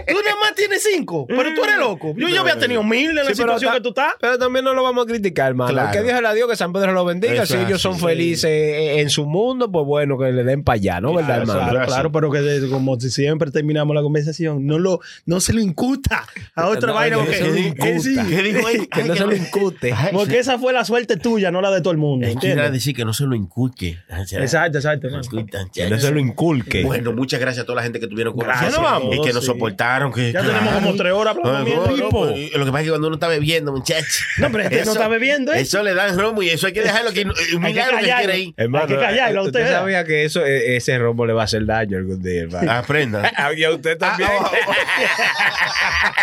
Speaker 7: Tú nomás tienes 5. Pero tú eres
Speaker 4: Mm.
Speaker 7: loco. Yo ya había tenido mil en la
Speaker 5: Sí, pero
Speaker 7: situación
Speaker 5: ta-
Speaker 7: que tú estás.
Speaker 5: Pero también no lo vamos a criticar, hermano.
Speaker 4: Claro.
Speaker 5: Que Dios le dio, que San Pedro lo bendiga.
Speaker 4: Eso
Speaker 5: si
Speaker 4: es
Speaker 5: ellos
Speaker 4: así,
Speaker 5: son
Speaker 4: sí.
Speaker 5: felices en su mundo, pues bueno, que le den para allá, ¿no? ¿Verdad,
Speaker 4: Claro,
Speaker 5: hermano?
Speaker 4: claro,
Speaker 7: Claro,
Speaker 4: Ah, Gracias.
Speaker 7: Pues, claro, pero que de- como si siempre terminamos la conversación, no lo, no se lo incuta a otra
Speaker 5: No,
Speaker 7: vaina
Speaker 5: que
Speaker 7: porque,
Speaker 5: se lo
Speaker 7: que
Speaker 5: incuta.
Speaker 7: sí,
Speaker 4: ¿Qué dijo él?
Speaker 5: Que no se lo incute.
Speaker 4: Ay,
Speaker 7: porque esa fue la suerte tuya, no la de todo el mundo.
Speaker 4: Eh,
Speaker 7: ¿entiendes?
Speaker 4: Quiere decir que no se lo inculque. O sea,
Speaker 7: Exacto, exacto.
Speaker 4: no se lo inculque.
Speaker 5: Que no se lo inculque.
Speaker 4: Bueno, muchas gracias a toda la gente que tuvieron con
Speaker 7: Gracias
Speaker 4: nosotros
Speaker 7: a todos,
Speaker 4: y que nos
Speaker 7: sí.
Speaker 4: soportaron. Que,
Speaker 7: Ya tenemos como tres horas hablando
Speaker 4: Ay, pues,
Speaker 7: mierda,
Speaker 4: no,
Speaker 7: loco.
Speaker 4: no, y Lo que pasa es que cuando uno está bebiendo, muchachos.
Speaker 7: No, pero este no está bebiendo, ¿eh?
Speaker 4: Eso le dan romo y eso hay que dejarlo que un
Speaker 7: Hay que
Speaker 4: milagro que
Speaker 7: callarlo.
Speaker 4: quiere ir.
Speaker 5: Hermano,
Speaker 7: Hay que callarlo a
Speaker 5: usted.
Speaker 7: usted.
Speaker 5: sabía que eso, e- ese rombo le va a hacer daño algún día, hermano.
Speaker 4: Aprenda.
Speaker 5: y a usted
Speaker 4: Ah,
Speaker 5: también.
Speaker 4: oh.
Speaker 2: Ah,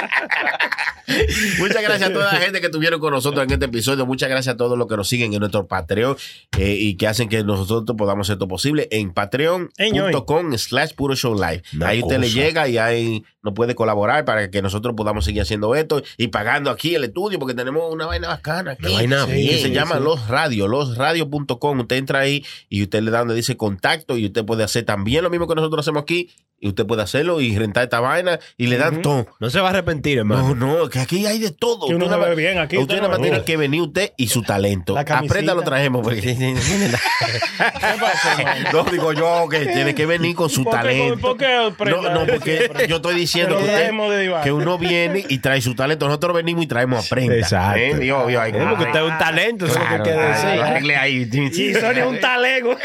Speaker 2: oh.
Speaker 4: Muchas gracias a toda la gente que estuvieron con nosotros en este episodio. Muchas gracias a todos los que nos siguen en nuestro Patreon eh, y que hacen que nosotros podamos hacer esto posible en patreon.com slash puro show live.
Speaker 2: Una
Speaker 4: Ahí usted le
Speaker 2: cosa.
Speaker 4: llega y ahí nos puede colaborar para que nosotros podamos seguir haciendo esto y pagando aquí el estudio porque tenemos una vaina bacana. Aquí,
Speaker 5: Una vaina
Speaker 4: que
Speaker 5: bien,
Speaker 4: se llama Los Radio, losradio.com. Usted entra ahí y usted le da donde dice contacto y usted puede hacer también lo mismo que nosotros hacemos aquí. Y usted puede hacerlo y rentar esta vaina y le dan todo.
Speaker 5: No se va a arrepentir, hermano. Eh,
Speaker 4: No, no, que aquí hay de todo.
Speaker 7: Que uno
Speaker 4: Usted
Speaker 7: se
Speaker 4: nada
Speaker 7: ve
Speaker 4: más-
Speaker 7: bien aquí.
Speaker 4: Usted nada más tiene que venir usted y su talento.
Speaker 7: La camisita.
Speaker 4: Aprenda lo trajemos. Porque... no, digo yo que tiene que venir con su
Speaker 7: ¿Por qué-
Speaker 4: talento.
Speaker 7: por qué
Speaker 4: no,
Speaker 7: prenda?
Speaker 4: no, porque yo estoy diciendo
Speaker 7: Pero
Speaker 4: que,
Speaker 7: traemos de Iván.
Speaker 4: que uno viene y trae su talento. Nosotros venimos y traemos aprenda.
Speaker 5: Exacto.
Speaker 4: ¿Eh? Dios, Dios, ay,
Speaker 5: Es porque usted es un talento, eso es lo que
Speaker 4: Claro,
Speaker 5: quiere
Speaker 4: ay,
Speaker 5: decir.
Speaker 4: arregle ahí.
Speaker 7: Y Sony es un talego.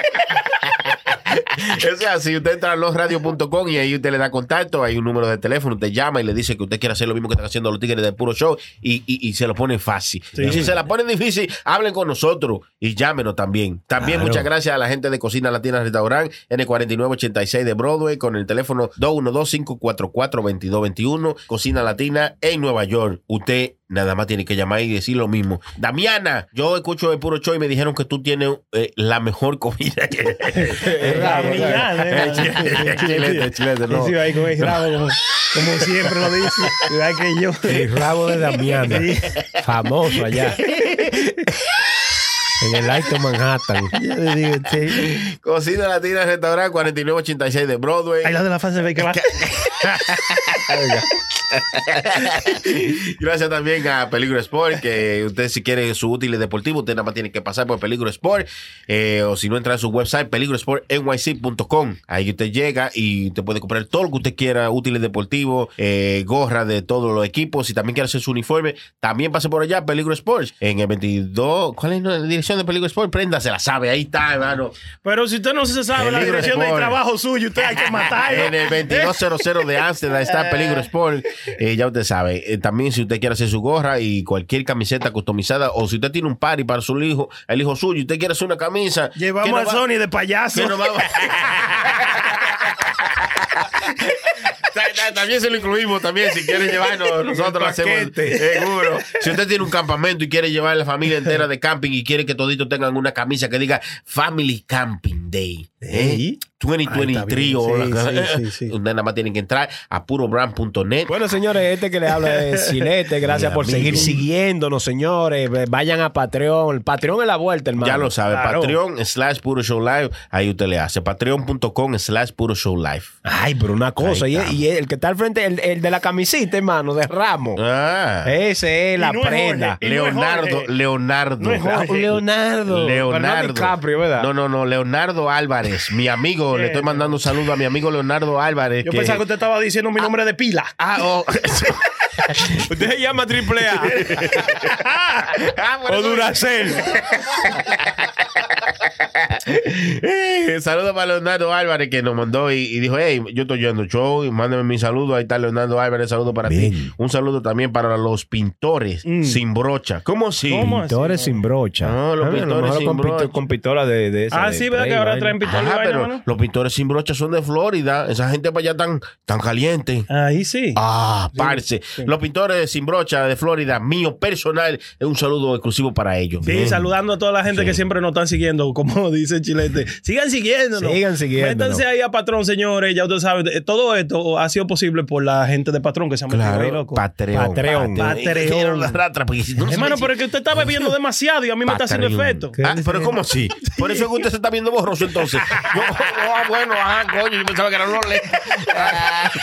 Speaker 4: O sea, si usted entra a losradio.com y ahí usted le da contacto, hay un número de teléfono, usted llama y le dice que usted quiere hacer lo mismo que están haciendo los tigres del puro show y, y- y se lo pone fácil. y si se la ponen difícil, hablen con nosotros y llámenos también. También
Speaker 5: Claro.
Speaker 4: muchas gracias a la gente de Cocina Latina Restaurant en el 4986 de Broadway con el teléfono 212-544-2221, Cocina Latina en Nueva York. Usted nada más tiene que llamar y decir lo mismo. Damiana, yo escucho el puro show y me dijeron que tú tienes eh, la mejor comida que...
Speaker 7: Eh,
Speaker 4: Chilete, chilete, chilete, no.
Speaker 7: Y eh. sí, ahí con el rabo, como, como siempre lo dice. Igual que yo.
Speaker 5: El rabo de Damiana. Famoso allá. En el Alto Manhattan.
Speaker 7: Yo le digo, sí.
Speaker 4: Cocina Latina Restaurant 4986 de Broadway.
Speaker 7: Ahí la de la fase ve que va.
Speaker 4: Gracias también a Peligro Sport, que usted si quiere su útil y deportivo, usted nada más tiene que pasar por Peligro Sport, eh, o si no entra a su website, peligrosportnyc.com. Ahí usted llega y te puede comprar todo lo que usted quiera, útiles deportivos, eh, gorra de todos los equipos, si también quiere hacer su uniforme, también pase por allá, Peligro Sports, en el 22, ¿cuál es la dirección de Peligro Sport? Prenda, se la sabe, ahí está, hermano.
Speaker 7: Pero si usted no se sabe la
Speaker 4: Peligro
Speaker 7: dirección del
Speaker 4: Sport.
Speaker 7: trabajo suyo, usted hay que matarlo.
Speaker 4: En el 2200 de Amsterdam está Peligro Sport. Eh, ya usted sabe. Eh, también si usted quiere hacer su gorra y cualquier camiseta customizada o si usted tiene un party para su hijo, el hijo suyo, y usted quiere hacer una camisa. que no
Speaker 7: Llevamos a
Speaker 4: va-
Speaker 7: Sony de payaso.
Speaker 4: que no va- Ta- ta- También se lo incluimos también si quiere llevarnos nosotros lo hacemos eh, seguro. Si usted tiene un campamento y quiere llevar a la familia entera de camping y quiere que toditos tengan una camisa que diga Family Camping Day. ¿eh? 2023 o
Speaker 7: Ah, está bien.
Speaker 4: la-
Speaker 7: Sí, sí, sí, sí.
Speaker 4: Ustedes nada más tienen que entrar a purobrand.net.
Speaker 5: Bueno, señores, este que le habla es Silete. Gracias
Speaker 4: Mi
Speaker 5: por
Speaker 4: amigo.
Speaker 5: seguir siguiéndonos, señores. Vayan a Patreon. El Patreon es la vuelta, hermano.
Speaker 4: Ya lo sabe,
Speaker 5: Claro.
Speaker 4: Patreon slash Puro Show Live, ahí usted le hace, patreon.com slash Puro Show Live.
Speaker 5: Ay, pero una cosa.
Speaker 4: Ahí
Speaker 5: Y,
Speaker 4: estamos.
Speaker 5: y el que está al frente, el, el de la camisita, hermano, de Ramo.
Speaker 4: Ah,
Speaker 5: Ese es la
Speaker 7: Y no es
Speaker 5: prenda.
Speaker 7: Jorge. Y no es
Speaker 4: Leonardo,
Speaker 7: Jorge.
Speaker 4: Leonardo.
Speaker 7: No es Jorge.
Speaker 5: Ah, Leonardo. Pero no
Speaker 4: Leonardo.
Speaker 5: DiCaprio, ¿verdad?
Speaker 4: No, no, no, Leonardo Álvarez, mi amigo, le estoy mandando un saludo a mi amigo Leonardo Álvarez.
Speaker 7: Yo
Speaker 4: que-
Speaker 7: pensaba que usted estaba diciendo mi nombre de pila.
Speaker 4: Ah, oh.
Speaker 5: Usted se llama Triple A
Speaker 4: Ah, por eso-
Speaker 5: Duracel.
Speaker 4: Eh, Saludos para Leonardo Álvarez que nos mandó y, y dijo, hey, yo estoy yendo show, y mándame mi saludo. Ahí está Leonardo Álvarez, saludo para ti. Un saludo también para los pintores sin brocha. ¿Cómo sí?
Speaker 5: Pintores sin brocha.
Speaker 4: No, los
Speaker 5: Ah, a lo
Speaker 4: pintores
Speaker 5: mejor
Speaker 4: sin
Speaker 5: con pito-
Speaker 4: brocha.
Speaker 5: Con pistola de, de esa
Speaker 4: Ah,
Speaker 5: de
Speaker 4: sí, ¿verdad
Speaker 5: spray,
Speaker 4: que ahora
Speaker 5: vaina.
Speaker 4: traen pistola y
Speaker 5: Ajá,
Speaker 4: vaina,
Speaker 5: pero
Speaker 4: mano? Los pintores sin brocha son de Florida. Esa gente para allá tan, tan caliente.
Speaker 7: Ahí sí.
Speaker 4: Ah, parce. Los pintores sin brocha de Florida, mío personal, es un saludo exclusivo para ellos.
Speaker 7: Sí,
Speaker 4: Bien.
Speaker 7: saludando a toda la gente que siempre nos están siguiendo, como dice Chilete. Sigan siguiéndonos.
Speaker 5: Sigan siguiéndonos.
Speaker 7: Métanse ahí a Patrón, señores. Ya ustedes saben, eh, todo esto ha sido posible por la gente de Patrón que se ha metido
Speaker 4: Claro,
Speaker 7: ahí, loco.
Speaker 4: Patreon.
Speaker 7: Patreon.
Speaker 4: Patreon.
Speaker 7: Patreon. Hermano, pero es que usted está bebiendo demasiado y a mí me está haciendo efecto.
Speaker 4: Ah, pero ¿cómo así? Por eso es que usted se está viendo borroso entonces. Yo, ah, bueno, ah, coño, yo pensaba que eran los lentes. Ah.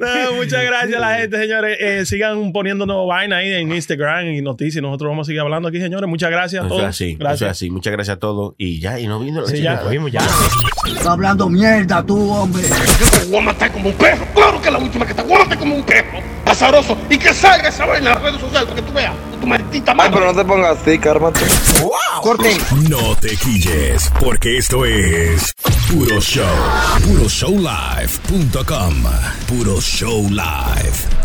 Speaker 7: No, muchas gracias a la gente, señores. Eh, sigan poniéndonos vaina ahí en Instagram y noticias. Nosotros vamos a seguir hablando aquí, señores. Muchas gracias a
Speaker 4: Eso
Speaker 7: todos.
Speaker 4: es Pues así, eso es
Speaker 7: Oh, gracias.
Speaker 4: así. Muchas gracias a todos. Y ya, y no vino. pues.
Speaker 7: Sí, ya.
Speaker 4: ya.
Speaker 11: Está hablando mierda tú, hombre.
Speaker 12: Yo te voy a matar como un perro. Claro que la última que te voy a matar como un perro. Azaroso. Y que salga esa vaina en las redes sociales para que tú veas. Tu maldita madre.
Speaker 13: pero no te pongas así, cármate.
Speaker 12: Corte.
Speaker 2: No te quilles, porque esto es Puro Show. PuroShowLive.com. Puro Show Live.